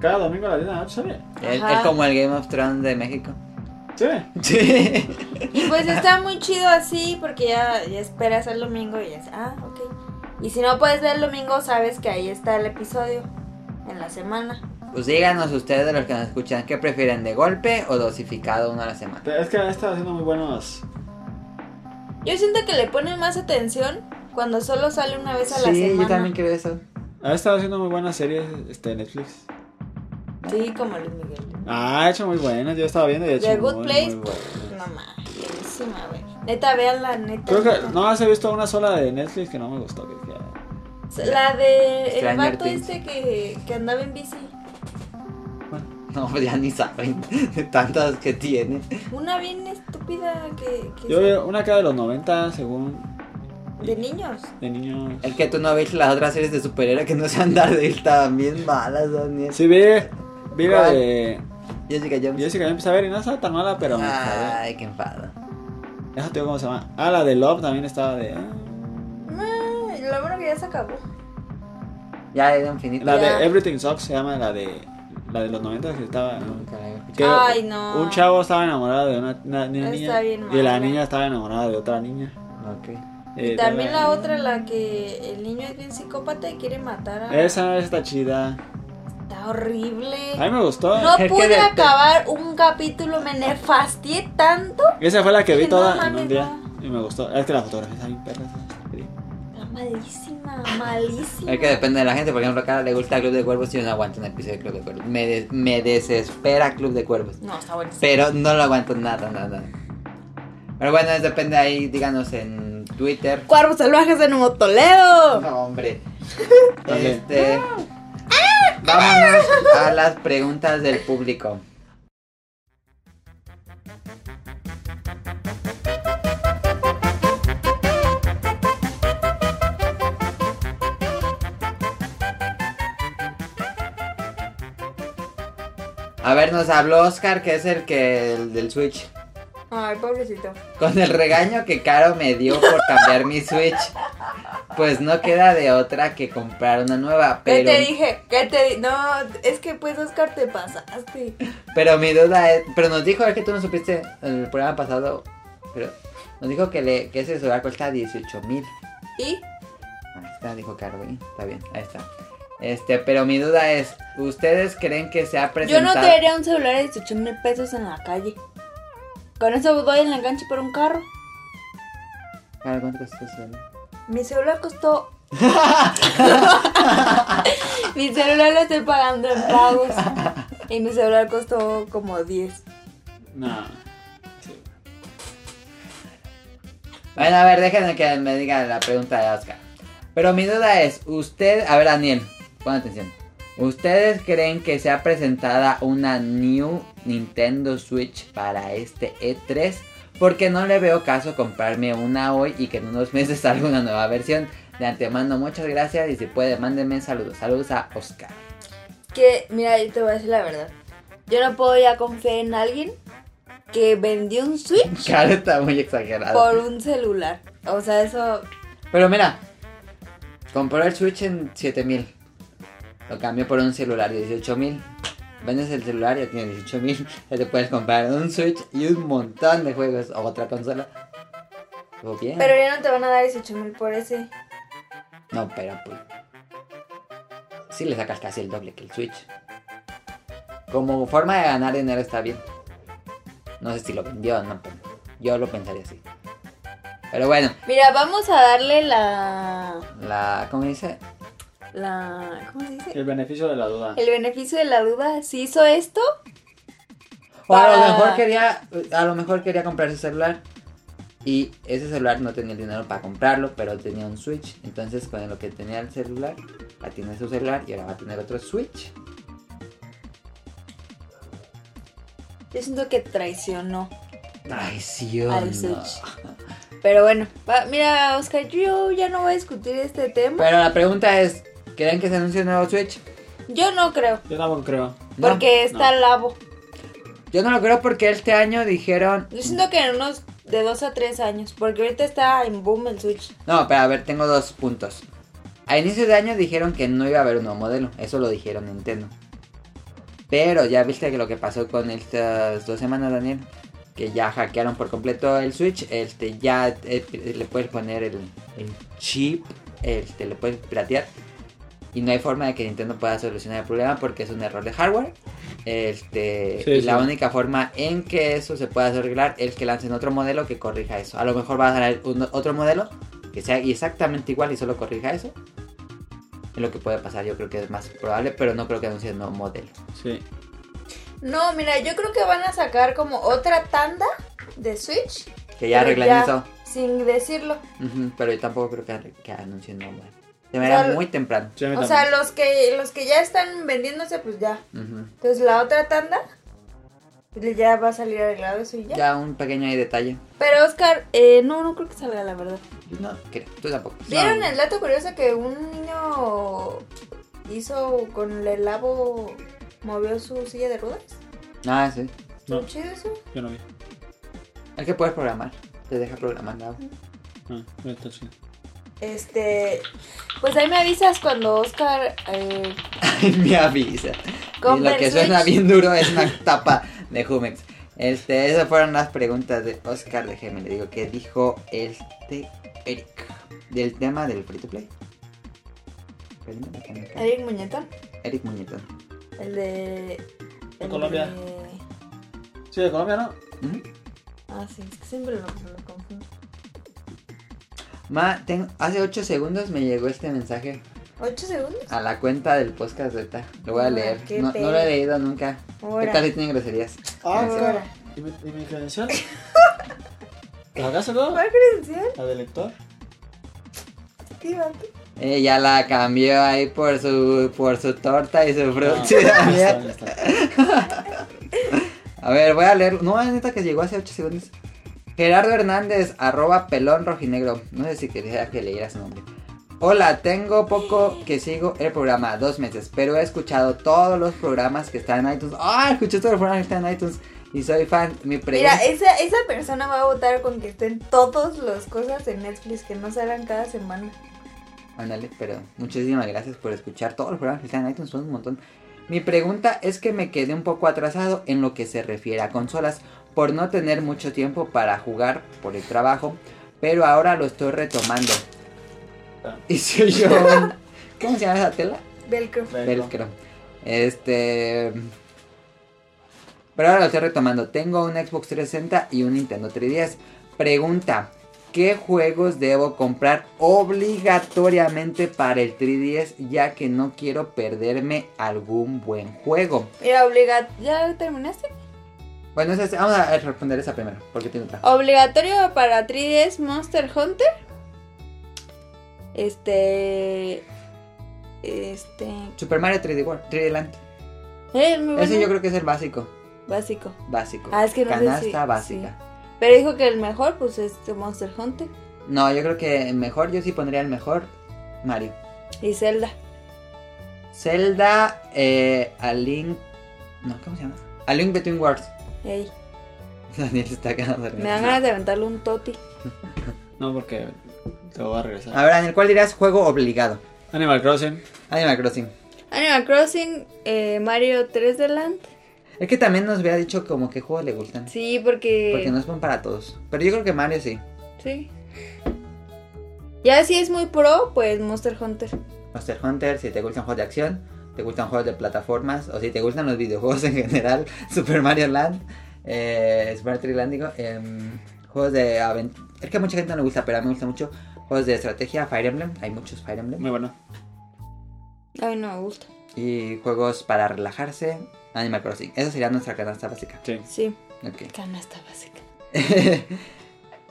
Cada domingo a las 10 de la noche sale.
Es,
Ajá.
es como el Game of Thrones de México.
Sí.
Sí.
Y pues está muy chido así, porque ya, ya esperas el domingo y ya es, ah, ok. Y si no puedes ver el domingo, sabes que ahí está el episodio, en la semana.
Pues díganos ustedes de los que nos escuchan, ¿qué prefieren de golpe o dosificado uno a la semana?
Pero Es que está haciendo muy buenos.
Yo siento que le ponen más atención cuando solo sale una vez a la
Sí,
semana.
yo también creo eso.
Ha estado haciendo muy buenas series este, Netflix.
Sí, como Luis Miguel.
Ah, ha hecho muy buenas. Yo estaba viendo y ha hecho
The Good
muy,
Place,
muy buenas.
No mames, buenísima, güey. Neta, veanla, neta.
Creo
neta.
que no se ha visto una sola de Netflix que no me gustó. Que, que-
La de el
Stranger
vato
Things.
este que, que andaba en bici.
No, pues ya ni saben de tantas que tiene.
Una bien estúpida que, que
Yo veo una acá de los 90, según
de niños.
de niño.
El que tú no viste las otras series de superhéroes que no sean Daredevil también malas, Daniel.
Sí, vi, vi la
¿Cuál?
de
Jessica Jones.
Jessica. Yo empecé a ver y no estaba tan mala, pero me
Ah.
enfadé.
Ah, Ay, qué enfado.
Esa te digo cómo se llama. Ah, la de Love también estaba de. ah.
Ah, lo bueno que ya se acabó.
Ya era infinito.
La
Ya.
de Everything Sucks se llama la de la de los 90 que estaba.
Nunca la había escuchado.
que
Ay, no.
Un chavo estaba enamorado de una, una- una
Está
niña.
bien
y la
mala.
niña estaba enamorada de otra niña.
Ok.
Eh,
y también
de
la otra, la que el niño es bien psicópata y quiere matar a.
Esa está chida.
Está horrible.
A mí me gustó.
No pues,
Es que
pude
de-
acabar un capítulo, me nefastié tanto.
Esa fue la que vi
Que no
toda en
mames,
un día.
no.
Y me gustó. Es que la fotografía está bien perra. esa serie.
Está malísima, malísima.
Es que depende de la gente. Por ejemplo, a Cara le gusta Club de Cuervos y yo no aguanto un episodio de Club de Cuervos. Me, des- me desespera Club de Cuervos.
No, está buenísima.
Pero no lo aguanto nada, nada. Pero bueno, es- depende ahí, díganos en Twitter.
Cuervos salvajes de Nuevo Toledo.
No, hombre.
Dale.
Este. Vámonos a las preguntas del público. A ver, nos habló Oscar, que es el que el del Switch.
Ay, pobrecito.
Con el regaño que Caro me dio por cambiar mi Switch, pues no queda de otra que comprar una nueva.
¿Qué
Pero,
te dije? ¿Qué te di- No, es que pues Oscar te pasaste.
pero mi duda es, pero nos dijo, es que tú no supiste en el programa pasado, pero nos dijo que, le, que ese celular cuesta 18 mil.
¿Y?
Ahí está, dijo Caro, ¿eh? está bien, ahí está. Este, pero mi duda es, ¿ustedes creen que se ha
Yo no
presentado?
traería un celular de 18 mil pesos en la calle. Con eso doy el enganche por un carro.
Caro, ¿cuánto cuesta tu celular?
Mi celular costó. mi celular lo estoy pagando en pagos. Y mi celular costó como 10.
No.
Bueno, a ver, déjenme que me diga la pregunta de Oscar. Pero mi duda es, usted, a ver Daniel, pon atención. ¿Ustedes creen que sea presentada una new Nintendo Switch para este E3? Porque no le veo caso comprarme una hoy y que en unos meses salga una nueva versión. De antemano, muchas gracias y si puede, mándenme saludos. Saludos a Oscar.
Que, mira, yo te voy a decir la verdad. Yo no puedo ya confiar en alguien que vendió un Switch
Claro, está muy exagerado.
por un celular. O sea, eso.
Pero mira, compró el Switch en 7000. Lo cambió por un celular de 18000. Vendes el celular y ya tienes 18000. Ya te puedes comprar un Switch y un montón de juegos o otra consola. Estuvo bien.
Pero ya no te van a dar 18 mil por ese.
No, pero pues. Sí le sacas casi el doble que el Switch. Como forma de ganar dinero está bien. No sé si lo vendió o no, pero yo lo pensaría así. Pero bueno,
Mira, vamos a darle la.
la. ¿Cómo dice?
la ¿Cómo se dice?
El beneficio de la duda.
El beneficio de la duda. Si hizo esto,
O a lo
Para-
mejor quería. A lo mejor quería comprar su celular. Y ese celular no tenía el dinero para comprarlo, pero tenía un Switch. Entonces con lo que tenía el celular, la tiene su celular y ahora va a tener otro Switch.
yo siento que traicionó
Traición.
al Switch. Pero bueno, va- mira, Oscar, yo ya no voy a discutir este tema.
Pero la pregunta es, ¿creen que se anuncie un nuevo Switch?
Yo no creo,
Yo tampoco creo.
No.
porque está Labo.
Yo no lo creo porque este año dijeron...
Yo siento que en unos de dos a tres años, porque ahorita está en boom el Switch.
No, pero a ver, tengo dos puntos. A inicio de año dijeron que no iba a haber un nuevo modelo. Eso lo dijeron Nintendo. Pero ya viste que lo que pasó con estas dos semanas, Daniel. Que ya hackearon por completo el Switch. Este, ya eh, le puedes poner el, el chip. Este, le puedes piratear. Y no hay forma de que Nintendo pueda solucionar el problema porque es un error de hardware. Este,
Sí,
y la
sí.
única forma en que eso se pueda arreglar es que lancen otro modelo que corrija eso. A lo mejor va a salir un- otro modelo que sea exactamente igual y solo corrija eso. Es lo que puede pasar, yo creo que es más probable, pero no creo que anuncie un nuevo modelo.
Sí.
No, mira, yo creo que van a sacar como otra tanda de Switch.
Que ya
pero
arreglen
ya
eso.
Sin decirlo.
Ujú, pero yo tampoco creo que, arre- que anuncie un nuevo modelo. Se
O
me da
sea,
muy temprano.
Sí, a mí
O
también.
sea, los que, los que ya están vendiéndose, pues ya.
Ujú.
Entonces la otra tanda pues, ya va a salir arreglado eso y ya.
Ya un pequeño ahí detalle.
Pero Oscar, eh, no, no creo que salga la verdad.
No, creo, tú tampoco.
¿Vieron el dato curioso que un niño hizo con el labo, movió su silla de ruedas?
Ah, sí.
No.
¿Estuvo chido eso?
Yo no vi.
Es que puedes programar. Te deja programar nada.
Ah, no está chido.
Este, pues ahí me avisas cuando Oscar eh,
Ay, me avisa. Y lo
Compra el
que
Switch.
suena bien duro es una tapa de Jumex. Este, esas fueron las preguntas de Oscar de Gemel. Le digo que dijo este Eric del tema del free to play. Espérame, déjame acá.
Eric Muñetón,
Eric Muñetón.
el de... el
Colombia.
de-
Sí, de Colombia, ¿no?
Ujú.
Ah, sí, es que siempre lo, lo confundo.
Ma, tengo- hace 8 segundos me llegó este mensaje
¿Ocho segundos?
a la cuenta del podcast de Ta. Lo voy a
Ah,
leer.
qué
No, no lo
pena.
he leído nunca.
Ahora.
Casi tiene groserías.
Ah,
Gracias.
claro. ¿Y mi, y mi credencial? ¿La acaso no?
¿Cuál credencial?
¿La del lector?
Sí, vato.
Eh, ya la cambió ahí por su por su torta y su
Ah,
fruta.
ahí está, ahí está.
A ver, voy a leer. No, es neta que llegó hace 8 segundos. Gerardo Hernández, arroba pelón rojinegro. No sé si quería que leyera su nombre. Hola, tengo poco que sigo el programa, dos meses, pero he escuchado todos los programas que están en iTunes. ¡Ah! escuché todos los programas que están en iTunes y soy fan. Mi pregunta.
Mira, esa, esa persona va a votar con que estén todas las cosas en Netflix que no salgan cada semana.
Ándale, pero muchísimas gracias por escuchar todos los programas que están en iTunes, son un montón. Mi pregunta es que me quedé un poco atrasado en lo que se refiere a consolas, por no tener mucho tiempo para jugar por el trabajo, pero ahora lo estoy retomando. Y soy yo. un- ¿Cómo se llama esa tela?
Velcro.
Vengo.
Velcro. Este. Pero ahora lo estoy retomando. Tengo un Xbox 360 y un Nintendo 3DS. Pregunta: ¿Qué juegos debo comprar obligatoriamente para el 3DS? Ya que no quiero perderme algún buen juego.
Mira, obliga ¿ya terminaste?
Bueno, esa es- vamos a responder esa primero, porque tiene otra.
Obligatorio para 3DS Monster Hunter. Este. Este.
Super Mario 3D World, 3D Land.
Eh, muy bueno.
Ese yo creo que es el básico.
Básico.
Básico.
Ah, es que no sé
Canasta
si-
básica.
Pero dijo que el mejor, pues, es Monster Hunter
No, yo creo que el mejor, yo sí pondría el mejor Mario.
y Zelda.
Zelda, eh, A Link. No, ¿cómo se llama? A Link Between Worlds.
Ey,
Daniel está quedando dormido.
me dan ganas de aventarle un toti.
No, porque te voy a regresar.
A ver, Daniel, ¿cuál dirás juego obligado?
Animal Crossing.
Animal Crossing.
Animal Crossing, eh, Mario 3 de Land.
Es que también nos hubiera dicho como qué juegos le gustan.
Sí, porque.
Porque no es buen para todos. Pero yo creo que Mario sí.
Sí. Ya si es muy pro, pues Monster Hunter.
Monster Hunter, si te gustan juegos de acción, te gustan juegos de plataformas, o si te gustan los videojuegos en general, Super Mario Land, eh, Super Mario Land, digo, em, juegos de aventura. Es que a mucha gente no le gusta, pero a mí me gusta mucho. Juegos de estrategia, Fire Emblem, hay muchos Fire Emblem.
Muy bueno.
Ay, no me gusta.
Y juegos para relajarse, Ah, Animal Crossing. Esa sería nuestra canasta básica.
Sí.
Sí,
Ok.
canasta básica.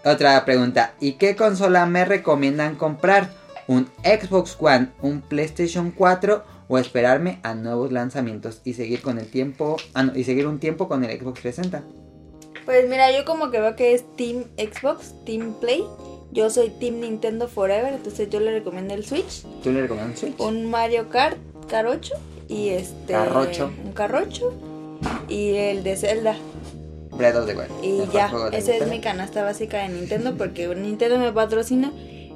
Otra pregunta. ¿Y qué consola me recomiendan comprar? ¿Un Xbox One, un PlayStation 4 o esperarme a nuevos lanzamientos y seguir con el tiempo ah, no, y seguir un tiempo con el Xbox 360?
Pues mira, yo como que veo que es Team Xbox, Team Play. Yo soy Team Nintendo Forever, entonces yo le recomiendo el Switch,
¿Tú le recomiendas un Switch?
un Mario Kart Carocho y este
Carrocho.
un Carrocho y el de Zelda
Breath of the Wild.
y
mejor
ya.
juego de
Esa es
Nintendo.
mi canasta básica de Nintendo porque Nintendo me patrocina.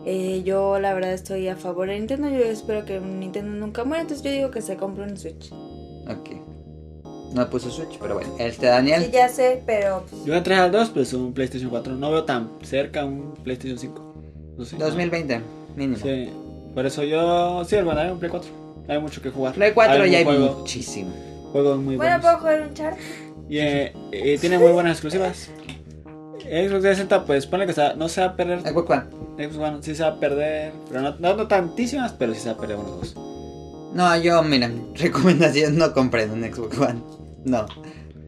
Eh, yo la verdad estoy a favor de Nintendo. Yo espero que Nintendo nunca muera, entonces yo digo que se compre un Switch.
Ok. No puso Switch, pero bueno. Este Daniel.
Sí, ya sé, pero pues,
Yo entré al 2, pues un PlayStation 4. No veo tan cerca un PlayStation 5. No sé.
2020, mínimo.
Sí. Por eso yo. Sí, hermano, hay un Play 4. Hay mucho que jugar.
Play 4 ya hay
juegos,
muchísimo.
juegos muy
bueno,
buenos.
puedo jugar un chart.
Y eh, eh, tiene muy buenas exclusivas. Xbox 360, pues ponle que se va- no se va a perder.
Xbox One.
Xbox One Eh, pues, sí se va a perder. Pero no, no, no tantísimas, pero sí se va a perder unos dos.
No, yo, mira, recomendación, no compren un Xbox One. No.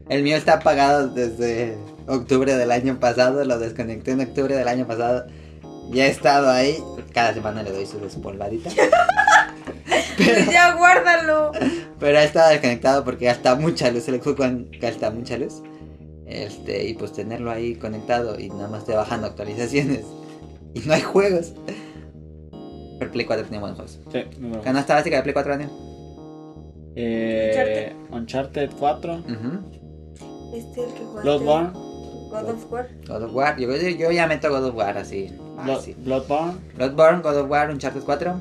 El mío está apagado desde octubre del año pasado, lo desconecté en octubre del año pasado. Ya he estado ahí, cada semana le doy su despolvadita.
Pues ya guárdalo.
Pero ha estado desconectado porque gasta mucha luz, el Xbox One gasta mucha luz. Este, y pues tenerlo ahí conectado y nada más te bajando actualizaciones. Y no hay juegos. Pero Play 4 tiene buenos juegos.
Sí, muy bueno.
Canasta básica de Play 4 años.
Eh, Uncharted 4.
Este el que jugaste.
Bloodborne.
God of War.
God of War, yo, yo- yo ya meto God of War así.
Blood-
fácil.
Bloodborne.
Bloodborne, God of War, Uncharted 4.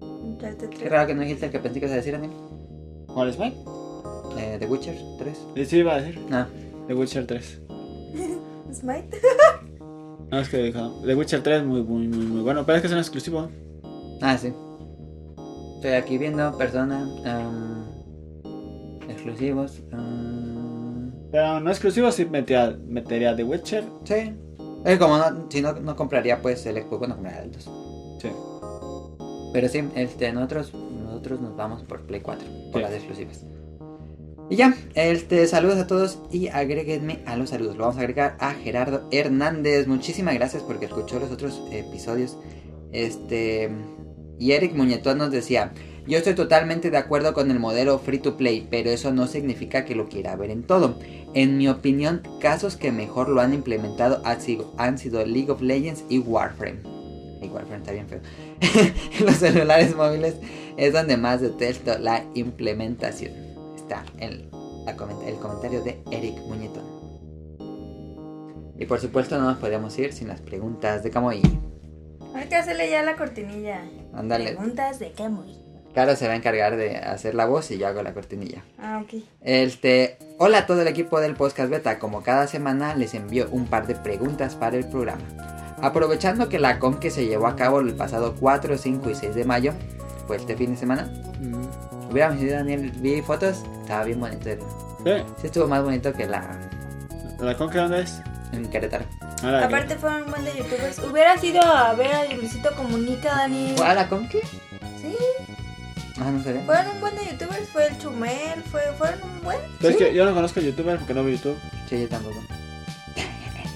Uncharted
Qué
3.
raro que no dijiste el que pensé que ibas a decir, Daniel.
¿Cuál es Mike?
Eh, The Witcher 3.
Sí, Sí, iba a decir.
Ah,
The Witcher 3.
Smite.
No, es que dijo. The Witcher 3 muy, muy, muy, muy bueno. Pero es que es un exclusivo.
ah, sí. Estoy aquí viendo persona. em, exclusivos. em,
Pero no exclusivo, sí metía, metería The Witcher.
sí. Es como no, si no, no compraría pues el Xbox, no compraría el 2.
Sí.
Pero sí, este, nosotros, nosotros nos vamos por Play 4, por
Sí.
las exclusivas. Y ya, este, saludos a todos y agréguenme a los saludos. Lo vamos a agregar a Gerardo Hernández. Muchísimas gracias porque escuchó los otros episodios. Este, y Eric Muñetón nos decía, yo estoy totalmente de acuerdo con el modelo free to play, pero eso no significa que lo quiera ver en todo. En mi opinión, casos que mejor lo han implementado ha sido- han sido League of Legends y Warframe. Y Warframe está bien feo. En los celulares móviles es donde más detesto la implementación. Está el, la comen- el comentario de Eric Muñetón. Y por supuesto no nos podríamos ir sin las preguntas de Camoy.
Hay que hacerle ya la cortinilla.
Ándale,
Preguntas de qué muy.
Caro se va a encargar de hacer la voz y yo hago la cortinilla.
Ah, ok.
Este, hola a todo el equipo del podcast beta, como cada semana les envío un par de preguntas para el programa. Aprovechando que la con que se llevó a cabo el pasado 4, 5 y 6 de mayo, pues este fin de semana, Hubiéramos ido Daniel, vi fotos, estaba bien bonito.
Sí.
Sí estuvo más bonito que la
¿La conca dónde es?
en Querétaro.
Ah, la de-
Aparte fueron un buen de youtubers. Hubiera sido a ver a Luisito Comunica, Dani.
¿Fue a la Conque?
Sí, Pues
Ah, no sé.
fueron un buen de youtubers. Fue el Chumel, fue, fueron un buen.
Pero es que yo no conozco a youtubers porque no veo YouTube.
Sí, yo tampoco.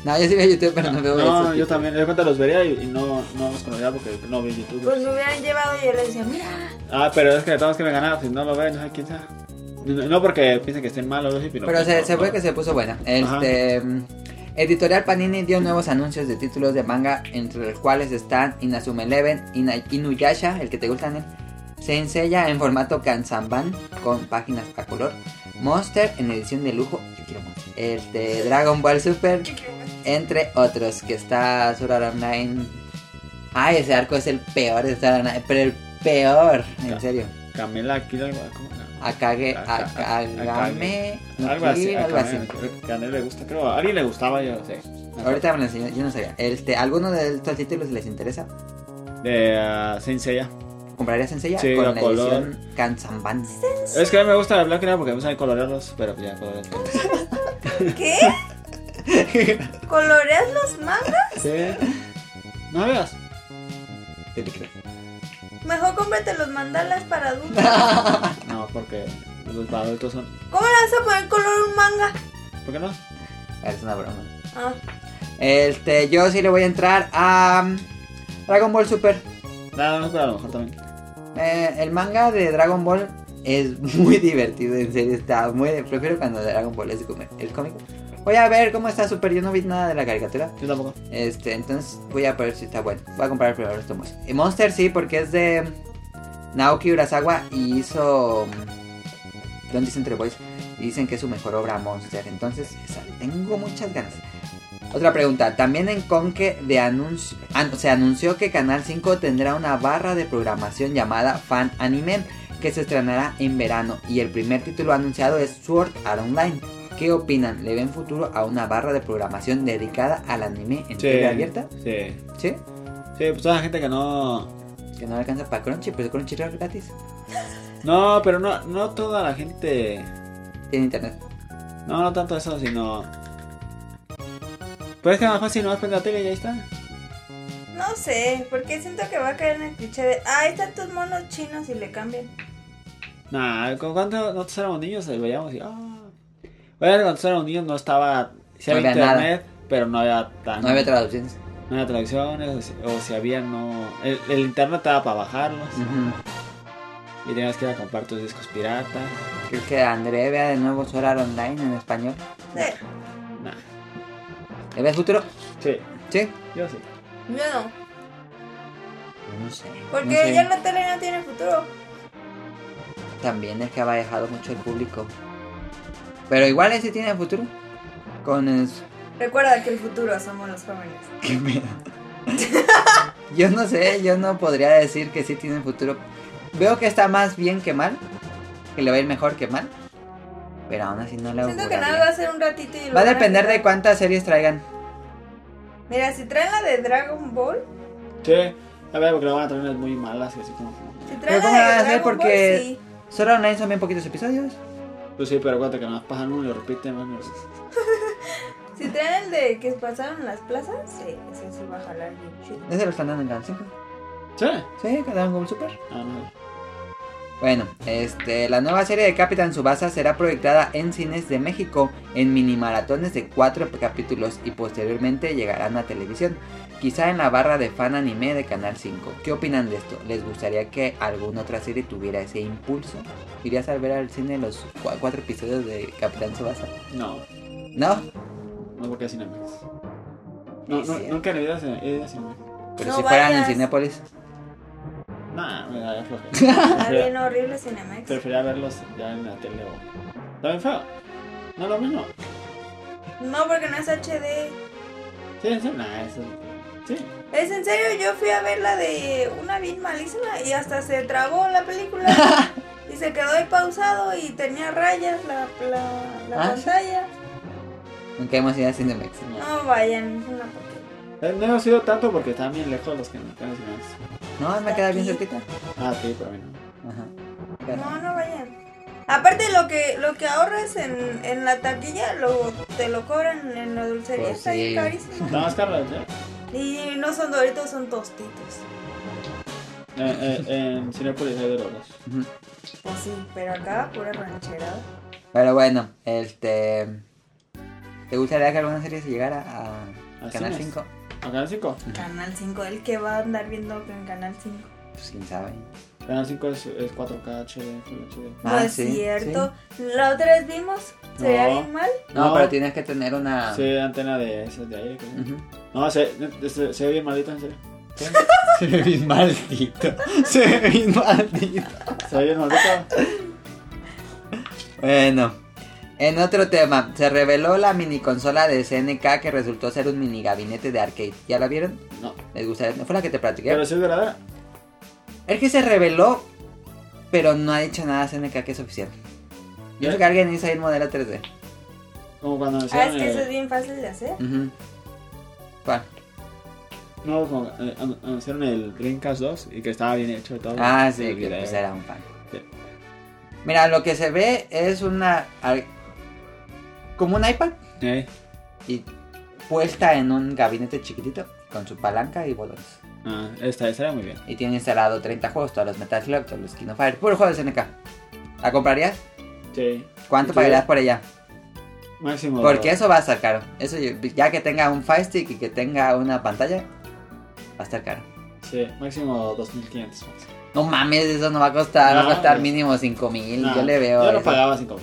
No, yo sí veo YouTube, pero no veo
No,
esos
yo
tipos.
también. Yo cuenta los vería y, y no, no los conocía porque no veo
Pues
YouTube.
me hubieran llevado y yo les decía, mira.
Ah, pero es que todos que me ganar, si no lo veo, no sé quién sea. No no porque piensen que estén malos, sí, pero. pues
Pero se,
no,
se fue
no.
que se puso buena. Este, mm, Editorial Panini dio nuevos anuncios de títulos de manga, entre los cuales están Inazuma Eleven, Ina- Inuyasha, el que te gusta, Daniel, Senseiya en formato Kansanban, con páginas a color, Monster en edición de lujo, yo quiero Monster, este, Dragon Ball Super, entre otros, que está Sword Art Online. Ah, ese arco es el peor de Sword Art Online, pero el peor, en
Ya.
serio.
Camela Akira, ¿cómo se llama?
Akage,
Aka-
Akagame, no
Algo así,
quiero, Ah, algo así.
Akame, creo que a Nel le gusta, creo. A alguien le gustaba, yo no sé.
Ahorita me lo enseñó, yo no sabía. Este, ¿Alguno de estos títulos les interesa?
de ah, Saint Seiya.
¿Comprarías en sella?
Sí,
con
a
la
color.
edición Kansanban.
Es que a mí me gusta la blanca y negra porque me saben colorearlos, pero pues ya colorearlos.
¿Qué? ¿Coloreas los mangas?
Sí. No veas.
¿Qué te crees?
Mejor cómprate los mandalas para adultos.
No, porque los adultos son.
¿Cómo le vas a poner color a un manga?
¿Por qué no?
Es una broma.
Ah,
Este, yo sí le voy a entrar a mm, Dragon Ball Super.
Nada, no, pero a lo mejor también.
Eh, el manga de Dragon Ball es muy divertido, en serio, está muy... Prefiero cuando Dragon Ball es come- el cómico. Voy a ver cómo está Super, yo no vi nada de la caricatura.
Yo tampoco.
Este, entonces voy a ver si está bueno. Voy a comprar primero los tomos. Y Monster sí, porque es de Naoki Urasawa y hizo... mm, Don't Dicen Entre Boys. Y dicen que es su mejor obra Monster. Entonces, esa le tengo muchas ganas. Otra pregunta, también en Conque de anuncio, an- se anunció que Canal 5 tendrá una barra de programación llamada Fan Anime que se estrenará en verano y el primer título anunciado es Sword Art Online. ¿Qué opinan? ¿Le ven futuro a una barra de programación dedicada al anime en tele abierta?
Sí.
¿Sí?
Sí, pues toda la gente que no.
Que no alcanza para Crunchy, pero Crunchy es gratis.
No, pero no, no toda la gente.
Tiene internet.
No, no tanto eso, sino. Pero es que a lo mejor si no prende la tele y ahí está.
no sé, porque siento que va a caer en el cliché de. Ah, ahí están tus monos chinos y le cambian.
Nah, cu- cuando nosotros éramos niños eh, veíamos y. ah. Bueno, cuando nosotros éramos niños no estaba. Si
No
había
había nada.
internet, pero no había tan.
No había traducciones.
no había traducciones, o si, o si había no. El, el internet estaba para bajarlos
Ujú.
y tenías que ir a comprar tus discos piratas.
¿Crees que André vea de nuevo Sword Art Online en español?
Sí,
Nah.
¿Le ves futuro?
Sí,
¿Sí?
yo sí.
yo no.
No sé.
Porque
No sé.
ya la tele no tiene futuro.
También es que ha bajado mucho el público. Pero igual ese tiene futuro. Con es-
Recuerda que el futuro somos los jóvenes.
¿Qué pedo? yo no sé, yo no podría decir que sí tiene futuro. Veo que está más bien que mal. Que le va a ir mejor que mal. Pero aún así no le
Siento que
auguraría.
nada va a ser un ratito y lo
Va a
van
depender de
quitar.
cuántas series traigan.
Mira, si traen la de Dragon Ball,
Sí, a ver, porque lo van a traer unas muy malas, así como.
si
Pero
traen
¿cómo la van a
la de
hacer?
Dragon
Porque-
Ball, sí.
Solo online son bien poquitos episodios.
Pues sí, pero acuérdate que nada más pasan uno y lo repiten más menos.
Si traen el de que pasaron en las plazas, sí, ese sí va a jalar bien chido.
Ese lo están dando en Canal 5.
Sí.
Sí, Dragon Ball Super.
Ah, no.
Bueno, este, la nueva serie de Capitán Subasa será proyectada en cines de México en minimaratones de cuatro capítulos y posteriormente llegarán a televisión, quizá en la barra de fan anime de Canal 5. ¿Qué opinan de esto? ¿Les gustaría que alguna otra serie tuviera ese impulso? ¿Irías a ver al cine los cua- cuatro episodios de Capitán Subasa?
No,
No,
no porque es Cinemax. No, no,
Sí.
nunca le ido a- he ido a Cinemax.
pero
No
si fueran
vayas.
en Cinépolis.
Nah, me daría flojera.
Está bien
Prefería-
horrible Cinemex.
Prefería verlos ya en la tele o. También feo. No es lo mismo.
No, porque no es HD.
Sí, sí, nah, eso. Sí.
Es en serio, yo fui a ver la de una bien malísima y hasta se trabó la película. y se quedó ahí pausado y tenía rayas la, la, la
Ah, sí.
pantalla.
Nunca hemos ido a Cinemex.
No.
No vayan, es una porquería.
Eh, no he sido tanto porque estaban bien lejos los que no tienen Cinemax.
No, me queda bien
Aquí.
cerquita.
Ah, sí, pero a mí no.
Ajá.
No, no vayan. Aparte, lo que lo que ahorras en, en la taquilla lo, te lo cobran en la dulcería.
Pues
está bien
sí.
carísimo.
Nada más caro, ¿eh?
Y no son doritos, son tostitos.
Eh, eh, en Cinepolis hay de los dos.
Ujú.
Pues sí, pero acá pura rancherada.
Pero bueno, este. ¿Te gustaría que alguna serie se llegara a,
A
Canal
cines.
5?
Canal 5.
Canal 5, el que va a andar viendo en Canal 5.
Pues quién sabe.
Canal 5 es, es 4K HD, Full HD.
No
Ah,
es
sí,
cierto. La otra vez vimos, sería
No.
bien mal.
No,
No.
pero tienes que tener una.
Sí, antena de esas de aire. creo.
Ah. Ujú.
No, se, se, se ve bien maldito, en serio.
Se ve bien maldito. Se ve bien maldito.
Se ve bien maldito.
Bueno. En otro tema, se reveló la mini consola de SNK que resultó ser un mini gabinete de arcade. ¿Ya la vieron?
No.
¿Les gustaría? ¿No fue la que te platiqué?
Pero sí es verdadera.
Es que se reveló, pero no ha dicho nada SNK que es oficial. Yo creo que alguien hizo ahí un modelo 3D.
Como cuando
Ah,
eh,
hicieron
es que eso es
el,
bien fácil de hacer.
Ujú. ¿Cuál?
No, como, eh, an- anunciaron el Dreamcast 2 y que estaba bien hecho y todo.
Ah, sí,
El
que
video.
pues era un fan.
eh. Sí.
Mira, lo que se ve es una. ar- como un iPad
Eh,
y puesta en un gabinete chiquitito con su palanca y botones.
ah, esta, esta era muy bien.
Y tiene instalado 30 juegos, todos los Metal Slug, todos los King of Fire, puro juego de SNK. ¿La comprarías?
Sí.
¿Cuánto
Sí.
pagarías por ella?
Máximo.
Porque eso va a estar caro. Eso yo- ya que tenga un Fire Stick y que tenga una pantalla, va a estar caro.
Sí, máximo 2500.
No mames, eso no va a costar, va
No,
a costar
pues.
mínimo 5000,
No,
yo le veo.
Yo lo
eso.
pagaba 5000.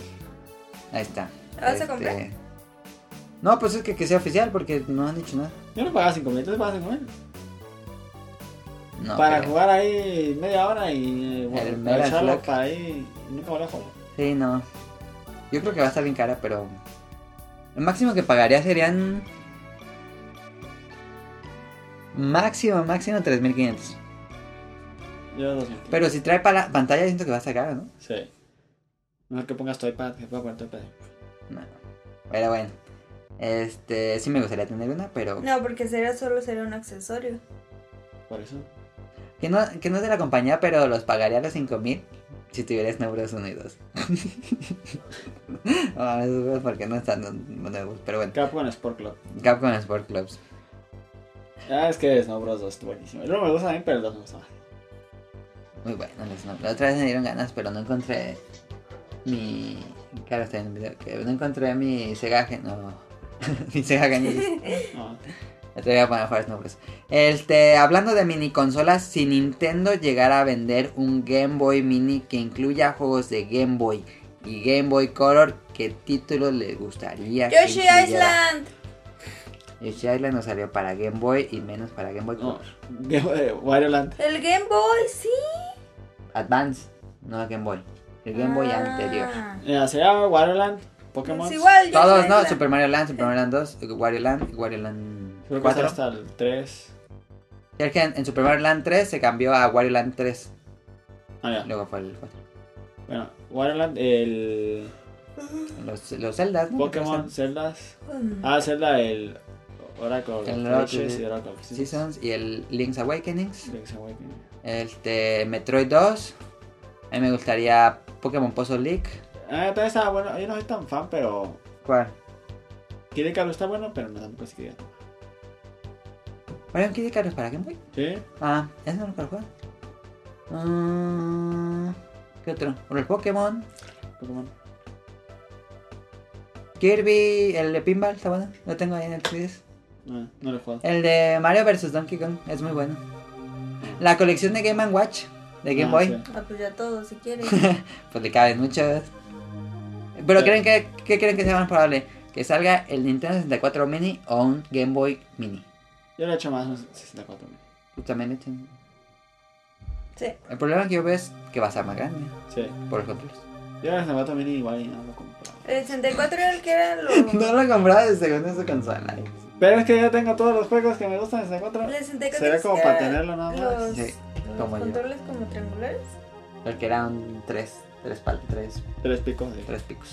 Ahí está. Este,
¿La vas a comprar?
No, pues es que, que sea oficial porque no han dicho nada.
Yo lo pagaba 5000, entonces pagaba 5000.
No,
para
creo.
jugar ahí media hora y eh, bueno,
Metal
para echarlo
Slug.
para ahí y nunca volví a jugar.
Sí, no. Yo creo que va a estar bien cara, pero. Lo máximo que pagaría serían. Máximo, máximo 3500.
Yo 2000.
Pero si trae para pantalla, siento que va a estar caro, ¿no?
Sí. Mejor que pongas toypad, que pueda poner toypad.
No. Pero bueno. Este, sí me gustaría tener una, pero.
No, porque sería solo sería un accesorio.
Por eso.
Que, no, que no es de la compañía, pero los pagaría los 5000 si tuvieras Estados Unidos. Ah, esos juegos porque no están nuevos. Pero bueno,
Capcom Sport Club.
Capcom Sport Clubs.
Ah, es que Snow Bros 2 es buenísimo. El uno me gusta a mí, pero el 2 me gusta más.
Muy bueno, los nombres. La otra vez me dieron ganas, pero no encontré mi. Claro, está en el video. que no encontré mi Sega Gen- No. mi Sega Genesis.
No.
Ya Te voy a poner a jugar Snow Bros. Este, hablando de mini consolas, si Nintendo llegara a vender un Game Boy Mini que incluya juegos de Game Boy y Game Boy Color, ¿qué título le gustaría? que
Yoshi
incluyera?
Island.
Yoshi Island no salió para Game Boy y menos para Game Boy
No.
Color.
Game- eh, Wario Land.
El Game Boy, sí.
Advance, no Game Boy. El Game Boy
Ah.
anterior.
Mira, sería Wario Land, Pokémon.
Es Pues igual, Yoshi
Todos, ¿no?
Island.
Super Mario Land, Super Mario Land 2, Wario Land, Wario Land
Creo que
4.
hasta el 3.
Es que en, en Super Mario Land 3 se cambió a Wario Land 3.
Ah, ya.
Luego fue el 4.
Bueno, Wario Land, el
Los, los Zeldas, ¿no?
Pokémon, Zeldas.
Mm.
Ah, Zelda, el Oracle.
El
El
Oracle.
Oracle. y Oracle. Sí, sí.
Seasons y el Link's Awakenings.
Link's Awakening.
Este, Metroid 2. A mí me gustaría Pokémon Puzzle League.
Ah, también estaba bueno. Yo no soy tan fan, pero.
¿Cuál?
Kid Icarus está bueno, pero no tampoco es que diga.
¿Para qué Icarus para Game Boy?
Sí,
Ah, ese no lo puedo jugar. Mm, ¿Qué otro? Los Pokémon.
Pokémon.
Kirby, el de Pinball, está bueno. Lo tengo ahí en el 3DS.
No, Ah, no lo he jugado.
El de Mario vs Donkey Kong es muy bueno. La colección de Game Watch de Game
Ah,
Boy,
sí.
Ah, pues ya todo, si quieres.
pues le caben muchos. Pero
Sí.
creen que qué creen que sea más probable que salga el Nintendo 64 Mini o un Game Boy Mini.
Yo lo he hecho más un 64. mira.
Tú también echen.
Sí.
El problema que yo veo es que va a ser más grande
Sí.
por los controles.
Yo el 64 mini igual y no lo compro.
El 64 era el que era lo.
No lo compraba de segunda su consola.
Pero es que yo tengo todos los juegos que me gustan en 64.
El 64
Será
es
como
que
para
era
tenerlo nada más.
Los,
Sí,
los
como yo.
controles como triangulares.
Porque era un 3, 3 pal, 3,
Tres picos, sí.
3 picos.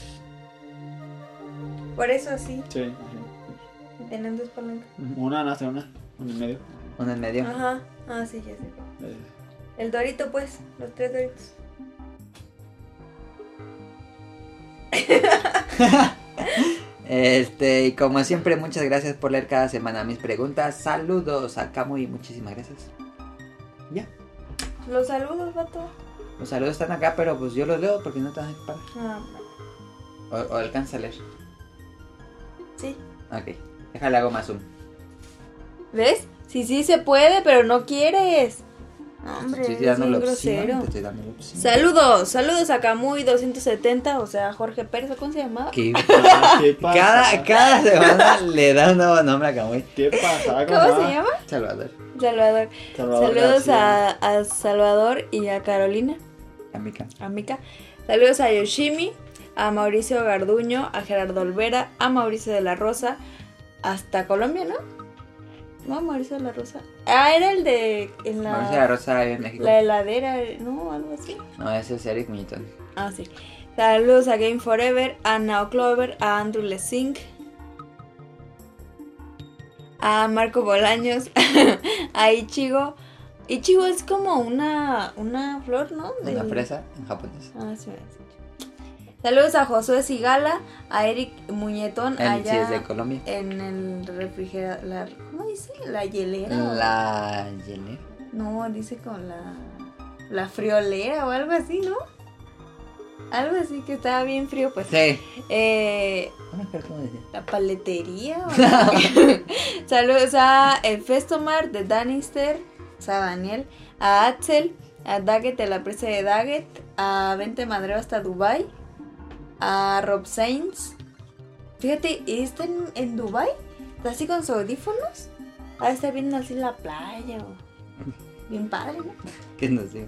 Por eso así,
Sí. ajá.
tenían dos palancas.
Una, no hace una. Una y medio.
Uno en medio.
Ajá. Ah, sí, ya sé.
Eh,
El dorito, pues. Los tres doritos.
Este, y como siempre, muchas gracias por leer cada semana mis preguntas. Saludos a Camu y muchísimas gracias. Ya,
Los saludos, vato.
los saludos están acá, pero pues yo los leo porque no te van a parar.
Ah,
O, o alcanza a leer.
sí.
Ok, déjale hago más zoom.
¿Ves? Sí, sí se puede, pero no quieres. No,
Te
hombre,
estoy
eres
dando
bien
la opción,
grosero.
te estoy dando la opción.
Saludos, saludos a Camuy 270, o sea, Jorge Pérez, ¿o ¿cómo se llamaba?
¿Qué?
ah, ¿Qué pasa?
Cada, cada semana le da un nuevo nombre a Camuy.
¿Qué pasa?
¿Cómo se llama?
Salvador.
Salvador.
Salvador
saludos
García.
a, a Salvador y a Carolina,
Amica.
a Mika. Saludos a Yoshimi, a Mauricio Garduño, a Gerardo Olvera, a Mauricio de la Rosa, hasta Colombia, ¿no? No, Mauricio de la Rosa. Ah, era el de en la,
Mauricio de la Rosa vive en México.
la heladera, ¿no? Algo así.
No, ese es Eric Muñitón.
Ah, sí. Saludos a Game Forever, a Nao Clover, a Andrew Lessing, a Marco Bolaños, a Ichigo. Ichigo es como una, una flor, ¿no?
Una
Del-
fresa en japonés.
Ah, sí me habías dicho. Saludos a Josué Sigala, a Eric Muñetón,
Él sí
allá
es de Colombia.
en el refrigerador. ¿Cómo dice? La hielera. o-
La hielera.
No, dice con la. La friolera o algo así, ¿no? Algo así que estaba bien frío, pues.
Sí.
Eh,
No me acuerdo cómo decía.
la paletería. o algo así. Saludos a el Festomar eh, de Danister, o sea, Daniel, a Axel, a Daggett de la presa de Daggett, a Vente Madreo hasta Dubai, a Rob Sainz. Fíjate, ¿y está en, en Dubai? ¿Está así con sus audífonos? Ahora está viendo así la playa. o- Bien padre, ¿no?
¿Qué nos dijo?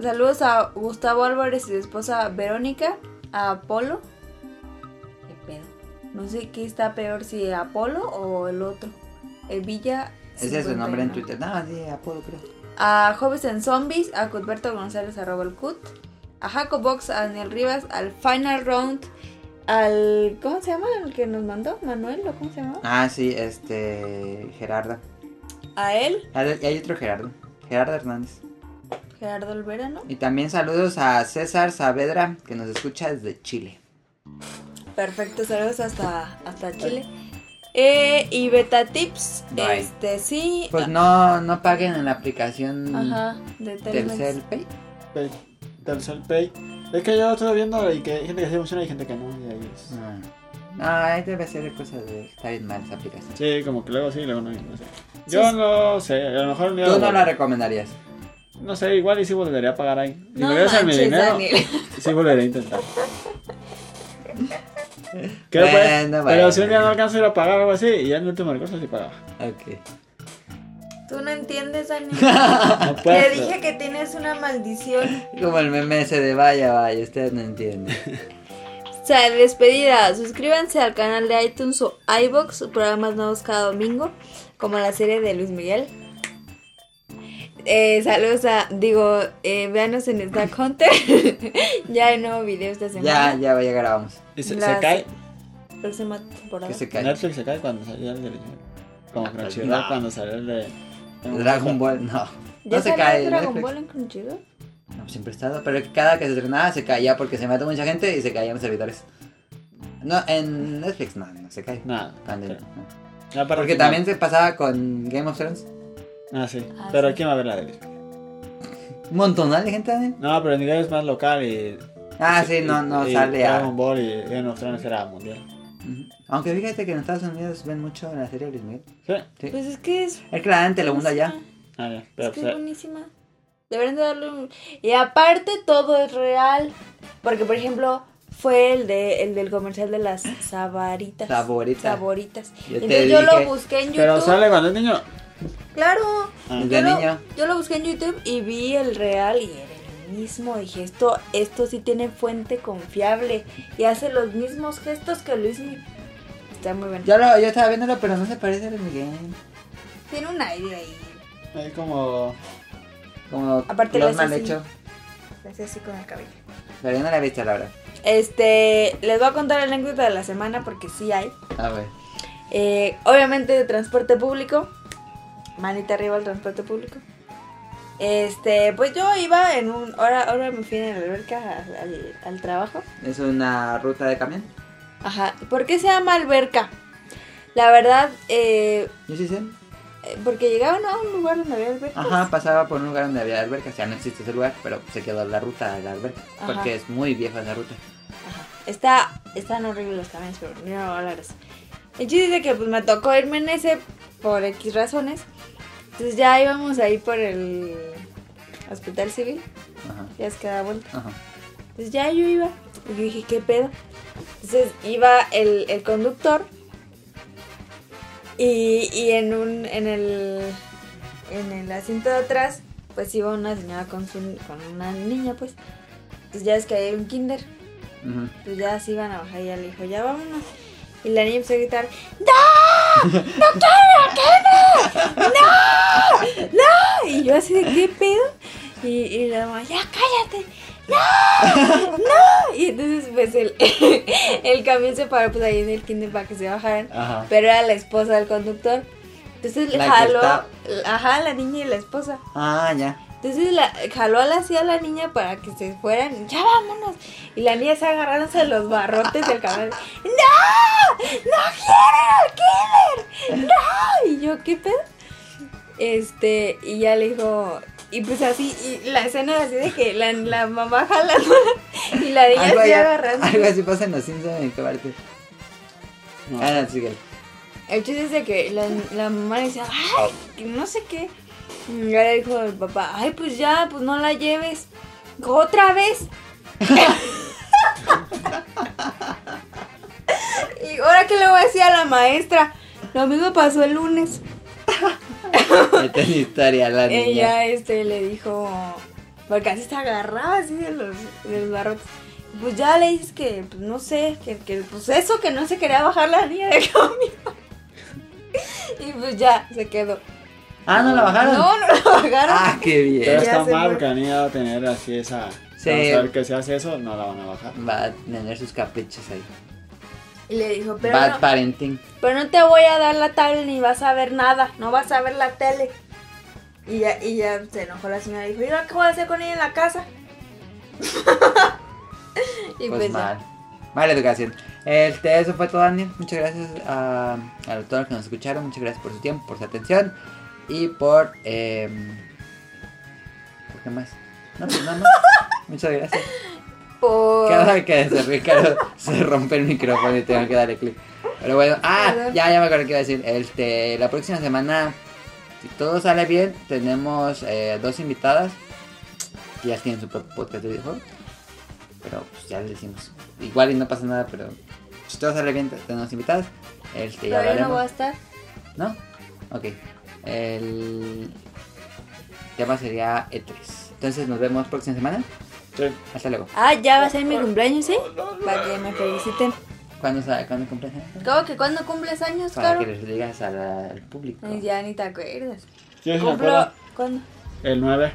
Saludos a Gustavo Álvarez y su esposa Verónica, a Apolo. ¿Qué pedo? No sé qué está peor, si Apolo o el otro. El Villa.
Ese es su nombre en
51.
Twitter. No, sí, apodo creo.
A Hobbies en Zombies, a Cutberto González, a Robert Cut, a Jacobox, a Daniel Rivas, al Final Round, al. ¿Cómo se llama? El que nos mandó, Manuel, ¿o cómo se llama?
Ah, sí, este. Gerardo.
A él,
Ah, Y hay otro Gerardo. Gerardo Hernández.
Gerardo Olvera, ¿no?
Y también saludos a César Saavedra, que nos escucha desde Chile.
Perfecto, saludos hasta, hasta Chile. Eh, y Beta Tips,
Bye.
este sí.
Pues no, no paguen en la aplicación
Ajá, de Telmex.
Telcel Pay.
Pay. Telcel Pay. Es que yo estuve viendo y que hay gente que sí funciona y gente que no. Y ahí es.
Ah, Ay, debe ser de cosas de. Está bien mal esa aplicación.
Sí, como que luego sí, luego no. no sé. Yo
Sí.
no sé, a lo mejor me
Tú no la recomendarías.
No sé, igual y sí volvería a pagar ahí. Si
No
me regresan mi
manches,
dinero,
Daniel.
sí volvería a intentar. ¿Qué
Bueno,
pues?
bueno.
Pero si un día no alcanzo a ir a pagar o algo así, y ya en el último recurso sí pagaba.
Ok.
Tú no entiendes, Dani.
No
Te
puedes,
dije que tienes una maldición.
Como el meme ese de vaya, vaya, ustedes no entienden.
O sea, despedida. Suscríbanse al canal de iTunes o iBox, programas nuevos cada domingo, como la serie de Luis Miguel. Eh, saludos a, digo, eh, véanos en Snack Hunter. ya hay nuevo video esta
ya,
semana.
ya, ya grabamos.
Y se,
Las-
se cae,
Próxima temporada.
Que se cae.
Netflix se cae cuando salió el de. Como Crunchyroll
Ah, no.
cuando salió el de.
Dragon Ball, no. No
¿Ya
se
salió
cae.
Dragon
Netflix.
Ball en Crunchyroll?
No, pues siempre ha estado. Pero cada que se estrenaba se caía porque se mató mucha gente y se caían los servidores. No, en Netflix no, no se cae.
Nada.
Cuando-
pero-
no.
ya para
Porque
el final.
también se pasaba con Game of Thrones.
Ah, sí.
Ah,
pero
sí.
¿quién va a ver la de
Un montonal de gente también.
No, pero el nivel es más local y.
Ah, sí, no, no
y
sale
Dragon
a.
Ball y Game of Thrones era mundial.
Ujú. Aunque fíjate que en Estados Unidos ven mucho la serie de Luis Miguel.
Sí.
Sí.
Pues es que es
Es que la dan en Telemundo allá.
Ah, ya. Pero
Es que es
pues, eh,
buenísima. Deberían de darle un... Y aparte todo es real. Porque, por ejemplo, fue el, de, el del comercial de las sabaritas.
Saboritas.
Saboritas.
Yo te
Entonces yo lo
dije.
busqué en YouTube.
pero sale cuando es niño.
Claro.
Ah.
Yo
De
lo-
niño.
Yo lo busqué en YouTube y vi el real y era el mismo. Dije, esto, esto sí tiene fuente confiable. Y hace los mismos gestos que Luis Miguel. Está muy bueno.
Yo, lo, yo estaba viéndolo, pero no se parece a Luis Miguel.
Tiene un aire ahí.
Ahí como.
Como
Aparte lo
lo
hace
mal
así.
hecho.
Así, pues, así con el cabello.
Pero yo no la he visto, la verdad.
Este, les voy a contar la anécdota de la semana porque sí hay.
A ver.
Eh, obviamente de transporte público. Manita arriba el transporte público. Este, pues yo iba en un. Ahora, ahora me fui en la alberca al, al- al trabajo.
Es una ruta de camión.
Ajá. ¿Por qué se llama alberca? La verdad, eh,
Yo sí sé.
eh, porque llegaban a un lugar donde había alberca.
Ajá, pasaba por un lugar donde había alberca. O sea, no existe ese lugar, pero se quedó la ruta de la alberca.
Ajá.
Porque es muy vieja esa ruta.
Está, están horribles los camiones, pero no voy a hablar de eso. El chiste es de que pues, me tocó irme en ese por X razones. Entonces ya íbamos ahí por el hospital civil,
Ajá.
ya es cada vuelta.
Ajá.
Entonces ya yo iba y yo dije, ¿qué pedo? Entonces iba el, el conductor y, y en, un, en, el, en el asiento de atrás pues iba una señora con, su, con una niña pues. Entonces ya es que hay un kinder
Ujú.
pues ya se iban a bajar y ya le dijo, ya vámonos. Y la niña empezó a gritar, ¡No! ¡No quiero, no quiero! ¡No! ¡No! Y yo así de, ¿qué pedo? Y, y la mamá, ya cállate. ¡No! ¡No! Y entonces pues el, el camión se paró pues ahí en el kinder para que se bajaran.
Ajá.
Pero era la esposa del conductor. Entonces le
La que
jaló,
está-
ajá, la niña y la esposa.
Ah, ya.
Entonces la, jaló así a la niña para que se fueran. y, Ya vámonos. Y la niña se agarrándose los barrotes del cabrón. ¡No! ¡No quieren al killer! ¡No! Y yo, ¿qué pedo? Este, y ya le dijo. Y pues así, y la escena era así de que la, la mamá jalando y la niña
Algo,
así
allá-
agarrando.
algo así pasa en los Simpsons en qué parte.
No.
Ah, no, síguele.
El chiste es de que la, la mamá le decía, ay, que no sé qué. Y ya le dijo el papá, ay, pues ya, pues no la lleves. Dijo, Otra vez. y ahora que le voy a decir a la maestra, lo mismo pasó el lunes.
Esta es la historia, la niña.
Ella este, le dijo, porque así se agarraba así de los, de los barrotes. Pues ya le dices que, pues no sé, que, que pues eso, que no se quería bajar la niña de cambio. y pues ya, se quedó.
Ah, no la bajaron.
No, no lo bajaron.
Ah, qué
Pero
bien.
Ya
está
se
mal
fue.
porque la niña va a tener así esa.
Sí.
Vamos a ver que se hace eso, no la van a bajar.
Va a tener sus caprichos ahí.
Y le dijo, pero
Bad
no,
parenting.
pero no te voy a dar la tablet ni vas a ver nada, no vas a ver la tele. Y ya, y ya se enojó la señora y dijo, ¿y ahora qué voy a hacer con ella en la casa? y
Pues
pues, ya.
mal. Mala educación. Este, eso fue todo, Daniel. Muchas gracias a, a todos los que nos escucharon. Muchas gracias por su tiempo, por su atención y por. em, ¿Por qué más? No, pues nada más. Muchas gracias.
Por-
Cada que se, Ricardo se rompe el micrófono y tengo que darle clic. Pero bueno, ah,
Perdón.
ya, ya me acuerdo que iba a decir. Este, la próxima semana, si todo sale bien, tenemos eh, dos invitadas que ya tienen su propio podcast de videojuegos. Pero pues ya les decimos. Igual y no pasa nada, pero si todo sale bien, tenemos invitadas. Este, ya
Pero yo no voy a
hablaremos.
estar.
¿No? Ok. El tema sería E3. Entonces nos vemos próxima semana.
Sí.
Hasta luego.
Ah, ya va a ser mi cumpleaños, ¿sí? Para que me feliciten.
¿Cuándo, sa- ¿cuándo eh? compras?
¿Cómo que cuando cumples años,
Para que
Caro?
les digas a la- al público.
Ay, Ya ni te acuerdas.
Yo sí me
Cumplo.
acuerdo,
¿Cuándo?
el 9.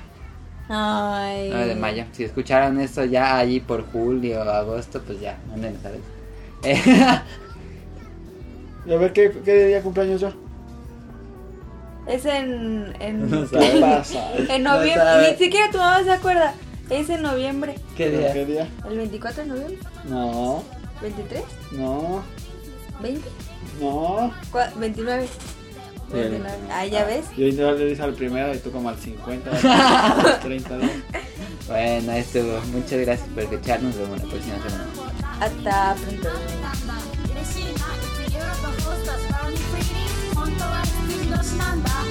Ay.
9 de mayo. Si escucharon esto ya allí por julio o agosto, pues ya, manden, ¿sabes?
Y a ver qué, qué día cumpleaños yo.
Es en. en
No
¿Qué pasa?
En
No
noviembre,
sabe.
ni siquiera tu mamá se acuerda. Es en noviembre.
¿Qué
¿Pero
día?
¿Qué día?
¿El 24 de noviembre?
No,
¿23?
no,
¿20?
no.
cua- ¿29?
Bien.
29. Ah, ya ves.
Yo yo le dije al primero y tú como al 50, al 30. ¿no?
Bueno, ahí estuvo. Muchas gracias por escucharnos. Nos vemos la próxima semana.
Hasta pronto.
嬉しいな喜びホストスパーリーフリー本当は引き出しなんだ Oh,